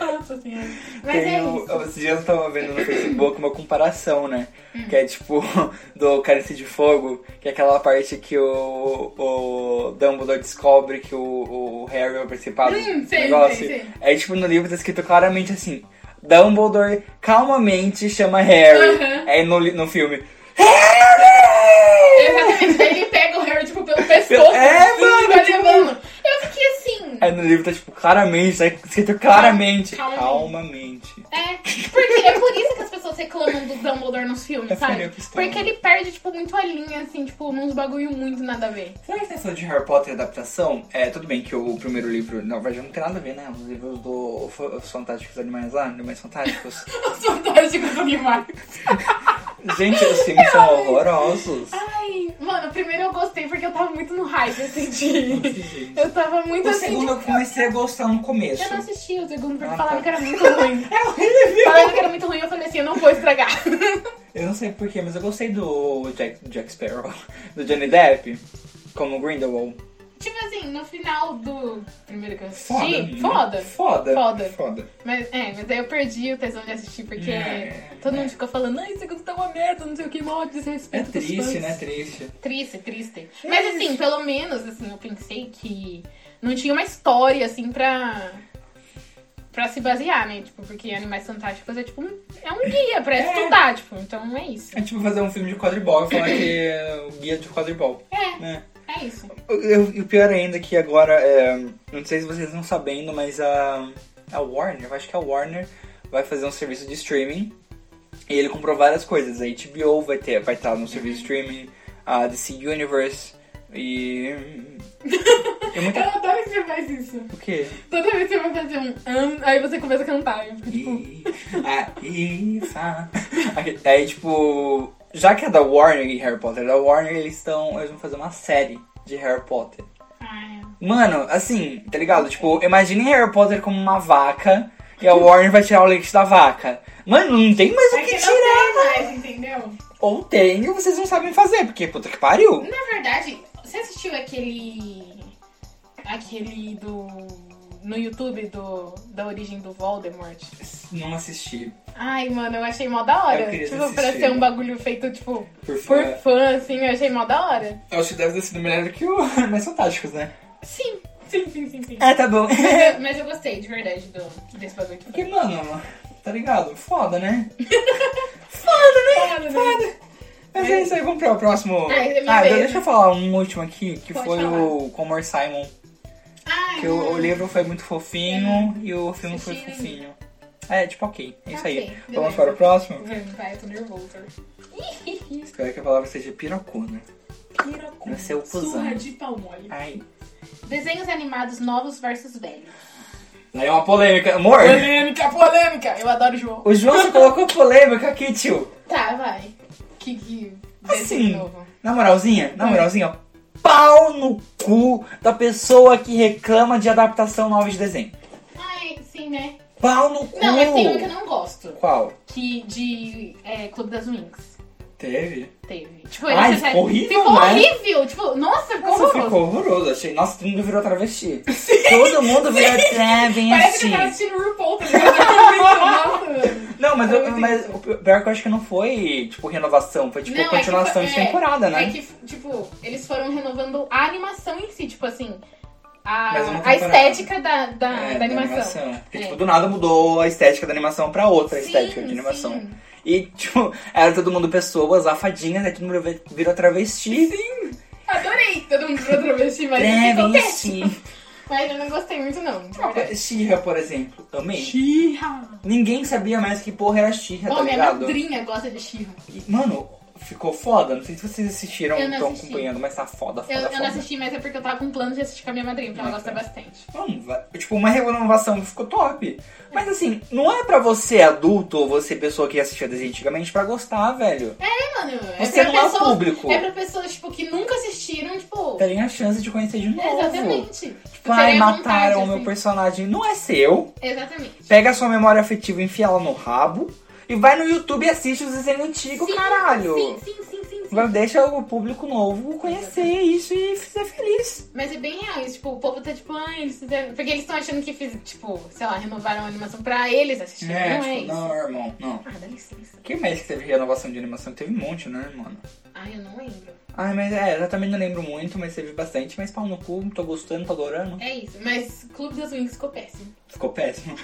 S2: Nossa senhora. Mas
S3: Tem
S2: é
S3: o-
S2: isso.
S3: Esses dias eu tava vendo no Facebook uma comparação, né?
S2: Hum.
S3: Que é tipo do Cálice de Fogo, que é aquela parte que o, o Dumbledore descobre que o, o Harry é o principado
S2: Hum,
S3: do
S2: sei,
S3: negócio.
S2: sei, sei.
S3: É tipo no livro tá escrito claramente assim: Dumbledore calmamente chama Harry.
S2: Aham.
S3: Aí no, li- no filme.
S2: Exatamente. Daí ele pega o Harry, tipo, pelo pescoço.
S3: É,
S2: assim,
S3: mano,
S2: vai
S3: tipo-
S2: levando. Eu fiquei assim.
S3: Aí no livro tá tipo claramente, tá escrito claramente.
S2: Calmamente.
S3: Calmamente.
S2: É, porque é por isso que as pessoas reclamam do Dumbledore nos filmes,
S3: É Eu
S2: sabe?
S3: ficaria pistola.
S2: Porque ele perde, tipo, muito a linha, assim, tipo, uns bagulho muito nada a ver.
S3: Será é que essa de Harry Potter e adaptação? É, tudo bem que o primeiro livro, na verdade, não tem nada a ver, né? Os livros do F- Os Fantásticos Animais lá, Animais Fantásticos.
S2: Os fantásticos animais.
S3: Gente, os filmes são horrorosos.
S2: Ai, mano, primeiro eu gostei porque eu tava muito no hype, assim, de... Eu tava muito
S3: O
S2: assim,
S3: segundo eu
S2: de-
S3: comecei a gostar no começo.
S2: Eu não assisti o segundo porque
S3: Ah,
S2: falaram
S3: tá.
S2: que era muito ruim.
S3: É horrível!
S2: Falaram que era muito ruim, eu falei assim, eu não vou estragar.
S3: Eu não sei porquê, mas eu gostei do Jack, Jack Sparrow, do Johnny Depp, como Grindelwald.
S2: tipo assim, no final do primeiro que eu
S3: Foda.
S2: assisti...
S3: né?
S2: Foda.
S3: Foda.
S2: Foda.
S3: Foda.
S2: Mas, é, mas aí eu perdi o tesão de assistir, porque
S3: É,
S2: todo
S3: é.
S2: mundo ficou falando, ai, isso aqui tá uma merda, não sei o que, mal
S3: É
S2: desrespeito. dos
S3: triste,
S2: fãs."
S3: né? É Triste.
S2: Triste, triste. Mas assim, pelo menos, assim, eu pensei que não tinha uma história, assim, pra. Pra se basear, né? Tipo, porque Animais Fantásticos é tipo um, é um guia pra estudar, tipo, então é isso.
S3: É tipo fazer um filme de quadribol e falar que é o guia de quadribol.
S2: É,
S3: É.
S2: é isso.
S3: Eu- E o pior ainda é que agora, é, não sei se vocês estão sabendo, mas a, a Warner, eu acho que a Warner vai fazer um serviço de streaming. E ele comprou várias coisas. A HBO vai, ter, vai estar no serviço de streaming, a DC Universe e. e muita.
S2: adoro que você faz isso.
S3: O quê?
S2: Toda vez que você vai fazer um aí você começa a cantar.
S3: E- a- e- fa- Aí, aí, tipo, já que é da Warner e Harry Potter, é da Warner eles estão. Eles vão fazer uma série de Harry Potter. Mano, assim, tá ligado? Tipo, imagine Harry Potter como uma vaca e a Warner vai tirar o leite da vaca. Mano, não tem mais o
S2: É
S3: que tirar.
S2: mais, entendeu?
S3: Ou tem e vocês não sabem fazer, porque puta que pariu.
S2: Na verdade, você assistiu aquele. aquele do. no YouTube do, da origem do Voldemort?
S3: Não assisti.
S2: Ai, mano, eu achei mó da hora.
S3: Eu queria
S2: tipo,
S3: assistir.
S2: pra ser um bagulho feito, tipo, por
S3: Por fã.
S2: fã, assim, eu achei mó da hora.
S3: Eu acho que deve ter sido melhor que o Mais Fantásticos, né?
S2: Sim, sim, sim, sim, sim.
S3: É, tá bom.
S2: Mas eu, mas eu gostei, de verdade, do, desse bagulho.
S3: Porque, mano, tá ligado? Foda, né?
S2: Foda, né?
S3: Mas é isso aí, vamos pro próximo.
S2: Ah, é minha
S3: Ah,
S2: vez,
S3: deixa
S2: né?
S3: eu falar um último aqui, que
S2: Pode
S3: foi
S2: falar.
S3: o Comor Simon.
S2: Ai,
S3: Que o, o
S2: mano.
S3: livro foi muito fofinho e o filme
S2: É.
S3: foi
S2: Assisti, né?
S3: fofinho. É, tipo, ok. É isso
S2: Ok,
S3: aí. Vamos
S2: beleza.
S3: para o próximo?
S2: Vai, eu tô nervosa.
S3: Espero que a palavra seja pirocuna. Vai ser o cuzão.
S2: Surra de pau mole.
S3: Ai.
S2: Desenhos animados novos versus velhos.
S3: Daí é uma polêmica. Amor,
S2: Polêmica, polêmica! Eu adoro o João.
S3: o João só colocou polêmica aqui, tio.
S2: Tá, vai. Que que.
S3: Assim.
S2: desenho novo?
S3: Na moralzinha, na moralzinha, ó. Pau no cu da pessoa que reclama de adaptação nova de desenho.
S2: Ai, sim, né?
S3: Pau no cu.
S2: Não, mas tem um que eu não gosto.
S3: Qual?
S2: Que de é, Clube das Winx.
S3: Teve?
S2: Teve. Tipo,
S3: Ai,
S2: essa
S3: ficou
S2: série-
S3: horrível,
S2: Ficou
S3: né?
S2: horrível. Tipo, nossa, ficou
S3: Nossa,
S2: horroroso.
S3: ficou horroroso. Achei. Nossa, todo mundo virou travesti. Todo mundo virou
S2: Parece que
S3: travesti.
S2: eu tava assistindo o RuPaul, tá ligado? Nossa, mano.
S3: Não, mas, eu,
S2: Foi muito
S3: mas o pior que eu acho que não foi, tipo, renovação. Foi, tipo,
S2: Não, é que
S3: continuação
S2: foi-
S3: de
S2: é,
S3: temporada, né?
S2: É que, tipo, eles foram renovando a animação em si, tipo assim. A,
S3: Mas eu não tô
S2: a
S3: parado.
S2: estética da, da,
S3: É,
S2: ah, da animação.
S3: Porque,
S2: É.
S3: tipo, do nada mudou a estética da animação pra outra
S2: Sim,
S3: estética de animação.
S2: sim.
S3: E, tipo, era todo mundo pessoas, afadinhas, aí todo mundo vi- virou travesti. Sim,
S2: Adorei todo mundo pra travesti, mas isso acontece.
S3: travesti.
S2: Mas eu não gostei muito, não. de verdade.
S3: Xirra, por exemplo, também.
S2: Xirra!
S3: Ninguém sabia mais que porra era Xirra, tá
S2: Ô, minha
S3: ligado?
S2: madrinha gosta de Xirra.
S3: E, mano, Ficou foda, não sei se vocês assistiram,
S2: Eu não
S3: estão
S2: assisti.
S3: acompanhando, mas tá foda, foda,
S2: Eu, eu
S3: foda.
S2: não assisti, mas é porque eu tava com plano de assistir com a minha madrinha, porque ela
S3: Ah,
S2: gosta
S3: tá.
S2: bastante.
S3: Não, vai- tipo, uma renovação que ficou top. Mas assim, não é pra você adulto ou você pessoa que assistia desenho antigamente pra gostar, velho.
S2: É, mano,
S3: Você
S2: é pra
S3: não é o
S2: pessoas.
S3: público.
S2: É pra pessoas, tipo, que nunca assistiram, tipo.
S3: Terem a chance de conhecer de novo.
S2: Exatamente. Tipo,
S3: Vai,
S2: terem a vontade,
S3: mataram o
S2: assim.
S3: meu personagem. Não é seu.
S2: Exatamente.
S3: Pega a sua memória afetiva, enfia ela no rabo. E vai no YouTube e assiste os desenhos antigos,
S2: Sim,
S3: caralho.
S2: Sim, sim, sim, sim, sim.
S3: Agora deixa o público novo conhecer isso e ser feliz.
S2: Mas é bem real isso, tipo, o povo tá tipo, ah, eles fizeram. Porque eles estão achando que fiz, tipo, sei lá, renovaram a animação pra eles assistirem. não é isso.
S3: tipo, não, irmão, não.
S2: Ah, dá licença.
S3: Quem mais que teve renovação de animação? Teve um monte, né, mano?
S2: Ai, eu não lembro.
S3: Ai, mas é, eu também não lembro muito, mas teve bastante. Mas pau no cu, tô gostando, tô adorando.
S2: É isso. Mas Clube das Wings ficou péssimo.
S3: Ficou péssimo.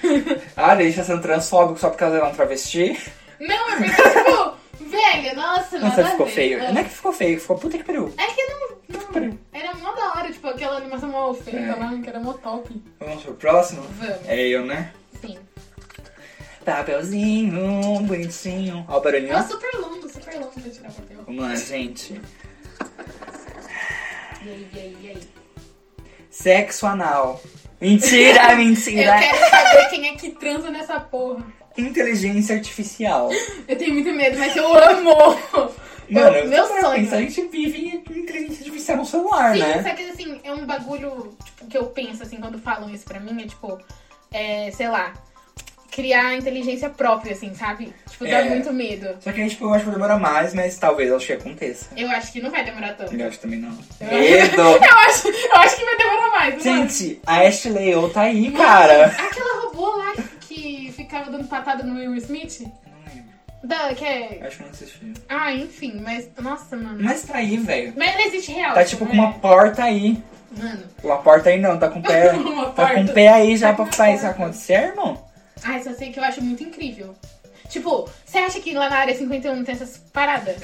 S3: ah, deixa sendo transfóbico só porque ela era um travesti.
S2: Não, é porque, tipo, velho, nossa, nada
S3: Nossa,
S2: a
S3: ficou
S2: ver.
S3: feio.
S2: É.
S3: Não é que ficou feio, ficou puta que pariu.
S2: É que não. não era mó da hora, tipo, aquela animação mó
S3: É.
S2: feia lá, que era mó top.
S3: Vamos pro próximo?
S2: Vamos.
S3: É eu, né?
S2: Sim.
S3: Papelzinho, bonitinho. Ó o barulhinho.
S2: É super longo, super longo pra tirar papel.
S3: Vamos lá, gente.
S2: E aí, e aí, e aí?
S3: Sexo anal. Mentira, mentira.
S2: Eu quero saber quem é que transa nessa porra.
S3: Inteligência artificial.
S2: Eu tenho muito medo, mas eu amo.
S3: Mano,
S2: Eu- meu
S3: se for
S2: sonho.
S3: pensar, a gente vive em inteligência artificial no celular,
S2: Sim,
S3: né?
S2: só que assim, é um bagulho tipo, que eu penso, assim, quando falam isso pra mim, é tipo, é, sei lá, criar inteligência própria, assim, sabe? Tipo, dá
S3: É.
S2: muito medo.
S3: Só que a gente, tipo, eu acho que demora mais, mas talvez acho que aconteça.
S2: Eu acho que não vai demorar tanto.
S3: Eu acho também não.
S2: Eu-
S3: Medo!
S2: Eu acho, eu acho que vai demorar mais, né, não
S3: Gente, a Ashley ou tá aí,
S2: Mano,
S3: cara.
S2: Aquela robô lá que ficava dando patada no Will Smith.
S3: Não lembro.
S2: Da, que é...
S3: Acho que não assisti.
S2: Ah, enfim, mas. Nossa, mano.
S3: Mas tá aí, velho.
S2: Mas não existe real.
S3: Tá tipo
S2: não
S3: com uma
S2: é?
S3: porta aí.
S2: Mano.
S3: Uma porta aí não, tá com o pé.
S2: Uma
S3: tá com
S2: porta.
S3: o pé aí já pra
S2: Uma
S3: fazer isso
S2: porta.
S3: acontecer, irmão?
S2: Ai, só Ah, sei que eu acho muito incrível. Tipo, você acha que lá na área 51 tem essas paradas?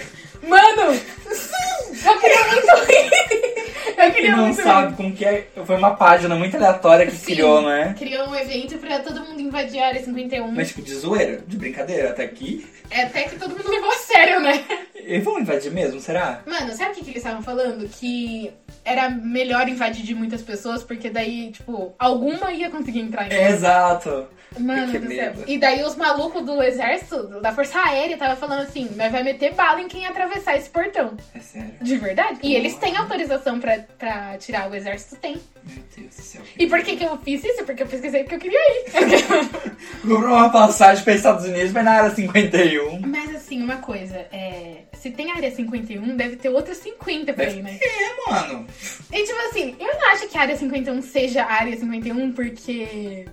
S2: Mano! Sim! Eu queria muito ir! Eu
S3: Quem
S2: queria
S3: não
S2: é muito
S3: sabe como que é. Foi uma página muito aleatória que
S2: Sim.
S3: criou, não é?
S2: ir. Criou um evento pra todo mundo invadir a área 51.
S3: Mas tipo, de zoeira, de brincadeira, até aqui.
S2: É até que todo mundo levou a sério, né?
S3: E vão invadir mesmo, será?
S2: Mano, sabe o que, que eles estavam falando? Que era melhor invadir de muitas pessoas, porque daí, tipo, alguma ia conseguir entrar. entendeu?
S3: Exato.
S2: Mano
S3: que
S2: do céu.
S3: É, medo.
S2: E daí os malucos do exército, da Força Aérea, tava falando assim, mas vai meter bala em quem atravessar esse portão.
S3: É sério.
S2: De verdade? E eles têm autorização pra, pra tirar o exército? Tem.
S3: Meu Deus do céu.
S2: E por que, que eu fiz isso? Porque eu pesquisei porque eu queria ir.
S3: Comprou uma passagem para Estados Unidos, mas na área 51.
S2: Mas assim, uma coisa, é, se tem área 51, deve ter outra 50 por aí, né?
S3: É, mano.
S2: E tipo assim, eu não acho que a área 51 seja a área 51 porque.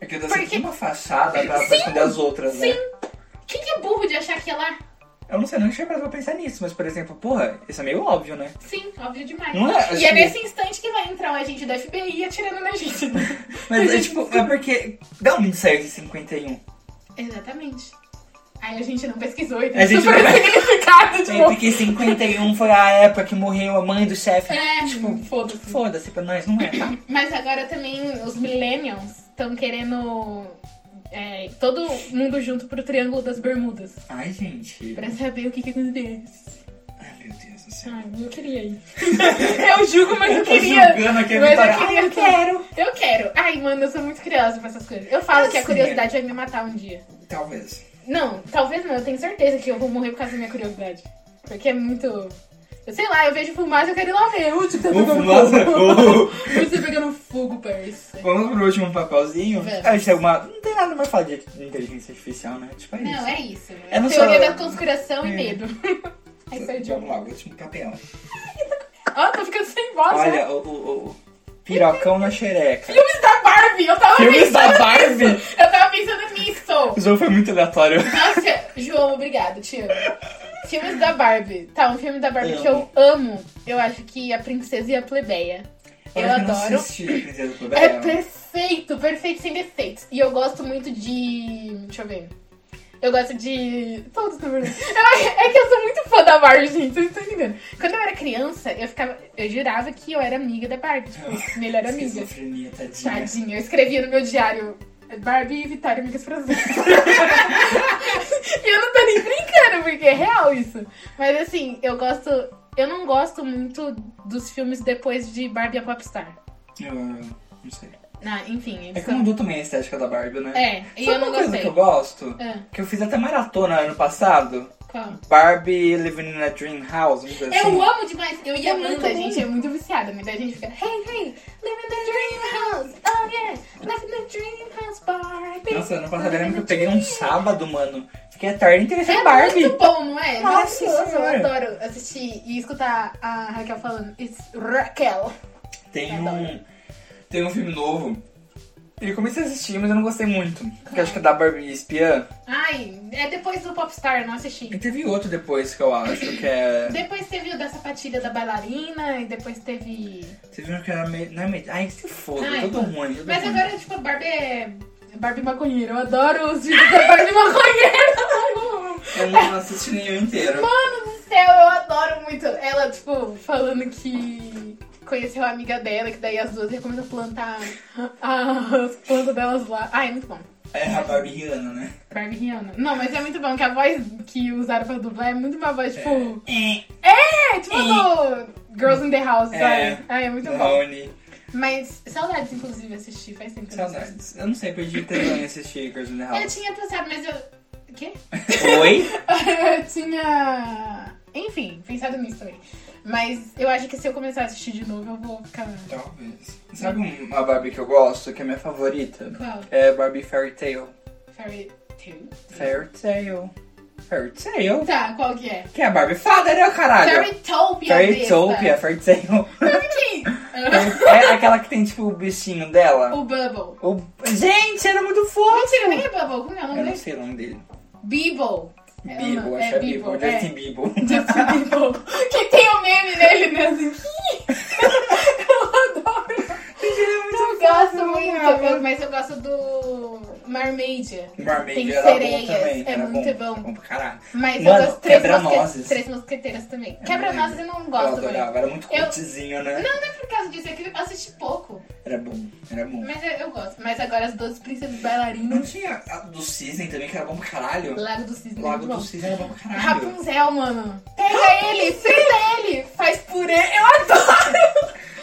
S3: É que eu tô
S2: Porque-
S3: sempre uma fachada pra, pra esconder as outras, né?
S2: Sim! Quem que é burro de achar que é lá?
S3: Eu não sei, não tinha parado pra pensar nisso, mas por exemplo, porra, isso é meio óbvio, né?
S2: Sim, óbvio demais.
S3: Não é?
S2: E é
S3: Tipo-
S2: nesse instante que vai entrar um agente da FBI atirando na gente.
S3: Mas é tipo, é porque. Da onde saiu esse 51?
S2: Exatamente. Aí a gente não pesquisou e
S3: A
S2: tem
S3: gente
S2: super
S3: não-
S2: significado de
S3: É
S2: novo.
S3: porque 51 foi a época que morreu a mãe do chefe.
S2: É,
S3: Tipo,
S2: foda-se.
S3: Foda-se pra nós, não é, tá?
S2: Mas agora também os millennials estão querendo é, todo mundo junto pro Triângulo das Bermudas.
S3: Ai, gente.
S2: Pra saber o que que acontece.
S3: Ai, meu Deus do céu.
S2: Ai, eu queria ir. eu julgo, mas eu
S3: Tá
S2: queria.
S3: julgando aqui a
S2: mas eu
S3: Vitória.
S2: queria é.
S3: Ai, eu
S2: tudo.
S3: quero.
S2: Eu quero. Ai, mano, eu sou muito curiosa pra essas coisas. Eu falo
S3: É
S2: que a
S3: assim,
S2: curiosidade vai me matar um dia.
S3: Talvez.
S2: Não, talvez não. Eu tenho certeza que eu vou morrer por causa da minha curiosidade. Porque é muito... Eu sei lá, eu vejo fumaça e eu quero ir lá ver. Uh, tipo, tá
S3: Vamos
S2: pegando
S3: pro
S2: fogo.
S3: nosso-
S2: Você tá pegando fogo, parça.
S3: Vamos pro último papelzinho.
S2: Vamos.
S3: Ah, isso é uma... Não tem nada mais falar de inteligência artificial, né? Tipo, é isso.
S2: Não, é isso.
S3: Eu não
S2: Teoria
S3: sou-
S2: da conspiração e
S3: É. Tá
S2: medo. Aí saiu de
S3: Vamos lá, o último papel.
S2: Ó, tô ficando sem voz. né?
S3: Olha, o, o, o pirocão na xereca.
S2: Filmes da tá Barbie! Eu tava
S3: Filmes
S2: pensando.
S3: da Barbie?
S2: Eu tava pensando nisso!
S3: O jogo foi muito aleatório.
S2: Nossa, João, obrigado, te amo. Filmes da Barbie. Tá, um filme da Barbie
S3: Eu
S2: que eu amo. Eu acho que A Princesa e a Plebeia. Eu,
S3: acho que
S2: adoro.
S3: Não assisti, Princesa do
S2: É
S3: Babel.
S2: perfeito, perfeito sem defeitos. E eu gosto muito de. Deixa eu ver. Eu gosto de. Todos, na verdade. Eu- É que eu sou muito fã da Barbie, gente. Vocês estão entendendo? Quando eu era criança, eu ficava. Eu jurava que eu era amiga da Barbie. Tipo, melhor amiga.
S3: Esquizofrenia, tadinha.
S2: Tadinha, eu escrevia no meu diário Barbie e Vitória, amigas presentes. e eu não tô nem brincando, porque é real isso. Mas assim, eu gosto. Eu não gosto muito dos filmes depois de Barbie é a Popstar.
S3: Eu não sei.
S2: Ah, enfim.
S3: É que mudou também a estética da Barbie, né?
S2: É, e
S3: Sabe
S2: eu não
S3: uma coisa
S2: gostei.
S3: que eu gosto?
S2: Ah,
S3: Que eu fiz até maratona ano passado.
S2: qual?
S3: Barbie Living in a Dream House, uma coisa assim.
S5: Eu amo demais. Eu ia
S2: É muito,
S5: muito,
S2: a gente é muito viciada, mas a gente fica, hey, hey, live in the dream house, oh yeah, live in the dream house, Barbie.
S3: Nossa, ano passado eu lembro que eu peguei um sábado, mano. Fiquei a tarde inteira
S2: é
S3: sem Barbie.
S2: muito bom, não é?
S3: Nossa
S2: Maravilhoso, eu
S3: Senhora.
S2: adoro assistir e escutar a Raquel falando, it's Raquel.
S3: Tem um, tem um filme novo. E eu comecei a assistir, mas eu não gostei muito. Porque eu acho que é da Barbie Espiã.
S2: Ai, é depois do Popstar, não assisti.
S3: E teve outro depois que eu acho, que é.
S2: Depois teve o da sapatilha da bailarina, e depois teve...
S3: Teve um que era meio. Não é meio. Ai, se foda,
S2: Ai,
S3: todo ruim. Todo
S2: Mas
S3: ruim.
S2: agora, tipo, a Barbie é... Barbie maconheira, eu adoro os vídeos da Barbie maconheira.
S3: Eu não assisti nenhum inteiro.
S2: Mano do céu, eu adoro muito. Ela, tipo, falando que conheceu a amiga dela, que daí as duas recomendam plantar a- as plantas delas lá. Ah, é muito bom.
S3: É a Barbie Rihanna, né?
S2: Barbie Rihanna. Não, mas é muito bom que a voz que usaram pra dublar é muito uma voz, tipo. É, tipo do Girls in the House,
S3: É.
S2: sabe? Ah, é muito bom.
S3: Rony.
S2: Mas saudades, inclusive, assistir, faz tempo que eu não assisto.
S3: Saudades. Eu não sei, perdi tesão em assistir Girls in the
S2: Eu
S3: House.
S2: tinha pensado, mas eu. O quê? tipo-
S3: Oi?
S2: eu tinha. Enfim, pensado nisso também. Mas eu acho que se eu começar a assistir de novo, eu vou ficar.
S3: Talvez. Sabe um- uma Barbie que eu gosto, que é minha favorita?
S2: Qual?
S3: É Barbie Fairy Tail.
S2: Fairy Tail?
S3: Fairy Tail. Fairy Tail?
S2: Tá, qual que é?
S3: Que é a Barbie fada, né, caralho?
S2: Fairytopia.
S3: Fairytopia, Fairy Tail.
S2: Fairytopia.
S3: É aquela que tem, tipo, o bichinho dela.
S2: o Bubble.
S3: O... Gente, era muito fofo!
S2: Mentira, nem é Bubble. Como é o
S3: Eu
S2: nome
S3: não
S2: dele?
S3: sei o nome dele.
S2: Beeble. É,
S3: Bibo,
S2: não,
S3: acho que
S2: é
S3: é Bibo.
S2: Bibo,
S3: Justin Bibo.
S2: Justin Beeble. Que tem o meme dele, né? Assim, eu adoro.
S3: é
S2: Eu gosto
S3: né,
S2: muito, mas eu gosto do Mermaid.
S3: Mermaid
S2: Tem
S3: era bom
S2: sereias, é
S3: também. era
S2: muito
S3: bom.
S2: bom.
S3: pra caralho.
S2: Mas
S3: Mano,
S2: eu gosto três,
S3: quebra-nozes. É
S2: mosque- três mosqueteiras também. Quebra-nozes eu não
S3: Eu
S2: gosto
S3: adorava, era muito
S2: Eu-
S3: curtizinho, né?
S2: também. Não, não é por causa disso, é que eu assisti pouco.
S3: Era bom, era bom.
S2: Mas eu, eu gosto. Mas agora as 12 princesas
S3: Não
S2: bailarinas,
S3: tinha a do Cisne também, que era bom pra caralho.
S2: Lago do Cisne.
S3: Lago
S2: muito
S3: do
S2: bom.
S3: Cisne era bom pra caralho.
S2: Rapunzel, mano. Pega ele, frita ele, faz purê. Eu adoro!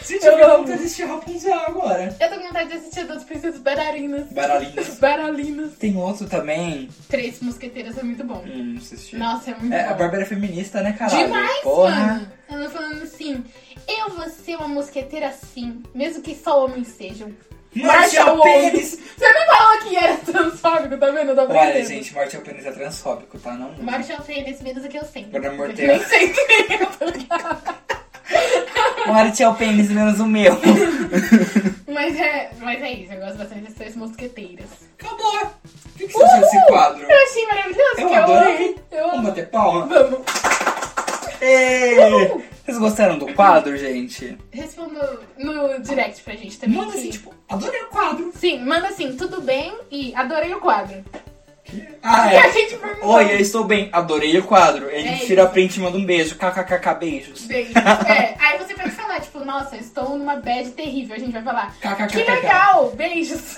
S3: Gente,
S2: Eu
S3: eu quero
S2: amo.
S3: muito assistir Rapunzel agora.
S2: Eu tô com vontade de assistir as 12 princesas bailarinas.
S3: Baralinas.
S2: Bailarinas.
S3: Tem outro também.
S2: Três mosqueteiras é muito bom.
S3: Hum, não assisti.
S2: Nossa, é muito
S3: É,
S2: bom.
S3: a Bárbara é feminista, né, caralho?
S2: Demais,
S3: Porra.
S2: mano. Ela falando assim, eu vou ser uma mosqueteira sim, mesmo que só homens sejam.
S3: Marshall Pênis!
S2: Você não falou que era transfóbico, tá vendo? Eu tô
S3: Olha,
S2: aprendendo.
S3: gente, Marshall Pênis é transfóbico, tá? Não.
S2: Marshall Pênis, menos é do que eu sei.
S3: Pelo amor de
S2: Nem
S3: Deus.
S2: sei é quem eu tô ligada.
S3: Marshall Pênis menos o meu.
S2: mas é, mas é isso, eu gosto bastante das três mosqueteiras.
S3: Acabou. O que, que você achou desse quadro?
S2: Eu achei maravilhoso,
S3: Eu
S2: que eu
S3: adorei.
S2: amo. Eu
S3: Vamos
S2: amo.
S3: bater palma?
S2: Vamos.
S3: Ei! Vocês gostaram do quadro, gente?
S2: Responda no direct pra gente também.
S3: Manda
S2: que-
S3: assim, tipo, adorei o quadro.
S2: Sim, manda assim, tudo bem e adorei o quadro.
S3: Ah,
S2: Que a
S3: é.
S2: gente perguntou.
S3: Oi, eu estou bem. Adorei o quadro. Ele
S2: É
S3: tira
S2: isso.
S3: a print e manda um beijo. KKKK, beijos.
S2: Bem, é, aí você pode falar, tipo, nossa, estou numa bad terrível. A gente vai falar,
S3: KKKK.
S2: que legal, beijos.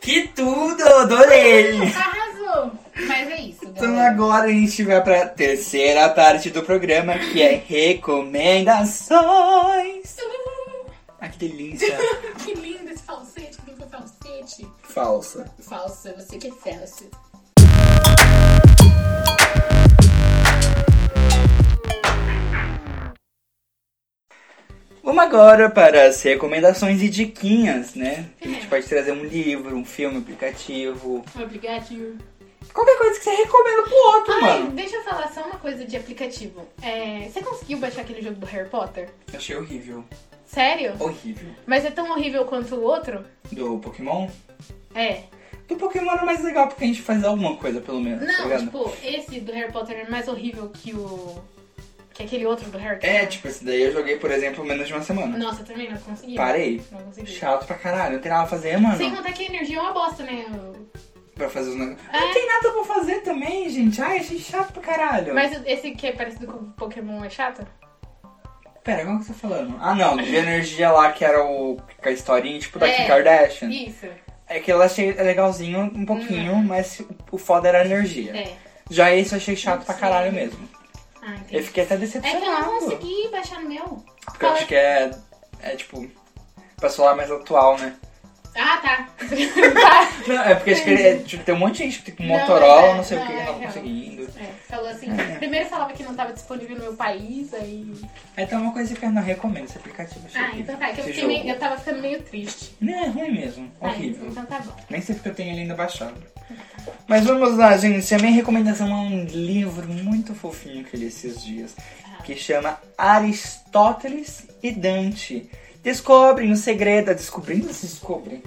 S3: Que tudo, adorei.
S2: Arrasou. Mas é isso,
S3: Então
S2: galera.
S3: agora a gente vai pra terceira parte do programa, que é recomendações. Ah, que delícia.
S2: Que lindo esse falsete, que lindo falsete.
S3: Falsa.
S2: Falsa, você que é falsa.
S3: Vamos agora para as recomendações e diquinhas, né? A
S2: É.
S3: gente pode trazer um livro, um filme, um aplicativo.
S2: Obrigado.
S3: Qualquer coisa que você recomenda pro outro,
S2: Ai,
S3: mano.
S2: deixa eu falar só uma coisa de aplicativo. É, você conseguiu baixar aquele jogo do Harry Potter?
S3: Achei horrível.
S2: Sério?
S3: Horrível.
S2: Mas é tão horrível quanto o outro?
S3: Do Pokémon?
S2: É.
S3: Do Pokémon é mais legal porque a gente faz alguma coisa, pelo menos, tá
S2: Não,
S3: ligado?
S2: tipo, esse do Harry Potter é mais horrível que o. que aquele outro do Harry Potter.
S3: É, tipo, esse daí eu joguei, por exemplo, menos de uma semana.
S2: Nossa, eu também não consegui.
S3: Parei.
S2: Não consegui.
S3: Chato pra caralho, não tem nada pra fazer, mano.
S2: Sem contar que a energia é uma bosta, né? Eu-
S3: Pra fazer os negócios.
S2: É.
S3: Não tem nada pra fazer também, gente. Ai, achei chato pra caralho.
S2: Mas esse que é parecido com o Pokémon é chato?
S3: Pera, como que você tá falando? Ah, não, de energia lá que era o. com a historinha, tipo, da
S2: É.
S3: Kim Kardashian.
S2: Isso.
S3: É que eu achei legalzinho um pouquinho,
S2: Hum.
S3: mas o foda era a energia.
S2: É.
S3: Já esse eu achei chato pra
S2: sei.
S3: caralho mesmo.
S2: Ah, entendi.
S3: Eu fiquei até
S2: É
S3: decepcionado.
S2: que eu não consegui baixar no meu.
S3: Porque eu acho que é, é tipo, pra celular mais atual, né?
S2: Ah, tá. Tá.
S3: Não, é porque acho que ele é, tipo, tem um monte de gente, tipo
S2: Não,
S3: Motorola,
S2: é,
S3: não sei o
S2: não,
S3: que,
S2: é
S3: que não
S2: real.
S3: conseguindo.
S2: É, falou assim. Primeiro falava que não tava disponível no meu país, aí.
S3: Então é uma coisa que eu não recomendo esse aplicativo. achei
S2: Ah,
S3: horrível,
S2: então tá. é Que eu,
S3: esse
S2: fiquei meio-
S3: jogo.
S2: eu tava ficando meio triste.
S3: Não, é ruim mesmo,
S2: Ah,
S3: horrível.
S2: então tá bom.
S3: Nem sei porque eu tenho ele ainda baixado. Mas vamos lá, gente. A minha recomendação é um livro muito fofinho que eu li esses dias, que chama Aristóteles e Dante. Descobrem o segredo. é Descobrindo ou se descobrem?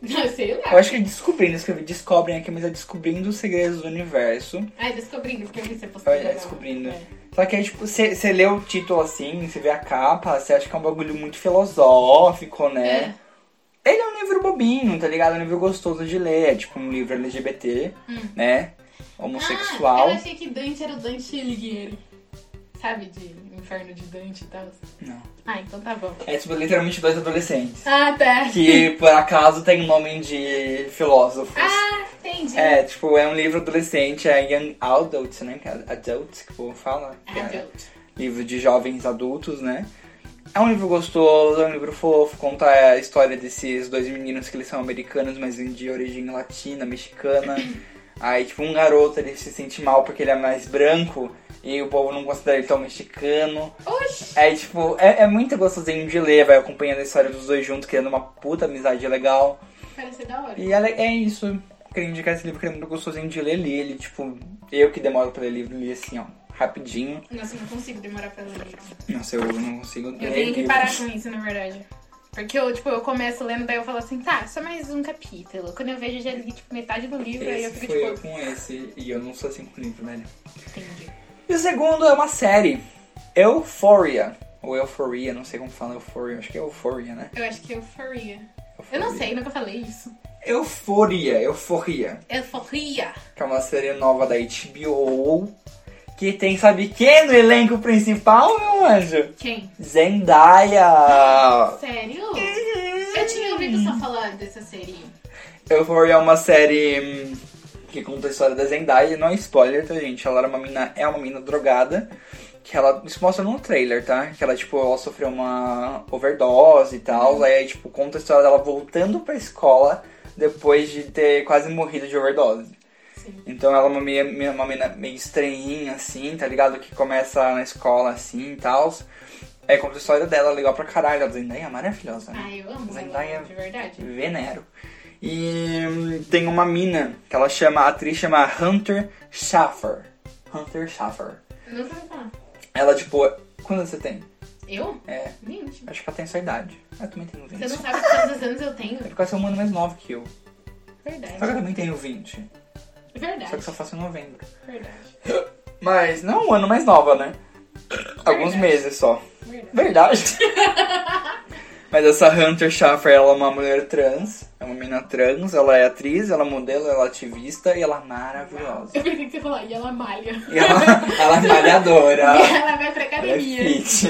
S2: Não sei lá.
S3: Eu acho que é descobrindo, escrevi descobrem aqui, mas é descobrindo os segredos do universo.
S2: Ai, descobrindo, porque eu vi você postou.
S3: Olha,
S2: agora.
S3: descobrindo.
S2: É.
S3: Só que aí, tipo, você lê o título assim, você vê a capa, você acha que é um bagulho muito filosófico, né?
S2: É.
S3: Ele é um livro bobinho, tá ligado? É um livro gostoso de ler, é tipo um livro LGBT,
S2: Hum.
S3: né? Homossexual.
S2: Ah, eu achei que Dante era o Dante Alighieri. Sabe, de Inferno de Dante e tal.
S3: Não.
S2: Ah, então tá bom.
S3: É tipo literalmente dois adolescentes.
S2: Ah, tá.
S3: Que por acaso tem nome de filósofos.
S2: Ah, entendi.
S3: É, tipo, é um livro adolescente, é Young Adult, né? que é Adult, que o povo fala. que é
S2: Adult.
S3: livro de jovens adultos, né? É um livro gostoso, é um livro fofo, conta a história desses dois meninos que eles são americanos, mas de origem latina, mexicana. Aí, tipo, um garoto ele se sente mal porque ele é mais branco e o povo não considera ele tão mexicano.
S2: Oxi.
S3: É, tipo, é, é muito gostosinho de ler, vai acompanhando a história dos dois juntos, criando uma puta amizade legal.
S2: Parece ser da hora.
S3: E é, le- é isso. Queria indicar esse livro que é muito gostosinho de ler, li ele, tipo, eu que demoro pra ler livro, li assim, ó, rapidinho.
S2: Nossa, eu não consigo demorar pra ler livro.
S3: Nossa, eu não consigo
S2: Eu
S3: ler
S2: tenho que
S3: livro.
S2: parar com isso, na verdade. Porque eu, tipo, eu começo lendo, daí eu falo assim, tá, só mais um capítulo. Quando eu vejo, eu já li, tipo, metade do livro, aí eu
S3: Esse
S2: fico,
S3: foi eu
S2: tipo,
S3: com esse e eu não sou assim com livro, velho.
S2: entendi.
S3: E o segundo é uma série, Euphoria. Ou Euphoria, não sei como fala Euphoria, acho que é Euphoria, né?
S2: Eu acho que é euforia. Eu não sei, nunca falei isso.
S3: Euforia, Euforia.
S2: Euforia.
S3: Que é uma série nova da HBO. Que tem, sabe quem no elenco principal, meu anjo?
S2: Quem?
S3: Zendaya!
S2: Sério? Eu tinha ouvido só falar dessa série.
S3: Euphoria é uma série hum, que conta a história da Zendaya, não é spoiler, tá, gente? Ela era uma mina, é uma mina drogada, que ela, isso mostra no trailer, tá? Que ela, tipo, ela sofreu uma overdose e tal, aí, tipo, conta a história dela voltando pra escola depois de ter quase morrido de overdose.
S2: Sim.
S3: Então ela é uma meia- meia- uma mina meio estranhinha, assim, tá ligado? Que começa na escola, assim, e tal. Aí conta a história dela, legal pra caralho, a Zendaya é maravilhosa, né?
S2: Ah, eu amo
S3: Zendaya.
S2: ela, de verdade.
S3: Venero. E hum, tem uma mina que ela chama, a atriz chama Hunter Schaffer. Hunter Schaffer.
S2: Nunca ouvi falar.
S3: Ela, tipo, quando você tem?
S2: Eu?
S3: É,
S2: Mente.
S3: acho que ela tem a sua idade. Ela também tem
S2: Você
S3: 20.
S2: não sabe quantos anos eu tenho?
S3: É porque ela é um ano mais nova que eu. Só que eu
S2: Verdade.
S3: também tenho 20. Só que
S2: Verdade.
S3: só faço em novembro.
S2: Verdade.
S3: Mas não é um ano mais nova, né? Alguns
S2: Verdade.
S3: meses só.
S2: Verdade.
S3: Verdade. Mas essa Hunter Schaffer, ela é uma mulher trans. É uma mina trans. Ela é atriz, ela é modelo, ela é ativista e ela é maravilhosa.
S2: Eu pensei que você falou, e ela é malha.
S3: E ela, ela é malhadora.
S2: E ela vai pra
S3: Ela é
S2: academia.
S3: fit.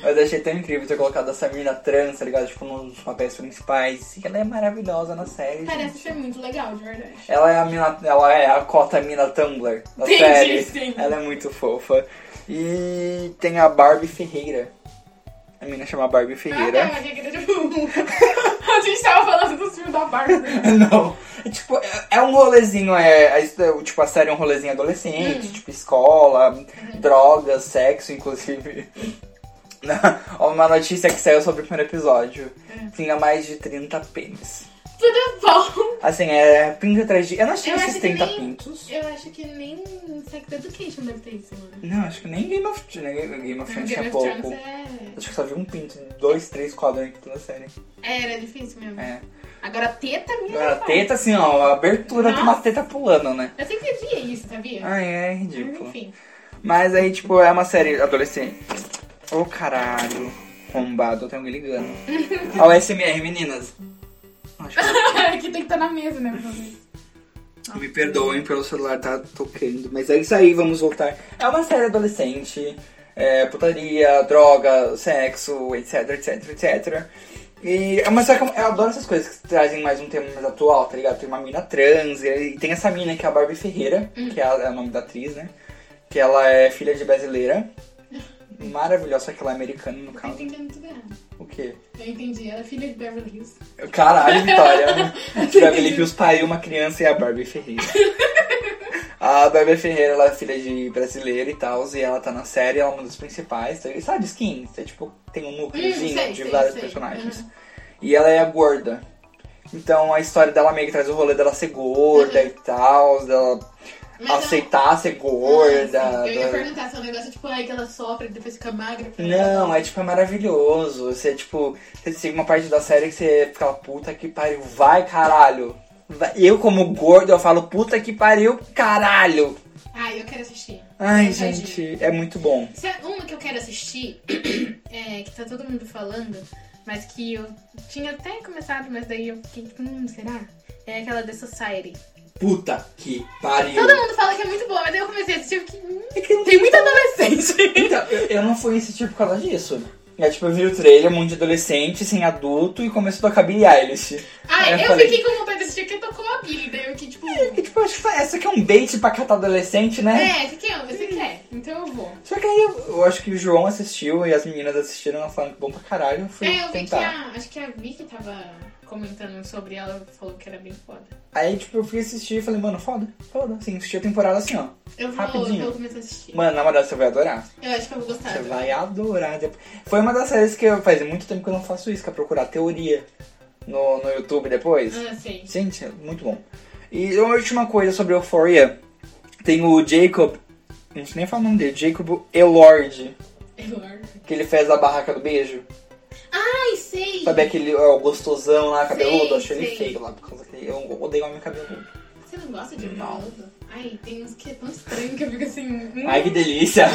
S3: Mas eu achei tão incrível ter colocado essa mina trans, tá ligado? Tipo, nos papéis principais. E ela é maravilhosa na série.
S2: Parece
S3: gente.
S2: ser muito legal, de verdade.
S3: Ela é a mina, ela é a cota mina Tumblr da
S2: Entendi,
S3: série.
S2: sim.
S3: Ela é muito fofa. E tem a Barbie Ferreira. A mina chama Barbie
S2: Ah, tá,
S3: Ferreira.
S2: eu achei que era tipo. A gente tava falando do filme da Barbie.
S3: Não. É, tipo, é- é um rolezinho, é, é, tipo, a série é um rolezinho adolescente,
S2: Hum.
S3: tipo, escola,
S2: Uhum.
S3: drogas, sexo, inclusive. Uma notícia que saiu sobre o primeiro episódio.
S2: Hum.
S3: Tinha mais de 30 pênis.
S2: Tudo bom.
S3: Assim, é pinto atrás de. Eu não achei
S2: Eu
S3: esses
S2: acho que
S3: 30
S2: nem-
S3: pintos.
S2: Eu acho que nem Sex Education deve ter isso, mano.
S3: Não, acho que nem Game of Thrones. Game, Game of
S2: Game
S3: Thrones tinha
S2: of
S3: pouco.
S2: Thrones é...
S3: Acho que só vi um pinto, dois, três quadrantes toda a série.
S2: é, Era difícil mesmo.
S3: É.
S2: Agora, teta minha.
S3: Agora,
S2: não.
S3: teta, assim, ó, a abertura de uma
S2: Nossa.
S3: teta pulando, né?
S2: Eu sempre via isso, sabia?
S3: Ai, é
S2: Mas,
S3: ridículo.
S2: Enfim.
S3: Mas aí, tipo, é uma série adolescente. Ô caralho, rombado, tem alguém ligando. A USMR, meninas. Acho que
S2: que tem que estar na mesa, né? pra fazer isso.
S3: me perdoem pelo celular tá tocando, mas é isso aí, vamos voltar. É uma série adolescente, é, putaria, droga, sexo, etc, etc, etc. E, mas só que eu, eu adoro essas coisas que trazem mais um tema mais atual, tá ligado? Tem uma mina trans, e tem essa mina que é a Barbie Ferreira,
S2: Hum.
S3: que é, a- é o nome da atriz, né? Que ela é filha de brasileira. Maravilhosa, só que ela é americana no
S2: Tá
S3: caso.
S2: entendendo tudo errado.
S3: O quê?
S2: Eu entendi, ela é filha de Beverly Hills.
S3: Caralho, Vitória. Beverly Hills pariu uma criança e a Barbie Ferreira. A Barbie Ferreira, ela é filha de brasileira e tal, e ela tá na série, ela é uma das principais. Tá? ligado? Sabe, skins? É, tipo, tem um núcleozinho
S2: Hum, sei,
S3: de
S2: sei,
S3: vários
S2: sei. Uhum.
S3: personagens. E ela é gorda. Então a história dela meio que traz o rolê dela ser gorda e tal, dela
S2: Uhum. Mas
S3: aceitar ser gorda.
S2: Ah, sim. Eu ia
S3: da-
S2: perguntar se é um negócio tipo, ai, que ela sofre e depois fica magra.
S3: Não, é tipo, é maravilhoso. Você, tipo, você tem uma parte da série que você fica, puta que pariu, vai caralho. Vai- Eu, como gordo, eu falo, puta que pariu, caralho.
S2: Ai, eu quero assistir.
S3: Ai,
S2: Entendi.
S3: gente, é muito bom.
S2: Sabe uma que eu quero assistir, é, que tá todo mundo falando, mas que eu tinha até começado, mas daí eu fiquei tipo, hum, será? É aquela The Society.
S3: Puta que pariu.
S2: Todo mundo fala que é muito boa, mas daí eu comecei a assistir e eu fiquei, hum,
S3: É que não
S2: tem muito adolescente.
S3: Então, eu, eu não fui assistir por causa disso. É tipo, eu vi o trailer, um monte de adolescente, sem adulto, e começou a tocar Billie Eilish.
S2: Ai,
S3: Aí eu
S2: Ah, eu,
S3: falei-
S2: fiquei com vontade de assistir porque tocou a Billy, daí eu fiquei tipo,
S3: E tipo, eu acho que essa aqui é um bait pra catar adolescente, né?
S2: é, você quer, você quer, então eu vou.
S3: Só que aí eu, eu acho que o João assistiu e as meninas assistiram, elas falaram que bom pra caralho. Eu fui
S2: É, eu vi que
S3: tentar.
S2: a, acho que a Vicky tava comentando sobre ela, falou que era bem foda.
S3: Aí, tipo, eu fui assistir e falei, mano, foda, foda. Assim, assisti a temporada assim, ó.
S2: Eu vou,
S3: Rapidinho.
S2: eu vou começar a assistir.
S3: Mano, na moral, você vai adorar.
S2: Eu acho que eu vou gostar.
S3: Você vai adorar. Depois- Foi uma das séries que eu faz muito tempo que eu não faço isso, que é procurar teoria no, no YouTube depois.
S2: Ah, sei.
S3: Gente, é muito bom. E uma última coisa sobre Euphoria. Tem o Jacob, não sei nem falar o nome dele, Jacob Elord,
S2: Eduardo.
S3: que ele fez a barraca do beijo.
S2: Ai, sei.
S3: Sabe aquele ó, o gostosão lá, cabeludo?
S2: Sei,
S3: Achei ele
S2: sei.
S3: feio lá, por causa que eu odeio homem cabeludo.
S2: Você não gosta de
S3: Não.
S2: Eduardo? Hum. Ai, tem uns que é tão estranho que eu fico assim. Hum,
S3: Ai, que delícia!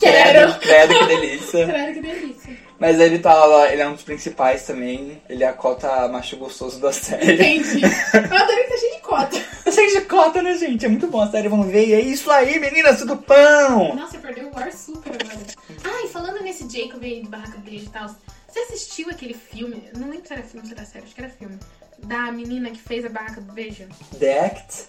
S2: Quero.
S3: Credo, credo, que delícia!
S2: caralho, que delícia.
S3: Mas ele tá lá, ele é um dos principais também. Ele é a cota macho gostoso da série.
S2: Entendi. Eu adorei que tá cheio de cota.
S3: Eu sei de cota, né, gente? É muito bom a série, vamos ver. E é isso aí, meninas do pão!
S2: Nossa, eu perdi o ar super agora. Ai, falando nesse Jacob aí do Barraca Brilha e tal, você assistiu aquele filme? Não lembro se era filme ou se era série, acho que era filme. Da menina que fez a barraca do beijo?
S3: The Act,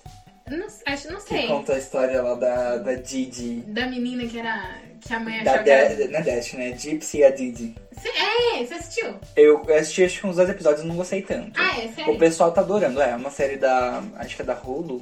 S2: Não, acho, não
S3: que
S2: sei.
S3: conta a história lá da, da Didi.
S2: Da menina que era. que a mãe
S3: Da
S2: achava que era.
S3: De, não é Dash, né? Gypsy e a Didi.
S2: Cê- é, você assistiu?
S3: Eu eu assisti acho que uns dois episódios e não gostei tanto.
S2: Ah, é, sério.
S3: O pessoal tá adorando, é. É uma série da. Acho que é da Hulu.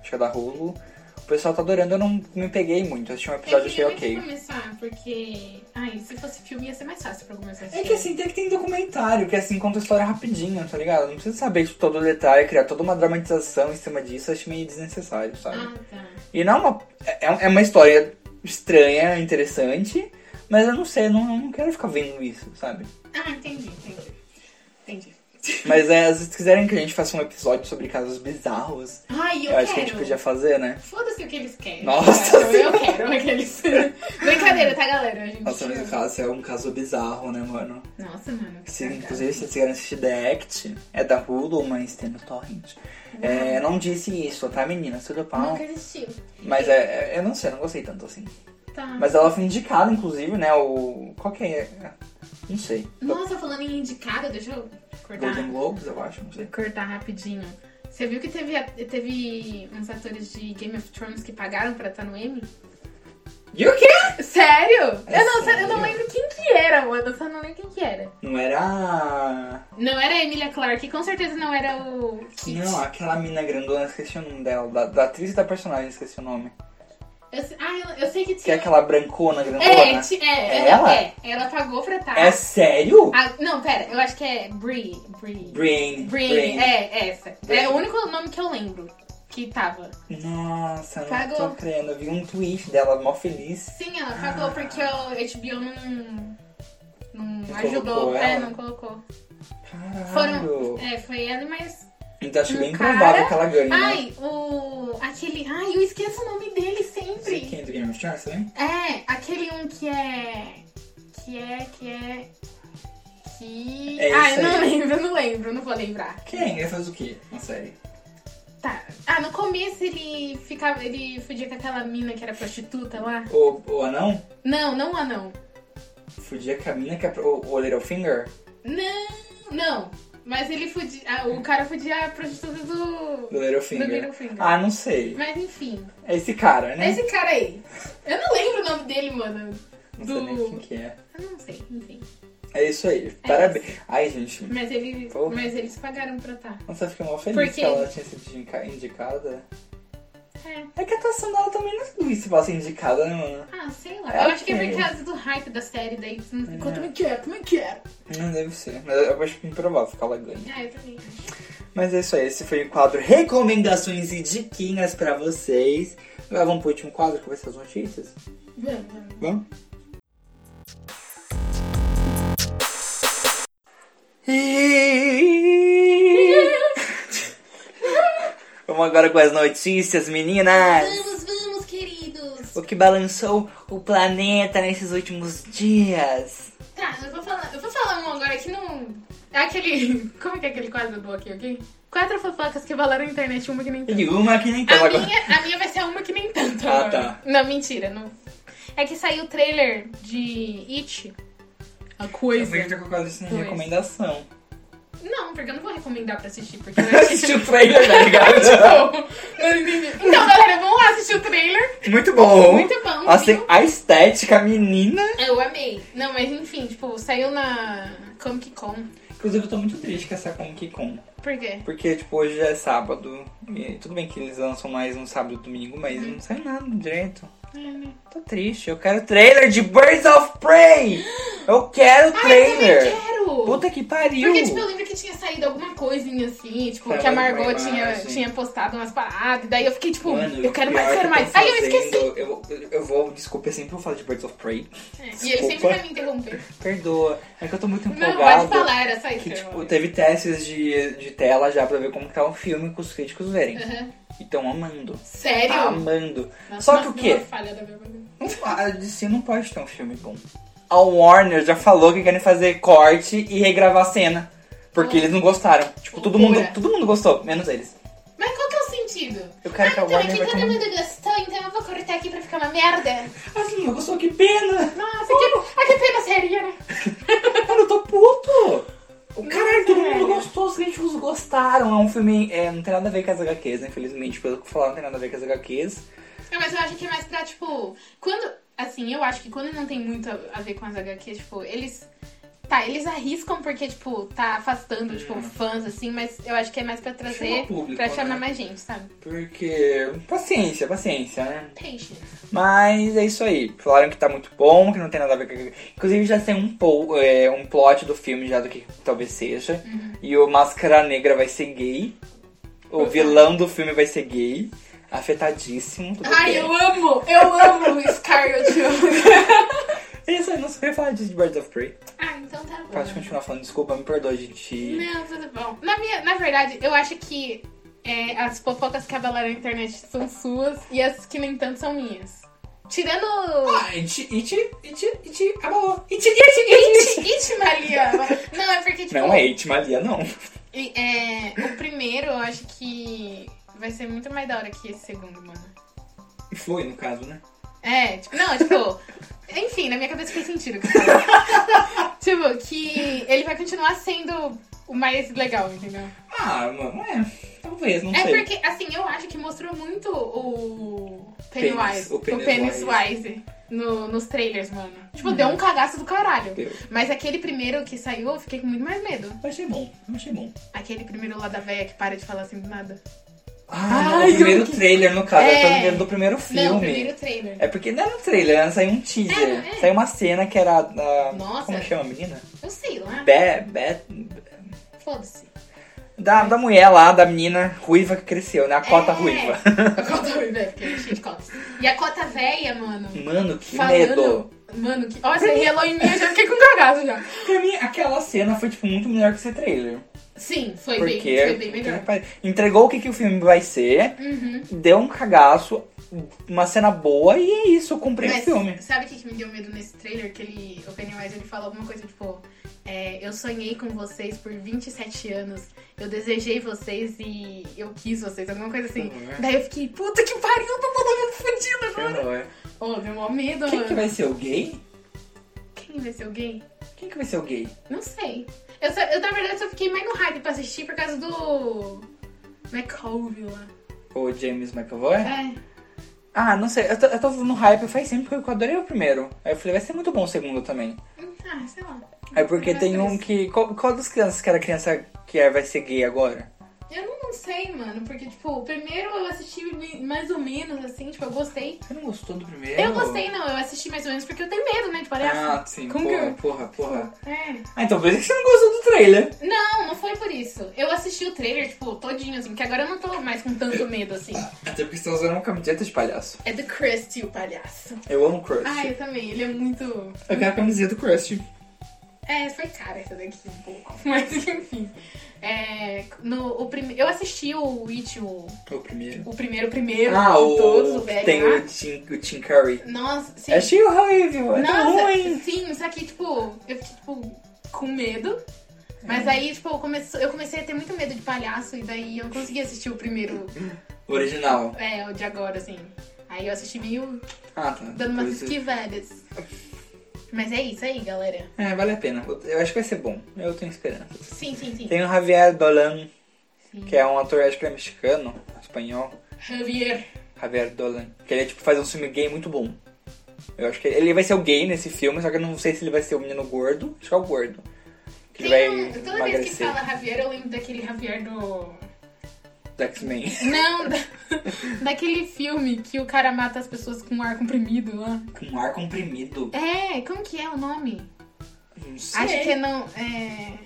S3: Acho que é da Hulu. O pessoal tá adorando, eu não me peguei muito. Eu assisti um
S2: Eu
S3: episódio e achei
S2: queria muito
S3: ok.
S2: começar, porque. Ai, se fosse filme ia ser mais fácil pra eu começar a assistir.
S3: É que assim, tem que ter documentário, que assim conta a história rapidinho, tá ligado? Não precisa saber tipo, todo o detalhe, criar toda uma dramatização em cima disso, eu acho meio desnecessário, sabe?
S2: Ah, tá.
S3: E não é uma. É, é uma história estranha, interessante, mas eu não sei, eu não, eu não quero ficar vendo isso, sabe?
S2: Ah, entendi, entendi. Entendi.
S3: Mas é, se vocês quiserem que a gente faça um episódio sobre casos bizarros,
S2: Ai, eu,
S3: eu,
S2: quero.
S3: acho que a gente podia fazer, né?
S2: Foda-se o que eles querem.
S3: Nossa
S2: Eu, eu quero aqueles. Brincadeira, tá, galera? A gente...
S3: Nossa, mas o caso é um caso bizarro, né, mano?
S2: Nossa, mano. que
S3: Se,
S2: cagada.
S3: inclusive, se vocês quiserem assistir The Act, é da Hulu, mas tem no Torrent. É, não disse isso, tá, menina? Tudo pau.
S2: Nunca assistiu.
S3: Mas é, é- eu não sei, eu não gostei tanto assim.
S2: Tá.
S3: Mas ela foi indicada, inclusive, né? O. Qual que é? Não é sei.
S2: Nossa, falando em indicada, deixa eu cortar.
S3: Golden Globes, eu acho, não sei.
S2: cortar rapidinho. Você viu que teve, teve uns atores de Game of Thrones que pagaram pra estar no Emmy?
S3: E o quê?
S2: Sério?
S3: É
S2: eu, não,
S3: sério?
S2: eu não lembro quem que era, mano. Eu só não lembro quem que era.
S3: Não era.
S2: Não era a Emilia Clarke, com certeza não era o Kit.
S3: Não, aquela mina grandona, esqueci o nome dela. Da, da atriz e da personagem, esqueci o nome.
S2: Eu, se- ah, eu, eu sei que
S3: Que é
S2: tinha.
S3: aquela brancona
S2: é,
S3: grandona.
S2: ti- é,
S3: É
S2: ela,
S3: ela?
S2: é, ela pagou pra estar.
S3: É sério?
S2: Ah, não, pera, eu acho que é Brie. Brie.
S3: Brain.
S2: Brie, é, essa. É
S3: Brie.
S2: o único nome que eu lembro que tava.
S3: Nossa, eu não
S2: Cagou.
S3: tô crendo. Eu vi um tweet dela, mó feliz.
S2: Sim, ela
S3: Ah.
S2: pagou porque o HBO não. Não
S3: Não
S2: ajudou,
S3: colocou
S2: é,
S3: ela?
S2: não colocou.
S3: Caralho.
S2: Foram. É, foi ela, mas.
S3: Então acho
S2: um
S3: bem
S2: cara-
S3: provável que ela ganhe, né?
S2: Ai, o. Aquele. Ai, eu esqueço o nome dele
S3: Você
S2: sempre.
S3: quem é do Game of Thrones também?
S2: É, aquele um que é. Que é, que é. Que.
S3: É
S2: ah,
S3: esse
S2: eu não
S3: aí.
S2: lembro, eu não lembro, não vou lembrar.
S3: Quem? Ele faz o quê na série?
S2: Tá. Ah, no começo ele ficava. Ele fudia com aquela mina que era prostituta lá.
S3: O, o anão?
S2: Não, não o anão.
S3: Fudia com a mina que é pro- o, o Littlefinger?
S2: Não! Não, mas ele fudia. ah, O cara fudia a prostituta do.
S3: Do Littlefinger.
S2: Do Littlefinger.
S3: Ah, não sei.
S2: Mas enfim.
S3: É esse cara, né?
S2: Esse cara aí. Eu não lembro o nome dele, mano.
S3: Não sei nem quem
S2: Do.
S3: que é.
S2: Eu não sei, enfim.
S3: É isso aí. Parabéns. Ai, gente.
S2: Mas, ele,
S3: Porra.
S2: mas eles pagaram pra tá.
S3: Nossa, eu fiquei mal
S2: Por
S3: feliz
S2: quê?
S3: que ela tinha sido indica- indicada.
S2: É.
S3: É que a atuação dela também não é tudo isso pra ser indicada, né, mano?
S2: Ah, sei lá.
S3: É,
S2: eu acho que é
S3: ok.
S2: por causa do hype da série, daí você não
S3: É.
S2: fica, também quero, também quero.
S3: Não deve ser. Mas eu acho improvável que ela ganhe.
S2: Ah, eu também.
S3: Mas é isso aí. Esse foi o quadro Recomendações e Diquinhas pra vocês. Agora vamos pro último quadro que vai ser as notícias.
S2: Vamos, vamos.
S3: Vamos? E- Vamos agora com as notícias, meninas!
S2: Vamos, vamos, queridos.
S3: O que balançou o planeta nesses últimos dias?
S2: Tá, eu vou falar, eu vou falar um agora que não... É aquele... Como é que é aquele quadro do aqui, ok? Quatro fofocas que valaram a internet, uma que nem tanto.
S3: E uma que nem tava
S2: A
S3: agora.
S2: minha, a minha vai ser uma que nem tanto.
S3: Ah,
S2: agora.
S3: tá.
S2: Não, mentira, não. É que saiu o trailer de It. A
S3: Eu
S2: coisa.
S3: sei que tá colocado isso na
S2: Pois.
S3: recomendação.
S2: Não, porque eu não vou recomendar pra assistir, porque eu acho que-
S3: Assisti o trailer, tá ligado?
S2: Não, eu não entendi. Então, galera, vamos lá assistir o trailer.
S3: Muito bom!
S2: Muito bom,
S3: Assim,
S2: viu?
S3: a estética, a menina.
S2: Eu amei. Não, mas enfim, tipo, saiu na Comic Con.
S3: Inclusive, eu tô muito triste com essa Comic Con.
S2: Por quê?
S3: Porque, tipo, hoje já é sábado. E tudo bem que eles lançam mais no sábado e domingo, mas não sai nada direito.
S2: É.
S3: Tô triste. Eu quero trailer de Birds of Prey! Eu quero
S2: Ai, eu
S3: trailer!
S2: também quero!
S3: Puta que pariu!
S2: Porque, tipo, eu lembro que tinha saído alguma coisinha assim, tipo,
S3: Saiu
S2: que a
S3: alguma
S2: Margot tinha,
S3: imagem.
S2: tinha postado umas paradas, e daí eu fiquei, tipo,
S3: Mano,
S2: eu quero
S3: pior
S2: mais,
S3: que
S2: quero
S3: eu
S2: mais.
S3: tô
S2: Aí eu esqueci.
S3: fazendo- Eu, vou- eu vou, desculpa, eu sempre vou falar de Birds of Prey.
S2: É, E ele sempre
S3: Desculpa.
S2: vai me interromper.
S3: Perdoa, é que eu tô muito empolgado.
S2: Não, pode falar, era só isso.
S3: Que,
S2: eu
S3: tipo,
S2: vou.
S3: teve testes de, de tela já pra ver como que tá o filme com os críticos verem.
S2: Aham.
S3: E tão amando.
S2: Sério?
S3: Tá amando.
S2: Nossa,
S3: Só que
S2: nossa,
S3: o quê?
S2: uma falha da minha barriga.
S3: Não fa- A DC não pode ter um filme bom. A Warner já falou que querem fazer corte e regravar a cena. Porque
S2: Oh.
S3: eles não gostaram. Tipo, todo mundo,
S2: Loucura.
S3: todo mundo gostou, menos eles.
S2: Mas qual que é o sentido?
S3: Eu quero que a
S2: Então,
S3: Warner
S2: aqui
S3: vai
S2: todo
S3: tomar...
S2: mundo gostou, então eu vou cortar aqui pra ficar uma merda.
S3: Assim, eu gostou, que pena!
S2: Nossa, que, ah, que pena seria, né?
S3: Cara, eu tô puto! O Caralho, todo mundo
S2: velho.
S3: gostou, os críticos gostaram. É um filme. É, não tem nada a ver com as HQs, né? infelizmente. Pelo que falaram, não tem nada a ver com as HQs.
S2: Não, mas eu acho que é mais pra, tipo, quando. Assim, eu acho que quando não tem muito a a ver com as HQs, tipo, eles. Tá, eles arriscam porque, tipo, tá afastando, tipo, fãs, assim, mas eu acho que é mais pra trazer.
S3: É. Chama público,
S2: pra
S3: né?
S2: chamar mais gente, sabe?
S3: Porque. Paciência, paciência, né?
S2: Patience.
S3: Mas é isso aí. Falaram que tá muito bom, que não tem nada a ver com. Inclusive já tem um, po- é, um plot do filme já do que talvez seja.
S2: Uhum.
S3: E o Máscara Negra vai ser gay. O vilão do filme vai ser gay. Afetadíssimo. Tudo
S2: Ai,
S3: bem.
S2: eu amo! Eu amo Scarlett.
S3: É isso aí, não sei falar disso de Birds of Prey.
S2: ah, então tá bom.
S3: Pode continuar falando, desculpa, me perdoa, gente.
S2: Não, tudo bom. Na, minha, na verdade, eu acho que é, as fofocas que abalaram a internet são suas e as que nem tanto são minhas. Tirando.
S3: Ah, it, it, it, it, acabou. It,
S2: It, it, Maria! Não, é porque, tipo.
S3: Não é it, Malia, não.
S2: E, é, o primeiro, eu acho que vai ser muito mais da hora que esse segundo, mano.
S3: Foi, no caso, né?
S2: É, tipo, não, tipo. Enfim, na minha cabeça fez sentido. o que eu falei. tipo, que ele vai continuar sendo o mais legal, entendeu?
S3: Ah, mano, é. Talvez, não
S2: é
S3: sei.
S2: porque, assim, eu acho que mostrou muito o
S3: Penis,
S2: Pennywise,
S3: o
S2: o
S3: Pennywise. Uhum.
S2: Pennywise, no, nos trailers, mano. Tipo, deu um cagaço do caralho.
S3: Deu.
S2: Mas aquele primeiro que saiu, eu fiquei com muito mais medo.
S3: Eu achei bom, eu achei bom.
S2: Aquele primeiro lá da véia que para de falar assim do nada.
S3: Ah,
S2: Ai,
S3: o primeiro
S2: eu-
S3: trailer, no caso. Eu tô
S2: É.
S3: entendendo do primeiro filme.
S2: Não, o primeiro trailer.
S3: É porque não era um trailer, era- saiu um teaser.
S2: É, é.
S3: Saiu uma cena que era da.
S2: Nossa.
S3: Como chama a menina?
S2: Eu sei lá.
S3: Bé, Bé.
S2: Foda-se.
S3: Da, da mulher lá, da menina ruiva que cresceu, né? A cota
S2: É.
S3: ruiva.
S2: A cota ruiva, é, porque é cheio de cotas. E a cota véia, mano.
S3: Mano, que
S2: falando-
S3: medo.
S2: Mano, que. Ó, você relou em mim, eu já fiquei com cagaço já.
S3: Pra mim, aquela cena foi, tipo, muito melhor que esse trailer.
S2: Sim, foi
S3: Porque.
S2: bem,
S3: é
S2: foi bem melhor.
S3: porque Entregou o que, que o filme vai ser,
S2: Uhum.
S3: deu um cagaço, uma cena boa e é isso, eu comprei o
S2: Mas
S3: filme.
S2: sabe o que, que me deu medo nesse trailer? Que ele, o Pennywise, ele fala alguma coisa tipo... é, eu sonhei com vocês por 27 anos, eu desejei vocês e eu quis vocês, alguma coisa assim.
S3: Uhum.
S2: Daí eu fiquei, puta que pariu, eu tô todo mundo fudido agora.
S3: Não, é.
S2: né? Ô, deu mó medo,
S3: Quem
S2: mano.
S3: que vai ser o gay?
S2: Quem vai ser o gay?
S3: Quem que vai ser o gay?
S2: Não sei. Eu, só, eu, na verdade, só fiquei mais no hype pra assistir por causa do. McCovey lá.
S3: O James McAvoy?
S2: É.
S3: Ah, não sei. Eu tô, eu tô no hype faz sempre porque eu adorei o primeiro. Aí eu falei, vai ser muito bom o segundo também.
S2: Ah, sei lá.
S3: É porque tem um que. Qual, qual das crianças que era criança que é, vai ser gay agora?
S2: Eu não, não sei, mano, porque, tipo, o primeiro eu assisti mais ou menos, assim, tipo, eu gostei.
S3: Você não gostou do primeiro?
S2: Eu gostei, não, eu assisti mais ou menos porque eu tenho medo, né, de parecer.
S3: Ah, sim,
S2: Como
S3: porra,
S2: que
S3: porra, porra.
S2: eu- É.
S3: Ah, então por isso que você não gostou do trailer.
S2: Não, não foi por isso. Eu assisti o trailer, tipo, todinho, assim, porque agora eu não tô mais com tanto medo, assim.
S3: Até porque você tá usando uma camiseta de palhaço.
S2: É do Krusty, o palhaço.
S3: Eu amo Crust.
S2: Ah, eu também, ele é muito...
S3: Eu quero a camiseta do Crust.
S2: É, foi cara essa daqui um pouco, mas enfim. É, no, o prime... Eu assisti o It, o,
S3: O primeiro.
S2: o primeiro, o primeiro,
S3: Ah,
S2: de
S3: o.
S2: todos, o velho
S3: tem
S2: lá.
S3: o Tim, o Tim Curry.
S2: Nossa, sim.
S3: É cheio horrível, é tão
S2: Nossa,
S3: ruim.
S2: sim, só que, tipo, eu fiquei, tipo, com medo. Mas
S3: É.
S2: aí, tipo, eu comece- eu comecei a ter muito medo de palhaço e daí eu não consegui assistir o primeiro,
S3: O original.
S2: é, o de agora, assim. Aí eu assisti meio
S3: Ah, tá.
S2: dando umas
S3: Por isso-
S2: esquivadas. Mas é isso aí, galera.
S3: É, vale a pena. Eu acho que vai ser bom. Eu tenho esperança.
S2: Sim, sim, sim.
S3: Tem o Javier Dolan,
S2: Sim.
S3: que é um ator, acho que ele é mexicano, espanhol.
S2: Javier.
S3: Javier Dolan. Que ele é, tipo, faz um filme gay muito bom. Eu acho que ele vai ser o gay nesse filme, só que eu não sei se ele vai ser o menino gordo. Acho que é o gordo. Que ele vai
S2: Tem um, toda vez que
S3: emagrecer.
S2: fala Javier, eu lembro daquele Javier do.
S3: Do X-Men.
S2: Não, da... daquele filme que o cara mata as pessoas com ar comprimido lá.
S3: Com ar comprimido.
S2: É, como que é o nome?
S3: Não sei.
S2: Acho que é não. É...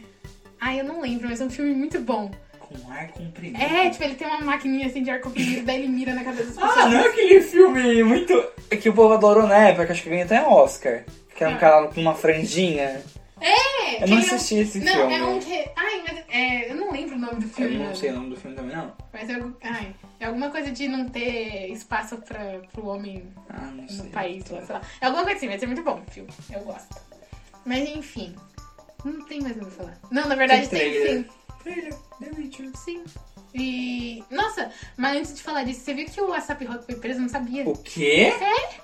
S2: Ai, eu não lembro, mas é um filme muito bom.
S3: Com ar comprimido.
S2: É, tipo, ele tem uma maquininha assim de ar comprimido, daí ele mira na cabeça das pessoas.
S3: Uhum. Ah, não é aquele filme muito... é Que o povo adorou na época, acho que ganhou até Oscar. Que era um
S2: Ah.
S3: cara com uma franjinha.
S2: é,
S3: Eu não
S2: que é um-
S3: assisti esse
S2: Não,
S3: filme. né?
S2: é um que. Ai, mas. É, eu não lembro o nome do
S3: Eu
S2: filme.
S3: não sei o nome do filme também, não.
S2: Mas é, algu- ai, é alguma coisa de não ter espaço pra, pro homem
S3: Ah, não sei.
S2: no país, lá, sei lá. É alguma coisa assim, vai ser muito bom o filme. Eu gosto. Mas enfim. Não tem mais nada pra falar. Não, na verdade tem,
S3: trailer.
S2: sim.
S3: Trailer, The Witcher.
S2: Sim. E. Nossa, mas antes de falar disso, você viu que o ASAP Rock foi preso? Eu não sabia.
S3: O quê?
S2: É?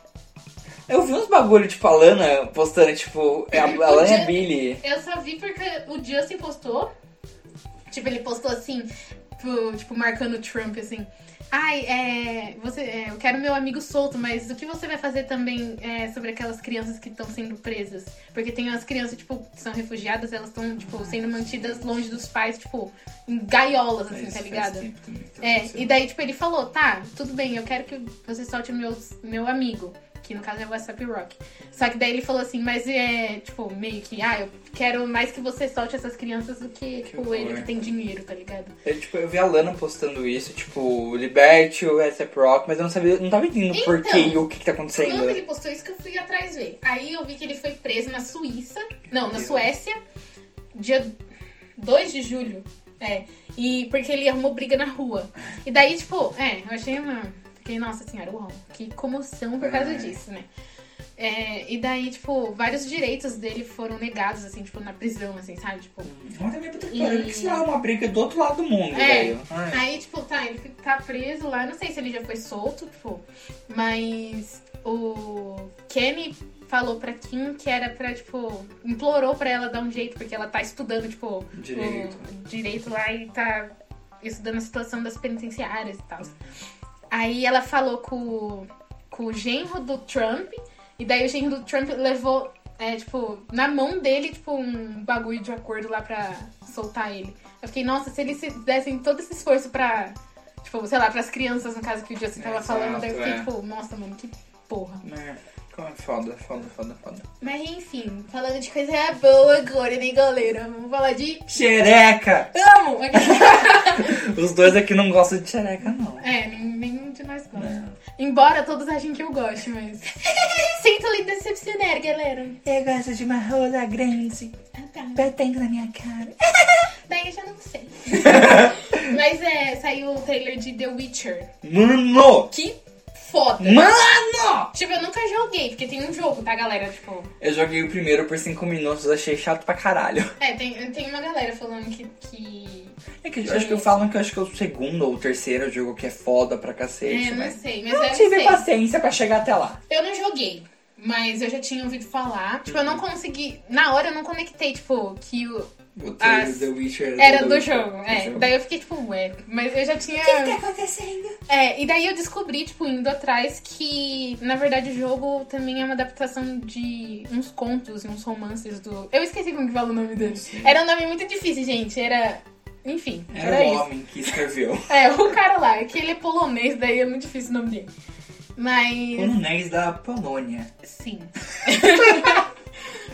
S3: Eu vi uns bagulho, tipo, a Lana postando, tipo, é a, a Lana e a Billy.
S2: Eu só vi porque o Justin postou. Tipo, ele postou assim, pro- tipo, marcando o Trump, assim. Ai, é, você, é, eu quero meu amigo solto, mas o que você vai fazer também é, sobre aquelas crianças que estão sendo presas? Porque tem umas crianças, tipo, que são refugiadas, elas estão, tipo, sendo mantidas longe dos pais, tipo, em gaiolas, assim, tá ligado?
S3: então
S2: É, e daí, tipo, ele falou, tá, tudo bem, eu quero que você solte o meu, meu amigo, que no caso é o WhatsApp Rock. Só que daí ele falou assim, mas é, tipo, meio que, ah, eu quero mais que você solte essas crianças do que, tipo,
S3: horror.
S2: ele que tem dinheiro, tá ligado?
S3: Eu, tipo, eu vi a Lana postando isso, tipo, liberte o SAP Rock, mas eu não sabia, não tava entendendo
S2: Então, é
S3: por quê e o que que tá
S2: Quando ele
S3: acontecendo.
S2: postou isso que eu fui atrás ver. Aí eu vi que ele foi preso na Suíça, não, na
S3: Deus.
S2: Suécia, dia 2 de julho, é. E porque ele arrumou briga na rua. E daí, tipo, é, eu achei uma... Fiquei, nossa senhora, uau, que comoção por causa
S3: Ai.
S2: disso, né? É, e daí, tipo, vários direitos dele foram negados, assim, tipo, na prisão, assim, sabe? Tipo,
S3: Mas também é muito
S2: E-
S3: que se dá uma briga do outro lado do mundo,
S2: É.
S3: velho. Ai.
S2: Aí, tipo, tá, ele fica- tá preso lá. Não sei se ele já foi solto, tipo. Mas o Kenny falou pra Kim que era pra, tipo, implorou pra ela dar um jeito, porque ela tá estudando, tipo,
S3: Direito. né?
S2: o direito lá e tá estudando a situação das penitenciárias e tal. Aí ela falou com, com o genro do Trump, e daí o genro do Trump levou, é, tipo, na mão dele, tipo, um bagulho de acordo lá pra soltar ele. Eu fiquei, nossa, se eles se dessem todo esse esforço pra, tipo, sei lá, pras crianças, no caso que o Justin tava
S3: Exato,
S2: falando, daí eu fiquei,
S3: é.
S2: tipo, nossa, mano, que porra.
S3: É. Como é foda, foda, foda, foda.
S2: Mas enfim, falando de coisa boa agora, né, galera? Vamos falar de.
S3: Xereca!
S2: Amo!
S3: Os dois aqui não gostam de xereca, não.
S2: É, nem- nenhum de nós gosta.
S3: Não.
S2: Embora todos achem que eu goste, mas. Sinto-lhe decepcionar, galera.
S3: Eu gosto de uma rola grande,
S2: Ah, tá.
S3: batendo na minha cara.
S2: Daí eu já não sei. mas é, saiu o trailer de The Witcher.
S3: Mano!
S2: Que foda!
S3: Mano!
S2: Tipo, eu nunca joguei, porque tem um jogo, tá, galera? Tipo.
S3: Eu joguei o primeiro por 5 minutos, achei chato pra caralho.
S2: É, tem, tem uma galera falando que. que...
S3: É que eu acho que eu falo que eu acho que é o segundo ou o terceiro jogo que é foda pra
S2: É,
S3: cacete,
S2: não
S3: mas.
S2: sei, mas
S3: Eu
S2: é,
S3: não
S2: não
S3: tive
S2: sei.
S3: paciência pra chegar até lá.
S2: Eu não joguei. Mas eu já tinha ouvido falar. Tipo, eu não consegui. Na hora eu não conectei, tipo, que o.
S3: O
S2: Ah,
S3: trailer do The Witcher
S2: Era
S3: do
S2: do
S3: Witcher.
S2: jogo, é.
S3: Esse
S2: Daí eu fiquei tipo, ué. Mas eu já tinha.
S3: tá acontecendo?
S2: É, e daí eu descobri, tipo, indo atrás, que na verdade o jogo também é uma adaptação de uns contos e uns romances do. Eu esqueci como que fala o nome dele. Era um nome muito difícil, gente. Era. Enfim,
S3: Era
S2: era,
S3: o
S2: isso.
S3: homem que escreveu.
S2: É, o cara lá, é que ele é polonês, daí é muito difícil o nome dele. Mas.
S3: Polonês da Polônia.
S2: Sim.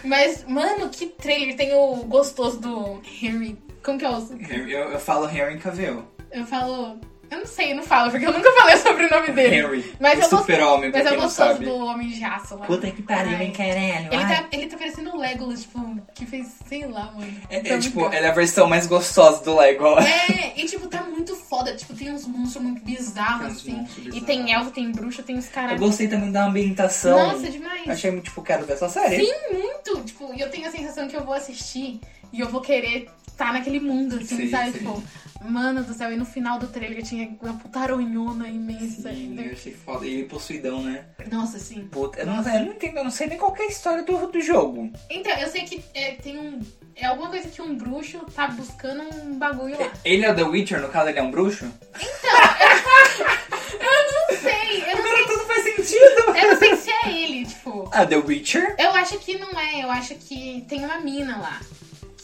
S2: Mas, mano, que trailer tem o gostoso do Henry. Como que é o.
S3: Eu, eu falo Henry Cavill.
S2: Eu falo. Eu não sei, eu não falo, porque eu nunca falei sobre o nome dele.
S3: Henry.
S2: Mas
S3: o
S2: eu gosto-
S3: super-homem, pra
S2: Mas é
S3: quem não
S2: gostoso
S3: sabe.
S2: do homem de aço lá.
S3: Puta que pariu,
S2: Ai.
S3: hein, caralho.
S2: Ele
S3: ai.
S2: tá, ele tá parecendo o Legolas, tipo, que fez, sei lá, mano.
S3: É,
S2: Tá
S3: é, tipo,
S2: muito-
S3: ela é a versão mais gostosa do Lego.
S2: É, e tipo, tá muito foda. Tipo, tem uns monstros muito bizarros,
S3: Tem uns
S2: assim.
S3: monstros
S2: E
S3: bizarros.
S2: tem elfo, tem bruxa, tem uns
S3: é Eu
S2: caras.
S3: gostei também da ambientação.
S2: Nossa, demais.
S3: Achei muito, tipo, quero ver essa série.
S2: Sim, muito. Tipo, e eu tenho a sensação que eu vou assistir e eu vou querer estar naquele mundo, assim,
S3: Sim,
S2: sabe?
S3: sim.
S2: Tipo, mano do céu, e no final do trailer tinha uma putaronhona imensa.
S3: Sim, eu achei foda. E possuidão, né?
S2: Nossa, assim. sim.
S3: Puta, eu não, eu não entendo, eu não sei nem qual que é a história do, do jogo.
S2: Então, eu sei que é, tem um. É alguma coisa que um bruxo tá buscando um bagulho lá.
S3: Ele é o The Witcher, no caso ele é um bruxo? É.
S2: Não sei, eu não,
S3: Agora tudo faz sentido!
S2: eu não sei se é ele, tipo.
S3: Ah, The Witcher?
S2: Eu acho que não é, eu acho que tem uma mina lá.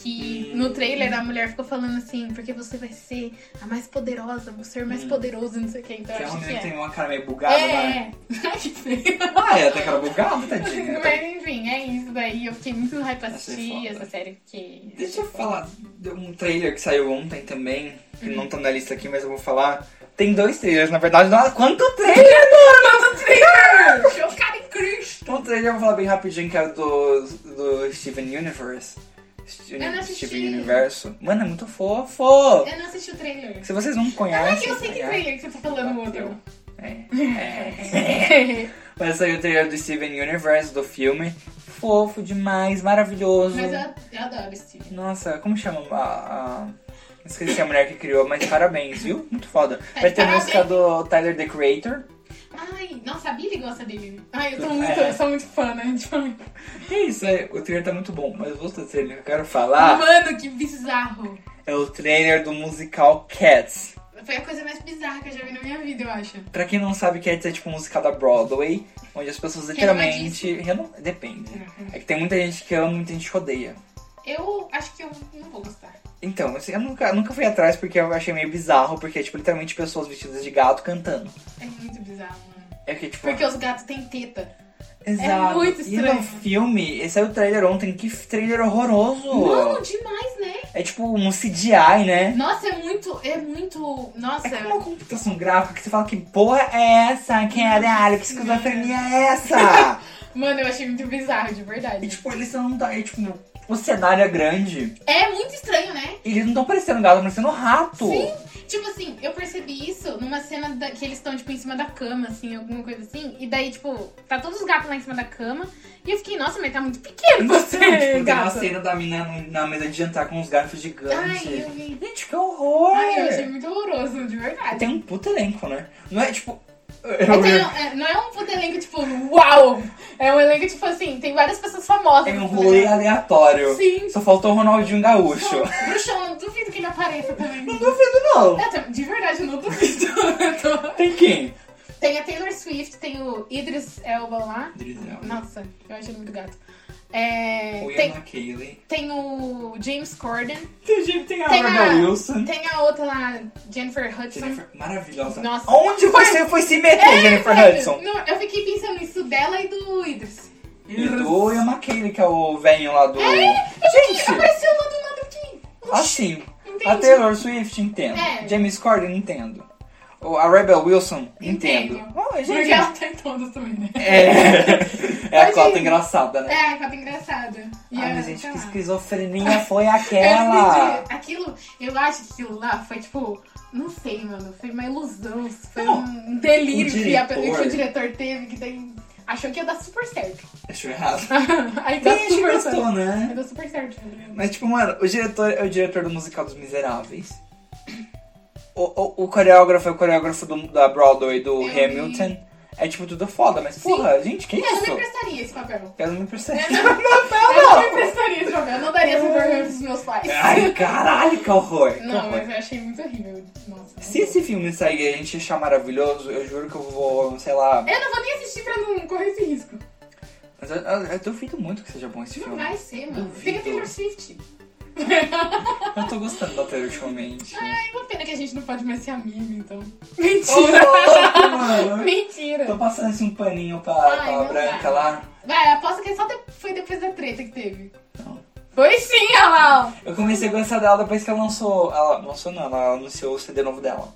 S2: Que
S3: Hum.
S2: no trailer a mulher ficou falando assim, porque você vai ser a mais poderosa, o ser mais poderoso, não sei o que, então
S3: Que
S2: eu
S3: Hum. é uma
S2: acho que
S3: menina
S2: é.
S3: que tem uma cara meio bugada, né?
S2: É, Ai, que feio.
S3: Ah, ela tem cara tá bugada, tadinha.
S2: Mas enfim, é isso daí. Eu fiquei muito hype pra assistir
S3: Achei foda.
S2: essa série, porque.
S3: Deixa eu falar de um trailer que saiu ontem também, que não tá na lista aqui, mas eu vou falar. Tem dois trailers, na verdade. Nossa, quanto trailer, mano! Quanto trailer!
S2: Chocada em Cristo!
S3: Um trailer eu vou falar bem rapidinho, que é do, do Steven Universe. Ste-
S2: Eu não assisti.
S3: Steven Universo. Mano, é muito fofo!
S2: Eu não assisti o trailer.
S3: Se vocês não
S2: Ah,
S3: conhecem...
S2: eu sei que
S3: é.
S2: trailer que você tá falando, outro.
S3: É. é. Mas saiu o trailer do Steven Universe, do filme. Fofo demais, maravilhoso.
S2: Mas eu, eu adoro Steven.
S3: Nossa, como chama a, a- Esqueci a mulher que criou, mas parabéns, viu? Muito foda. Vai ter
S2: É, Parabéns.
S3: música do Tyler, The Creator.
S2: Ai, nossa, a Billy gosta dele. Ai, eu tô
S3: É.
S2: muito, eu sou muito fã, né? Tipo,
S3: É isso, é, o trailer tá muito bom, mas o outro trailer que eu quero falar
S2: Mano, que bizarro.
S3: é o trailer do musical Cats.
S2: Foi a coisa mais bizarra que eu já vi na minha vida, eu acho.
S3: Pra quem não sabe, Cats é tipo um musical da Broadway, onde as pessoas literalmente... Reno- Depende. É que tem muita gente que ama, muita gente que odeia.
S2: Eu acho que eu não vou gostar.
S3: Então, assim, eu nunca, nunca fui atrás porque eu achei meio bizarro, porque é tipo literalmente pessoas vestidas de gato cantando.
S2: É muito bizarro, mano.
S3: É que tipo...
S2: Porque os gatos têm teta.
S3: Exato.
S2: É muito
S3: E
S2: estranho.
S3: no filme, esse é o trailer ontem, que trailer horroroso.
S2: Mano, demais, né?
S3: É tipo um CGI, né?
S2: Nossa, é muito, é muito. Nossa,
S3: É uma computação gráfica que você fala que porra é essa, caralho? Que esquizofrenia é essa?
S2: mano, eu achei muito bizarro, de
S3: e
S2: verdade.
S3: tipo, eles não tá. E, tipo, o cenário é grande.
S2: É muito estranho, né?
S3: E eles não estão parecendo gato, estão parecendo um rato.
S2: Sim. Tipo assim, eu percebi isso numa cena da- que eles estão, tipo, em cima da cama, assim, alguma coisa assim. E daí, tipo, tá todos os gatos lá em cima da cama. E eu fiquei, nossa, mas tá muito pequeno
S3: Então,
S2: você,
S3: tipo, tem uma
S2: gato.
S3: cena da mina no- na mesa de jantar com uns gatos gigantes.
S2: Ai, eu vi.
S3: Gente, que horror!
S2: Ai, eu achei muito horroroso, de verdade.
S3: Tem um puto elenco, né? Não é tipo.
S2: É que não, é- não é um puto elenco, tipo, uau! É um elenco, tipo assim, tem várias pessoas famosas. tipo, né?
S3: É um
S2: nesse
S3: rolê
S2: elenco.
S3: aleatório.
S2: Sim.
S3: Só faltou o Ronaldinho Gaúcho.
S2: Bom, Bruxão, não duvido que ele apareça também.
S3: Não duvido, não.
S2: Eu tam- de verdade, eu não duvido. Eu tô-
S3: Tem quem?
S2: Tem a Taylor Swift, tem o Idris Elba lá. Nossa, eu achei muito gato. É,
S3: O
S2: tem,
S3: Ian Kelly.
S2: tem o James Corden.
S3: Tem gente, tem a
S2: Tem
S3: Rebel
S2: a-
S3: Tá, Wilson.
S2: Tem a outra lá, Jennifer Hudson.
S3: Jennifer, maravilhosa.
S2: Nossa. É,
S3: Onde você foi se meter, Jennifer
S2: Sério,
S3: Hudson?
S2: não, eu fiquei pensando nisso dela e do Idris.
S3: E do Ian McKayley, que é o velho lá do... Gente,
S2: Apareceu lá do nada aqui.
S3: assim,
S2: assim, Entendi.
S3: a Taylor Swift, entendo.
S2: É.
S3: James Corden, entendo. O- A Rebel Wilson, entendo.
S2: Entendo.
S3: Oh,
S2: Porque
S3: gente,
S2: ela tá em todas também, né?
S3: é, é a
S2: Mas,
S3: cota
S2: gente,
S3: engraçada, né?
S2: É, capa engraçada. E
S3: Ai,
S2: a-
S3: mas gente,
S2: sei
S3: que
S2: lá.
S3: esquizofrenia foi
S2: Eu
S3: aquela?
S2: não entendi. Aquilo, eu acho que aquilo lá foi tipo, não sei, mano, foi uma ilusão, foi
S3: Não,
S2: um delírio
S3: o
S2: que, a-
S3: diretor-
S2: que o diretor teve, que daí achou que ia dar super certo.
S3: Achou errado.
S2: Aí deu
S3: Tem gente que
S2: super certo.
S3: gostou, né?
S2: Aí deu super certo.
S3: Mas, tipo, mano, o diretor é o diretor do musical dos Miseráveis. O, o, o coreógrafo é o coreógrafo do- da Broadway, do
S2: Eu vi.
S3: Hamilton. É tipo tudo foda, mas porra, gente, que
S2: Eu não me
S3: isso?
S2: emprestaria esse papel.
S3: Eu não me prestei.
S2: Eu não, eu não me emprestaria esse papel. Não daria essa vergonha pros meus pais.
S3: Ai, caralho, que horror. que
S2: Não,
S3: horror.
S2: mas eu achei muito horrível. Nossa.
S3: Se esse filme sair e a gente achar maravilhoso, eu juro que eu vou, sei lá.
S2: Eu não vou nem assistir pra não correr esse risco.
S3: Mas eu, eu, eu duvido muito que seja bom esse
S2: Não
S3: filme.
S2: vai ser, mano.
S3: Duvido.
S2: Tem a Taylor Swift.
S3: Eu tô gostando da Taylor ultimamente.
S2: É uma pena que a gente não pode mais ser amigo, então.
S3: Ô, louco, mano.
S2: Mentira.
S3: Tô passando assim um paninho pra,
S2: Ai,
S3: pra
S2: não
S3: branca
S2: vai.
S3: lá.
S2: Vai, aposto que só de- foi depois da treta que teve.
S3: Não.
S2: Foi sim, olha lá. ó.
S3: Eu comecei a gostar dela depois que ela lançou. Ela lançou não, ela anunciou o CD novo dela.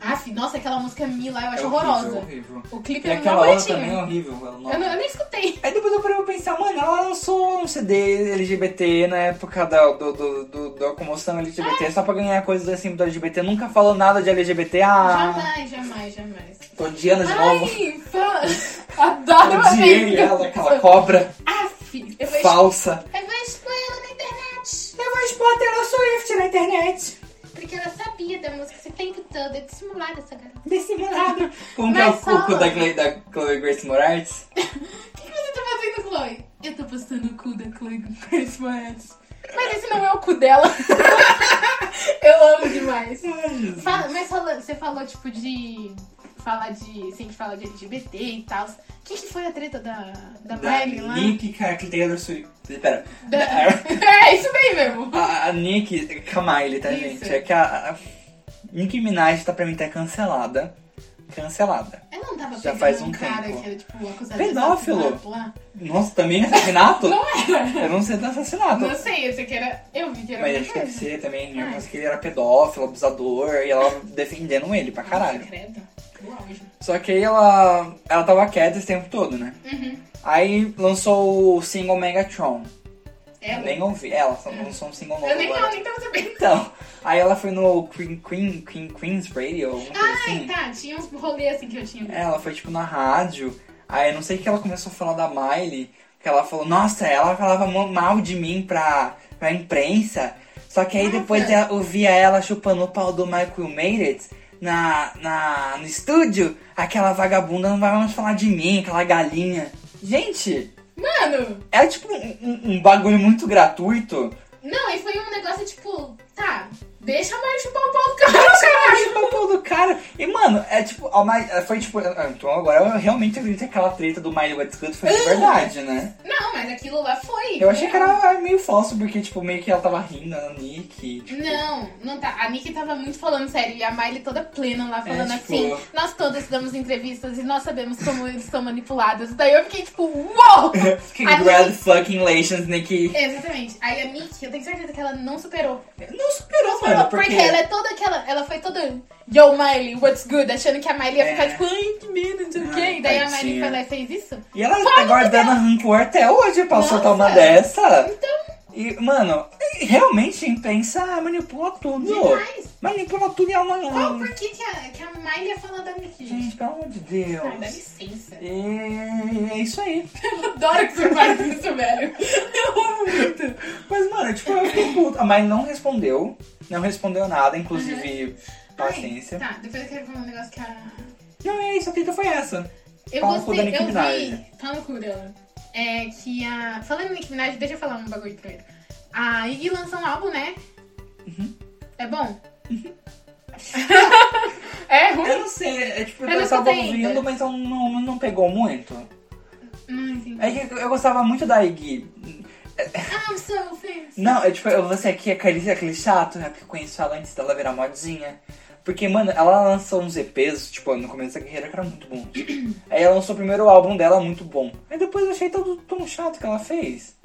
S2: Ah, fi, nossa, aquela música Mila eu acho
S3: É horrível,
S2: horrorosa.
S3: horrível.
S2: O clipe
S3: E
S2: é mó
S3: aquela outra também é
S2: bonitinho.
S3: horrível. Ela não...
S2: Eu, não- eu nem escutei.
S3: Aí depois eu parei pra pensar, mano, ela lançou um CD LGBT na época da, do, do, do- da comoção LGBT só pra ganhar coisas assim do LGBT. Nunca falou nada de LGBT. Ah,
S2: Jamais, jamais, jamais.
S3: tô odiando de novo.
S2: Ai, fã. Adoro a
S3: Odiei ela, aquela cobra
S2: Ah, fi, eu vou,
S3: falsa.
S2: eu vou expor ela na internet.
S3: Eu vou expor a Taylor Swift na internet.
S2: Porque ela sabia da música esse tempo todo. É dissimulada essa garota.
S3: Dissimulado. Como que é o
S2: Mas só-
S3: cuco da, Gle- da Chloe Grace Moretz?
S2: O que, que você tá fazendo, Chloe? Eu tô postando o cu da Chloe com Chris Moretz. Mas esse não é o cu dela. eu amo demais. Fala- mas fala- você falou, tipo, de... Falar de... Sempre fala de LGBT e tal. O que, que foi a treta da, da,
S3: Da
S2: Miley lá?
S3: Nick Carter Taylor Swift. Pera.
S2: Da- é, isso daí mesmo.
S3: A, a Nick Camille, tá,
S2: Isso.
S3: gente? É que a, a Nick Minaj tá pra mim tá cancelada. Cancelada.
S2: Ela não tava
S3: Já
S2: pegando
S3: faz um
S2: cara
S3: tempo.
S2: que era, tipo, acusado
S3: Pedófilo.
S2: de assassinato lá?
S3: Nossa, também é assassinato?
S2: Não era.
S3: Eu não sei do assassinato.
S2: Não sei, eu sei que era... Eu vi que é era
S3: Mas
S2: outra
S3: acho que deve
S2: coisa.
S3: ser também, né?
S2: Ai.
S3: Mas que ele era pedófilo, abusador, e ela defendendo ele pra
S2: Nossa,
S3: caralho.
S2: credo. Do auge.
S3: Só que aí ela, ela tava quieta esse tempo todo, né?
S2: Uhum.
S3: Aí lançou o single Megatron.
S2: Ela.
S3: Nem ouvi. Ela só lançou um single novo
S2: É, Eu nem, eu
S3: agora.
S2: nem tava sabendo.
S3: Então, aí ela foi no Queen, Queen, Queen, Queen's Radio, alguma coisa assim.
S2: Ai, tá, tinha uns rolês assim que eu tinha.
S3: É, Ela foi tipo na rádio, aí eu não sei o que ela começou a falar da Miley, que ela falou, nossa, ela falava mo- mal de mim pra, pra imprensa. Só que aí
S2: Nossa.
S3: depois eu ouvia ela chupando o pau do Michael Meredith na, na, no estúdio, aquela vagabunda não vai mais falar de mim, aquela galinha. Gente,
S2: Mano,
S3: é tipo um, um- um bagulho muito gratuito.
S2: não, e foi um negócio tipo, tá, deixa a Mari chupar o pau do cara.
S3: Ela chupou é o pau do cara. E, mano, é tipo, a Miley- foi tipo. ah, Então agora eu realmente acredito que aquela treta do Miley Wettscut foi
S2: É.
S3: de verdade, né?
S2: Não, mas aquilo lá foi.
S3: Eu achei que
S2: É.
S3: era é, meio falso, porque, tipo, meio que ela tava rindo, a Nick. Tipo,
S2: Não, não tá. A Nick tava muito falando sério e a Miley toda plena lá falando
S3: tipo-
S2: assim: nós todas damos entrevistas e nós sabemos como eles são manipulados. Daí eu fiquei tipo, uou!
S3: Congratulations, Nick.
S2: Exatamente. Aí a Nick, eu tenho certeza que ela não superou.
S3: Não superou,
S2: Não,
S3: mano,
S2: porque
S3: porque.
S2: ela é toda aquela. Ela foi toda. Yo, Miley, what's good? Achando que a Miley ia
S3: É.
S2: ficar tipo, ai, que medo, não sei o quê.
S3: Ai,
S2: E daí a Miley
S3: tadinha.
S2: foi lá e fez isso.
S3: E ela tá guardando rancor até hoje
S2: né?
S3: pra
S2: Nossa.
S3: soltar uma dessa.
S2: Então,
S3: E, mano, realmente a imprensa manipula tudo.
S2: demais.
S3: Manipula tudo e ela
S2: Qual,
S3: não. é um-
S2: por que, que, a, que a Miley ia falar da Nick, gente?
S3: Gente, pelo amor de
S2: Ai, dá
S3: Deus.
S2: licença.
S3: E é isso aí.
S2: Eu adoro que você faz isso, velho. Eu amo muito.
S3: Mas, mano, tipo, eu fiquei puto. A Miley não respondeu. Não respondeu nada, inclusive,
S2: Uhum.
S3: paciência.
S2: Ai, tá, depois eu quero falar um negócio que a.
S3: Não, é isso, a treta foi essa.
S2: Eu
S3: Pau no cu da
S2: gostei,
S3: Nicki
S2: eu
S3: Minaj. né?
S2: vi. Pau no cu dela. É que a. Falando em Nicki Minaj, deixa eu falar um bagulho primeiro. A Iggy lançou um álbum, né?
S3: Uhum.
S2: É bom? é ruim?
S3: Eu não sei, Uhum. é tipo,
S2: Eu
S3: eu,
S2: não
S3: estava
S2: escutei ainda.
S3: ouvindo, mas eu não, não pegou muito.
S2: Não entendi. Ah,
S3: É que eu gostava muito da Iggy.
S2: I'm so fancy.
S3: Não, é tipo, eu- você aqui é aquele, aquele chato, é porque eu conheço ela antes dela virar modinha. Porque, mano, ela lançou uns EPs, tipo, no começo da carreira que era muito bom. Aí ela lançou o primeiro álbum dela muito bom. Aí depois eu achei todo tão chato que ela fez.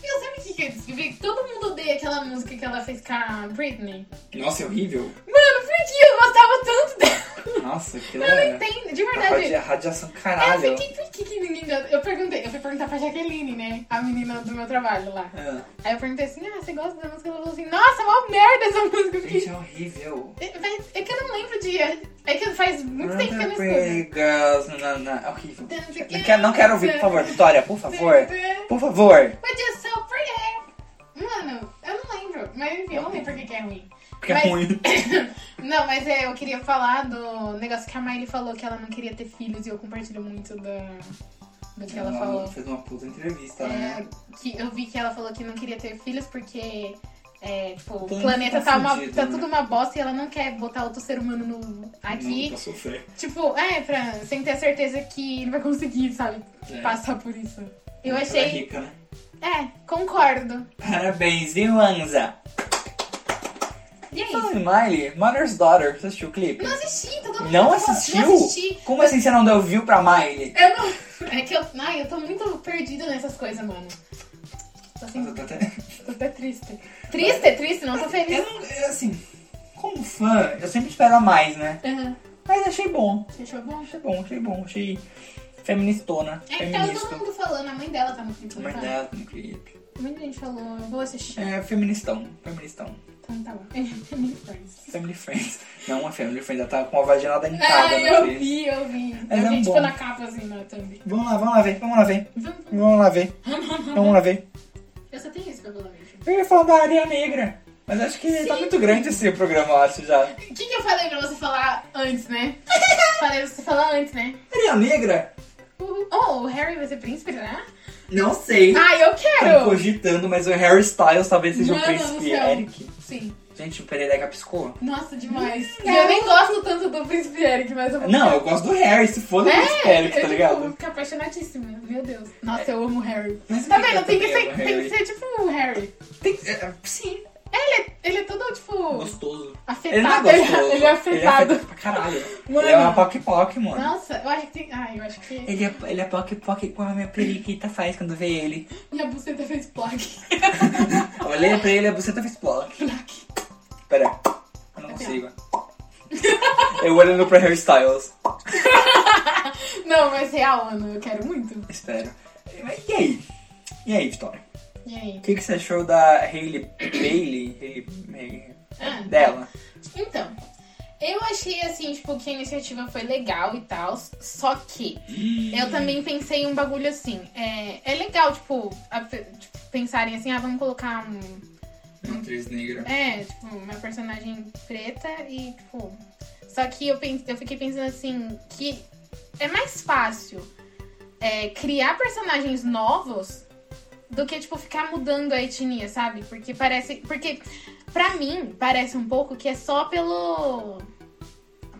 S2: Eu sabe o que que eu descobri? Todo mundo odeia aquela música que ela fez com a Britney.
S3: Nossa, é horrível.
S2: Mano, por que eu gostava tanto dela?
S3: Nossa, que
S2: Eu não
S3: louco.
S2: entendo, de verdade.
S3: Radia, radiação
S2: Eu
S3: caralho.
S2: fiquei, por que, que ninguém gosta? Eu perguntei, eu fui perguntar pra Jaqueline, né? A menina do meu trabalho lá.
S3: Ah,
S2: Aí eu perguntei assim, ah, você gosta da música? Ela falou assim, nossa, mó merda essa música. Eu
S3: gente,
S2: fiquei,
S3: é horrível.
S2: É, mas é que eu não lembro de. É que faz muito tempo que eu não escuto.
S3: Pretty girls, na, na, é horrível.
S2: Não sei o que.
S3: Não quero, não quero ouvir, por favor, Vitória, por favor.
S2: But
S3: Por favor.
S2: you're so pretty. Mano, eu não lembro. Mas enfim, eu não lembro porque que é ruim.
S3: Porque é ruim.
S2: Não, mas é, eu queria falar do negócio que a Miley falou que ela não queria ter filhos e eu compartilho muito da, do que
S3: Ah,
S2: ela, falou.
S3: fez uma puta entrevista,
S2: É,
S3: né?
S2: que eu vi que ela falou que não queria ter filhos porque é, tipo, o
S3: Tem-
S2: planeta
S3: tá
S2: tá, uma-
S3: fudido,
S2: tá
S3: né?
S2: tudo uma bosta e ela não quer botar outro ser humano no- aqui.
S3: Não, tá. pra sofrer.
S2: Tipo, é, pra, sem ter a certeza que ele vai conseguir, sabe?
S3: É.
S2: Passar por isso. Eu
S3: Ela é
S2: achei.
S3: rica, né?
S2: É, concordo.
S3: Parabéns, viu, Anza?
S2: E é isso.
S3: Falando em Miley, Mother's Daughter, você assistiu o clipe?
S2: Não assisti, tá todo mundo
S3: Não
S2: falou-
S3: assistiu?
S2: Não assisti.
S3: Como assim você não deu view pra Miley?
S2: Eu não. É que eu. Ai, eu tô muito perdida nessas coisas, mano. Tô, assim,
S3: Nossa, eu tô até-
S2: tô até triste. Triste, triste, não tô feliz.
S3: Eu não, eu, assim, como fã, eu sempre esperava mais, né?
S2: Aham.
S3: Mas achei bom,
S2: Você achou bom?
S3: achei bom, achei bom, achei feministona,
S2: É que tava todo
S3: feminista.
S2: mundo falando, a mãe dela tá muito
S3: Mas
S2: inclinada.
S3: dela no clipe.
S2: Muita gente falou, eu vou assistir.
S3: É feministão, feministão.
S2: Então tá bom. Ai,
S3: Family Friends. Não, a Family Friends, ela tava com uma vagina dentada né, no
S2: Ah, eu
S3: clipe.
S2: vi, eu vi.
S3: Era
S2: eu vi, tipo,
S3: É bom.
S2: na capa assim, na thumb.
S3: Vamos lá, vamos lá ver, vamos lá ver,
S2: Vamos-
S3: vamos lá ver, vamos lá ver.
S2: Eu só tenho isso pra falar, gente.
S3: Eu ia falar da área negra, mas acho que tá
S2: Sim.
S3: muito grande esse programa, eu acho já.
S2: O que, que eu falei pra você falar antes, né? falei pra você falar antes, né?
S3: Área negra?
S2: Uhul. Oh, o Harry vai ser príncipe, né?
S3: Não sei.
S2: Ah, eu
S3: Tô
S2: quero!
S3: cogitando, mas o Harry Styles talvez seja o
S2: Mano do
S3: príncipe
S2: céu.
S3: Eric.
S2: Sim.
S3: Gente, o Perereca piscou.
S2: Nossa, demais. E eu nem gosto tanto do príncipe Eric, mas eu vou
S3: Hum, Não, eu gosto do Harry, se foda
S2: É,
S3: do príncipe Eric,
S2: eu,
S3: tá
S2: tipo, vou
S3: ligado? É.
S2: ficar apaixonadíssima, meu Deus. Nossa, eu amo o Harry.
S3: Mas
S2: Tá
S3: por que
S2: vendo?
S3: eu
S2: Tem que,
S3: também
S2: ser,
S3: amo o
S2: tem que
S3: Harry?
S2: ser tipo o Harry.
S3: Tem- é, sim,
S2: Ele, ele é todo, tipo,
S3: gostoso. Ele não é
S2: afetado. Ele,
S3: gostoso.
S2: ele é afetado.
S3: pra caralho.
S2: Mano.
S3: Ele é uma poc-poc, mano.
S2: Nossa, eu acho que tem. Ai, eu acho que.
S3: Ele é, ele é poc-poc igual a minha periquita faz quando vê ele.
S2: Minha buceta fez plug.
S3: Olhei pra ele, a buceta fez ploc. Pera, eu não
S2: Tá
S3: consigo. Eu olhando pra Harry Styles.
S2: Não, mas real, mano, eu quero muito.
S3: Espero. E aí? E aí, Vitória?
S2: E aí?
S3: O que, que você achou da Hailey Bailey? Hailey, Hailey-
S2: Ah,
S3: dela?
S2: Então, eu achei assim, tipo, que a iniciativa foi legal e tal, só que eu também pensei um bagulho assim. É, é legal, tipo, a pe- tipo, pensarem assim, ah, vamos colocar um.
S3: Uma atriz negra.
S2: É, tipo, uma personagem preta e, tipo. Só que eu, pense, eu fiquei pensando assim, que é mais fácil é, criar personagens novos do que, tipo, ficar mudando a etnia, sabe? Porque parece. Porque, pra mim, parece um pouco que é só pelo.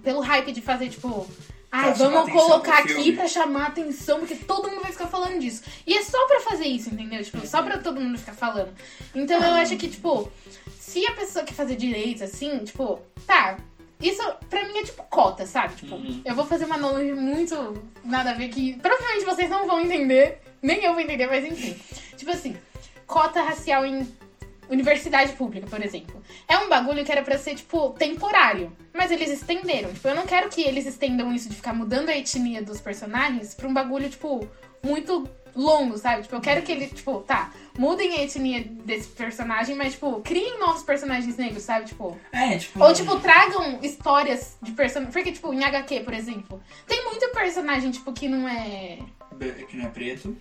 S2: pelo hype de fazer, tipo. Ai,
S3: Pra chamar
S2: vamos
S3: atenção
S2: colocar
S3: pro
S2: aqui
S3: filme."
S2: pra chamar atenção, porque todo mundo vai ficar falando disso. E é só pra fazer isso, entendeu? Tipo, só pra todo mundo ficar falando. Então eu acho que, tipo, se a pessoa quer fazer direito, assim, tipo, tá. Isso pra mim é tipo cota, sabe? Tipo,
S3: Uhum.
S2: eu vou fazer uma analogia muito nada a ver que provavelmente vocês não vão entender, nem eu vou entender, mas enfim. Tipo assim, cota racial em universidade pública, por exemplo. É um bagulho que era pra ser, tipo, temporário. Mas eles estenderam. Tipo, eu não quero que eles estendam isso de ficar mudando a etnia dos personagens pra um bagulho, tipo, muito longo, sabe? Tipo, eu quero que eles, tipo, tá, mudem a etnia desse personagem, mas, tipo, criem novos personagens negros, sabe? Tipo.
S3: É, tipo.
S2: Ou, tipo, tragam histórias de personagens. Porque, tipo, em HQ, por exemplo, tem muito personagem, tipo, que não é.
S3: Que não é preto.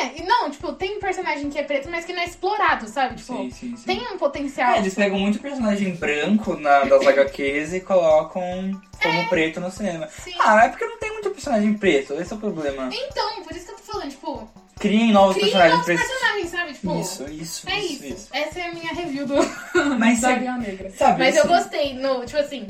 S2: É, e não, tipo, tem personagem que é preto, mas que não é explorado, sabe? Tipo,
S3: sim, sim, sim.
S2: tem um potencial.
S3: É, eles pegam muito personagem branco na, das HQs e colocam como
S2: É.
S3: preto no cinema.
S2: Sim.
S3: Ah, mas é porque não tem muito personagem preto, esse é o problema.
S2: Então, por isso que eu tô falando, tipo,
S3: Criem novos
S2: criem
S3: personagens
S2: novos
S3: pretos.
S2: personagens, sabe? Tipo,
S3: Isso, isso,
S2: é
S3: isso,
S2: isso.
S3: isso.
S2: Essa é a minha review do
S3: Mas
S2: da
S3: você-
S2: Ariana Negra.
S3: Sabe,
S2: Mas eu
S3: assim,
S2: gostei, no, tipo assim,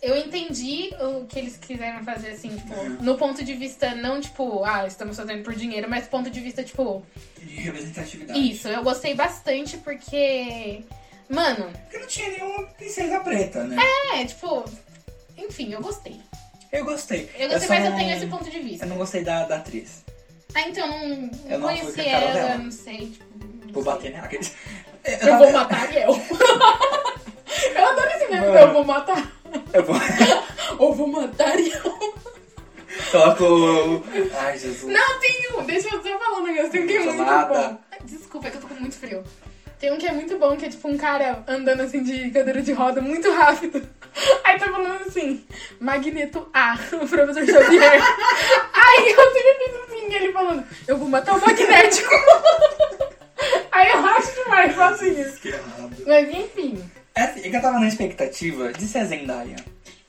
S2: eu entendi o que eles quiseram fazer, assim, tipo,
S3: Uhum.
S2: no ponto de vista, não, tipo, ah, estamos fazendo por dinheiro, mas ponto de vista, tipo,
S3: De representatividade.
S2: Isso, eu gostei bastante porque. Mano,
S3: Porque não tinha nenhuma princesa preta, né?
S2: é, tipo. Enfim, eu gostei.
S3: Eu gostei.
S2: É. Eu gostei,
S3: só
S2: mas eu
S3: não- é-
S2: tenho esse ponto de
S3: Eu
S2: vista.
S3: não gostei da, da atriz.
S2: Ah, então não, não
S3: Eu não fui
S2: conheci
S3: com a cara
S2: ela,
S3: dela.
S2: não sei, tipo. não
S3: Vou
S2: sei.
S3: bater nela. aqueles- Eu,
S2: Eu
S3: tava-
S2: vou matar a Ariel. eu adoro esse meme,
S3: Mano.
S2: eu vou matar.
S3: Eu vou.
S2: Ou vou matar a Ariel.
S3: Coloco. o- Ai, Jesus.
S2: Não, tem um, deixa eu só falar um negócio, tem um que é muito
S3: Isolada.
S2: bom. Desculpa, é que eu tô com muito frio. Tem um que é muito bom, que é tipo um cara andando assim de cadeira de roda muito rápido. Aí tá falando assim, Magneto A, o professor Xavier. Aí eu sempre fiz assim, ele falando, eu vou matar o magnético. Aí eu acho demais, faço isso.
S3: Que errado.
S2: Mas enfim,
S3: É assim, é que eu tava na expectativa de ser a Zendaya.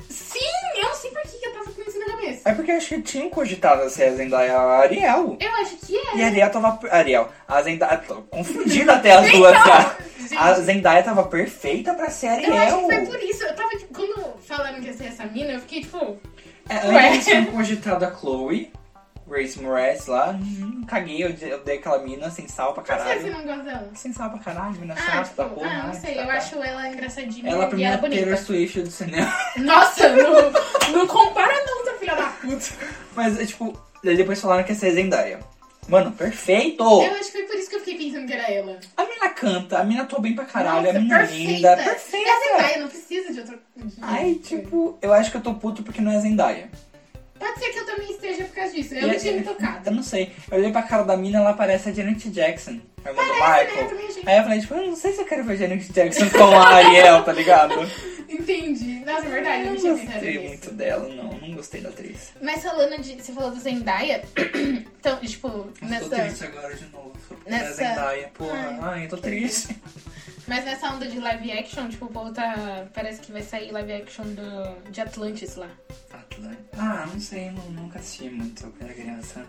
S2: Sim, eu não sei por que que eu tava com isso na cabeça.
S3: É porque eu acho que tinha cogitado ser a Zendaya a Ariel.
S2: Eu acho que é.
S3: E a Ariel tava. Ariel, a Zendaya. Tô confundindo até as duas, cara.
S2: Então, gente,
S3: A Zendaya tava perfeita pra ser a Ariel.
S2: eu acho que foi por isso. Eu tava, tipo, quando falaram que ia ser essa mina, eu fiquei tipo.
S3: É,
S2: Ué.
S3: antes tinha cogitado a Chloe, Grace Moretz lá. Hum, Caguei, eu de- eu dei aquela mina sem sal pra
S2: Por que
S3: caralho.
S2: você não gosta dela?
S3: Sem sal pra caralho, mina
S2: Ah,
S3: chata
S2: tipo,
S3: da porra.
S2: ah, não
S3: né,
S2: sei,
S3: tá,
S2: eu
S3: tá.
S2: acho ela engraçadinha
S3: Ela é a
S2: e ela
S3: primeira
S2: bonita.
S3: Taylor Swift do cinema.
S2: Nossa, não, não compara não, tá filha da puta.
S3: Mas, é, tipo, daí depois falaram que ia ser a Zendaya. Mano, perfeito!
S2: Eu acho que foi por isso que eu fiquei pensando que era ela.
S3: A mina canta, a mina atua bem pra caralho,
S2: Nossa,
S3: a mina é
S2: perfeita.
S3: linda,
S2: E a
S3: perfeita!
S2: Zendaya não precisa de né? outra... de-
S3: é. Ai, tipo, eu acho que eu tô puto porque não é a Zendaya.
S2: Pode ser que eu também esteja por causa disso. Eu não
S3: E- é
S2: tinha me tocado.
S3: Eu não sei. Eu olhei pra cara da mina, ela parece a Janet Jackson, a irmã
S2: Parece,
S3: do
S2: né? Eu
S3: Michael.
S2: também achei.
S3: Aí eu falei, tipo, eu não sei se eu quero ver a Janet Jackson com a Ariel, tá ligado?
S2: Entendi. Nossa, é verdade, eu
S3: eu
S2: não
S3: não
S2: tinha pensado
S3: gostei
S2: nisso.
S3: muito dela, não. Não gostei da atriz.
S2: Mas falando de... Você falou do Zendaya. Então, tipo,
S3: Tô
S2: nessa...
S3: triste agora de novo. Só porque
S2: Nessa-
S3: é Zendaya, porra.
S2: Ai.
S3: Ai, eu tô triste.
S2: Mas nessa onda de live action, tipo, o povo tá... Parece que vai sair live action do... de Atlantis lá.
S3: Atlanta. Ah, não sei, não, nunca assisti muito quando era criança.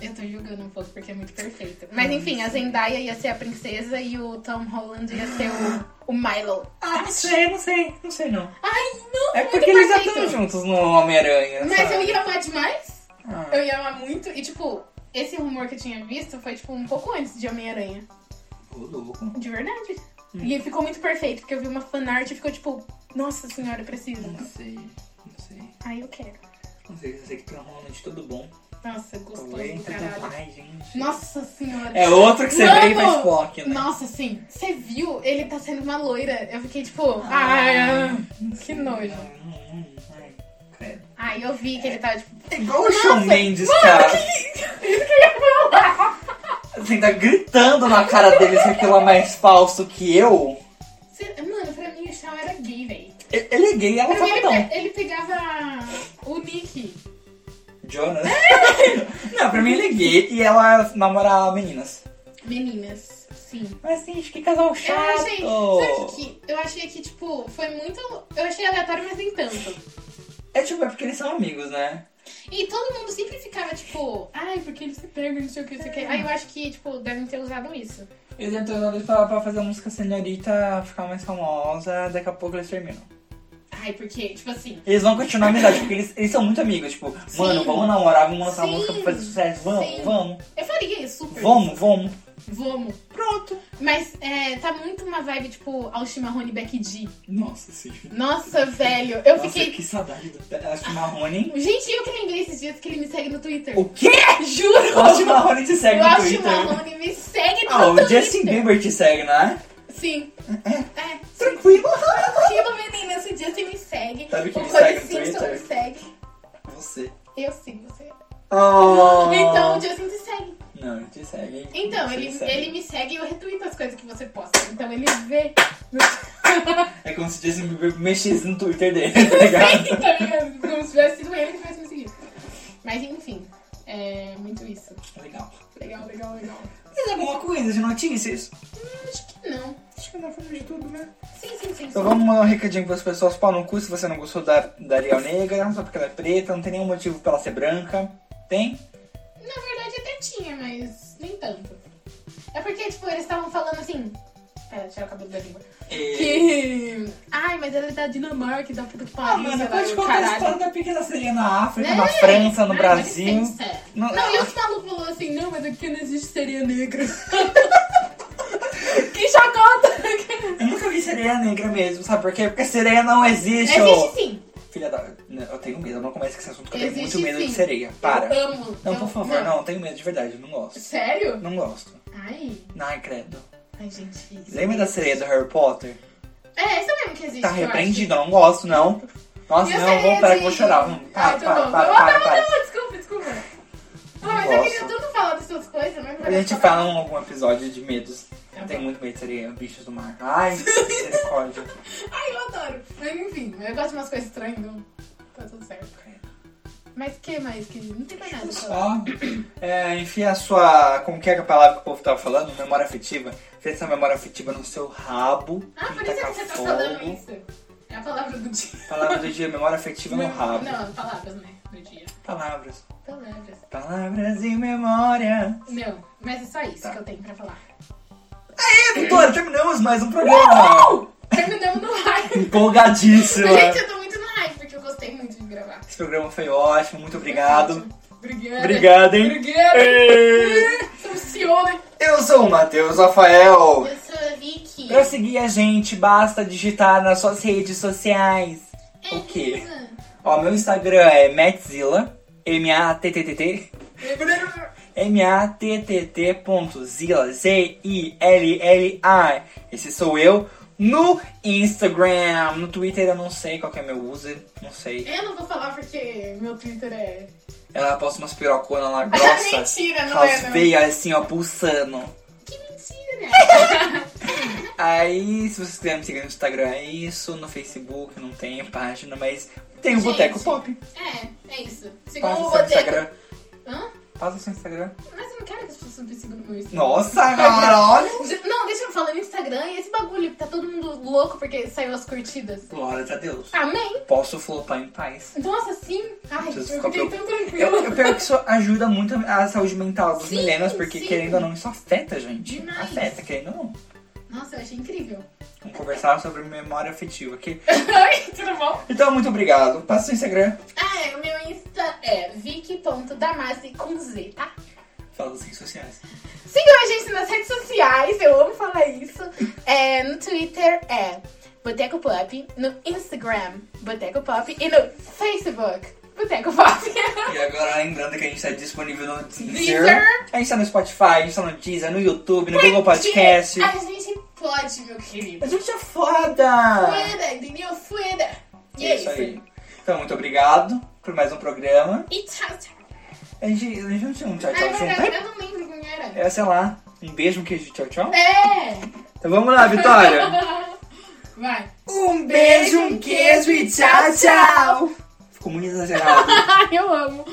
S2: Eu tô julgando um pouco porque é muito perfeito. Mas enfim,
S3: é
S2: a Zendaya ia ser a princesa e o Tom Holland ia ser o, o Milo.
S3: Ah, não sei, não sei, não sei não.
S2: Ai, não!
S3: É
S2: muito
S3: porque eles já
S2: perfeito.
S3: estão juntos no Homem-Aranha.
S2: Mas
S3: sabe?
S2: eu ia amar demais.
S3: Ah.
S2: Eu ia amar muito. E tipo, esse rumor que eu tinha visto foi tipo um pouco antes de Homem-Aranha.
S3: Ô, louco.
S2: De verdade.
S3: Hum.
S2: E ficou muito perfeito, porque eu vi uma fanart e ficou tipo, nossa senhora, eu preciso.
S3: Não sei, não sei.
S2: Ai, eu quero.
S3: Não sei, eu sei que tem um Ronald todo bom.
S2: Nossa, gostoso
S3: Oi,
S2: do
S3: tudo
S2: caralho.
S3: bem, gente.
S2: Nossa senhora.
S3: né? É outro que você
S2: Mano!
S3: veio pra Spock, né?
S2: Nossa, sim. Você viu? Ele tá sendo uma loira. Eu fiquei tipo, ai,
S3: Ai,
S2: ah,
S3: não
S2: que
S3: sei.
S2: nojo.
S3: Ai, ai, credo.
S2: Ai, eu vi que ele tava tipo.
S3: É igual o
S2: Nossa,
S3: Shawn Mendes, cara.
S2: Isso que eu ia falar.
S3: Assim, tá gritando na cara dele se aquilo é mais falso que eu.
S2: Cê- Mano, pra mim o Shawn era gay, velho.
S3: E- Ele é gay e ela
S2: Pra
S3: é
S2: mim ele,
S3: sapatão.
S2: pe- ele pegava o Nick.
S3: Jonas. né? Não, pra mim ele é gay e ela namora meninas.
S2: Meninas, sim.
S3: Mas assim, acho que casal
S2: Eu
S3: chato.
S2: achei. Sabe o que? que- Eu achei que, tipo, foi muito. Eu achei aleatório, mas nem tanto.
S3: É tipo, é porque eles são amigos, né?
S2: E todo mundo sempre ficava, tipo, ai, porque ele se pega, não sei o que, não sei o que. Aí eu acho que, tipo, devem ter usado isso.
S3: Eles entram lá pra, pra fazer a música senhorita ficar mais famosa, daqui a pouco eles terminam.
S2: Ai, porque, tipo assim,
S3: Eles vão continuar a amizade, porque eles, eles são muito amigos, tipo,
S2: Sim.
S3: mano, vamos namorar, vamos lançar
S2: Sim.
S3: música pra fazer sucesso, vamos,
S2: Sim.
S3: vamos,
S2: eu faria isso super.
S3: vamos, vamos.
S2: Vamos.
S3: Pronto.
S2: Mas é, tá muito uma vibe, tipo, ao Chimarrone Beck D.
S3: Nossa, sim.
S2: Nossa, velho, eu
S3: Nossa,
S2: fiquei.
S3: que saudade do Acho que Marrone.
S2: Gente, eu que lembrei esses dias que ele me segue no Twitter.
S3: O quê?
S2: Juro!
S3: O Austin Marrone te segue
S2: O
S3: no
S2: Austin
S3: Twitter.
S2: Marrone me segue no
S3: Ah, o
S2: Twitter.
S3: Justin Bieber te segue, né?
S2: Sim. É.
S3: Tranquilo.
S2: Tilo, menina, esse dia você me segue.
S3: Sabe quem
S2: o
S3: me
S2: Cody
S3: segue no
S2: Simpson me
S3: Twitter? Ah.
S2: segue.
S3: Você.
S2: Eu sigo você.
S3: Oh.
S2: Então o Justin te segue.
S3: Não, ele te segue. hein?
S2: Então,
S3: Você
S2: ele,
S3: segue.
S2: ele me segue e eu retuito as coisas que você posta. Então ele vê.
S3: É como se o Justin Bieber mexesse no Twitter dele, tá ligado?
S2: Então, é como se tivesse sido ele que tivesse me seguido. Mas enfim, é muito isso.
S3: Legal.
S2: Legal, legal, legal.
S3: Tem alguma coisa de notícias?
S2: Hum, acho que não.
S3: Acho que não foi de tudo, né?
S2: Sim, sim, sim.
S3: Então
S2: sim.
S3: vamos mandar um recadinho para as pessoas. Pau no cu se você não gostou da, da Ariel Negra, só porque ela é preta, não tem nenhum motivo pra ela ser branca. Tem?
S2: Na verdade até tinha, mas nem tanto. É porque, tipo, eles estavam falando assim. Pera, tirar o cabelo da língua. Que. Ai, mas ela é da Dinamarca, da puta que pariu.
S3: É. Ah, mano,
S2: sei lá,
S3: pode
S2: e o
S3: contar a
S2: caralho.
S3: história da pequena sereia na África,
S2: É.
S3: na França, no
S2: Ai,
S3: Brasil.
S2: dá licença.
S3: Não-
S2: Não, e os malucos falou assim, não, mas aqui não existe sereia negra. que chacota!
S3: Eu nunca vi sereia negra mesmo, sabe por quê? Porque sereia não existe,
S2: Existe
S3: ô.
S2: sim.
S3: Filha da. né, Eu tenho medo, eu não começo com esse assunto, que eu tenho
S2: Existe
S3: muito medo
S2: sim.
S3: de sereia. Para.
S2: Eu amo.
S3: Não,
S2: Eu-
S3: por favor, não, eu tenho medo de verdade, eu não gosto.
S2: Sério?
S3: Não gosto.
S2: Ai,
S3: Ai, credo.
S2: ai, gente. isso.
S3: Lembra da sereia do Harry Potter?
S2: É, essa mesmo que existe.
S3: Tá
S2: eu acho.
S3: repreendido, eu não gosto, não. Nossa,
S2: Eu
S3: não,
S2: seria
S3: vou, pera que
S2: de-
S3: eu vou chorar. Não,
S2: Ah,
S3: Para,
S2: tá
S3: para,
S2: bom.
S3: para,
S2: Não,
S3: para,
S2: não,
S3: para.
S2: não, desculpa, desculpa. Ah, mas
S3: Não
S2: eu queria
S3: gosto.
S2: tanto falar dessas coisas, mas
S3: A gente fala em algum episódio de medos.
S2: Tá
S3: Eu tenho
S2: bom.
S3: muito medo de sereia, bichos do mar. Ai, misericórdia.
S2: Ai, eu adoro. Mas enfim, eu gosto de umas coisas estranhas, então tá tudo certo. Mas o que mais, querido? Não tem mais nada. pra falar.
S3: Só, é, enfia a sua, como que é que a palavra que o povo tava falando? Memória afetiva. Fez essa memória afetiva no seu rabo
S2: Ah,
S3: e
S2: por isso que
S3: taca
S2: você tá
S3: fogo.
S2: falando isso. É a palavra do dia.
S3: Palavra do dia, memória afetiva no rabo.
S2: Não, palavras, né? Do dia.
S3: Palavras.
S2: Palavras.
S3: Palavras e memória.
S2: Não, mas é só isso
S3: Tá.
S2: que eu tenho pra falar.
S3: Aê,
S2: Uhum.
S3: doutora, terminamos mais um programa.
S2: Terminamos no hype.
S3: Empolgadíssima.
S2: Gente, eu tô muito no hype porque eu gostei muito de gravar.
S3: Esse programa foi ótimo, muito obrigado.
S2: Obrigada.
S3: Obrigado, hein?
S2: Obrigada.
S3: Ei.
S2: Sou ciúme.
S3: Eu sou o Matheus Rafael.
S2: Eu sou a Vicky.
S3: Pra seguir a gente, basta digitar nas suas redes sociais.
S2: É
S3: O quê? Ó, meu Instagram é Matzilla, M-A-T-T-T-T, M-A-T-T-T.Zilla, Z-I-L-L-A. Esse sou eu no Instagram. No Twitter eu não sei qual que é meu user, não sei.
S2: Eu não vou falar porque meu Twitter é.
S3: Ela posta umas piroconas lá grossas,
S2: mentira, não é?
S3: aquelas
S2: Não.
S3: veias assim, ó, pulsando.
S2: Que mentira, né?
S3: Aí, se vocês quiserem me seguir no Instagram, é isso. No Facebook não tem página, mas tem o
S2: Gente.
S3: Boteco Pop.
S2: é, é isso.
S3: Passa
S2: Segundo
S3: o
S2: o
S3: seu
S2: Boteco.
S3: Instagram.
S2: Hã?
S3: Passa o seu Instagram.
S2: Mas eu não quero que as pessoas me sigam no Instagram.
S3: Nossa, cara, olha.
S2: Gente, Não, deixa eu falar no Instagram e esse bagulho que tá todo mundo louco porque saiu as curtidas.
S3: Glória a Deus.
S2: Amém?
S3: Posso flopar em paz.
S2: Nossa, sim. Ai,
S3: Preciso
S2: eu
S3: ficar
S2: fiquei
S3: preocup-
S2: tão
S3: Eu,
S2: tranquila.
S3: eu pior que isso ajuda muito a saúde mental dos
S2: Sim,
S3: milênios, porque
S2: sim.
S3: querendo ou não, isso afeta, gente.
S2: Demais.
S3: Afeta, querendo ou não.
S2: Nossa, eu achei incrível.
S3: Vamos conversar sobre memória afetiva, ok?
S2: Ai, tudo bom?
S3: Então, muito obrigado. Passa o Instagram.
S2: Ah, o meu Insta é vic.damasi com Z, tá?
S3: Fala das redes sociais.
S2: Sigam a gente nas redes sociais, eu amo falar isso. É, no Twitter é Boteco Pop, no Instagram Boteco Pop e no Facebook Boteco Pop.
S3: E agora, lembrando que a gente está disponível no Deezer.
S2: Deezer.
S3: A gente tá no Spotify, a gente tá no Deezer, no YouTube, no Google Podcast.
S2: A gente pode, meu querido.
S3: A gente é foda!
S2: Fueda, entendeu? Fueda. E
S3: É
S2: é
S3: isso aí.
S2: isso.
S3: Então, muito obrigado por mais um programa.
S2: E tchau, tchau.
S3: A gente, a gente não tinha um tchau
S2: Ah, é
S3: tchau junto,
S2: verdade,
S3: né?
S2: eu não lembro quem era.
S3: É, sei lá, um beijo, um queijo, tchau tchau.
S2: É!
S3: Então vamos lá, Vitória!
S2: Vai.
S3: um beijo, um queijo e tchau tchau! Ficou muito exagerado.
S2: Ai, eu amo.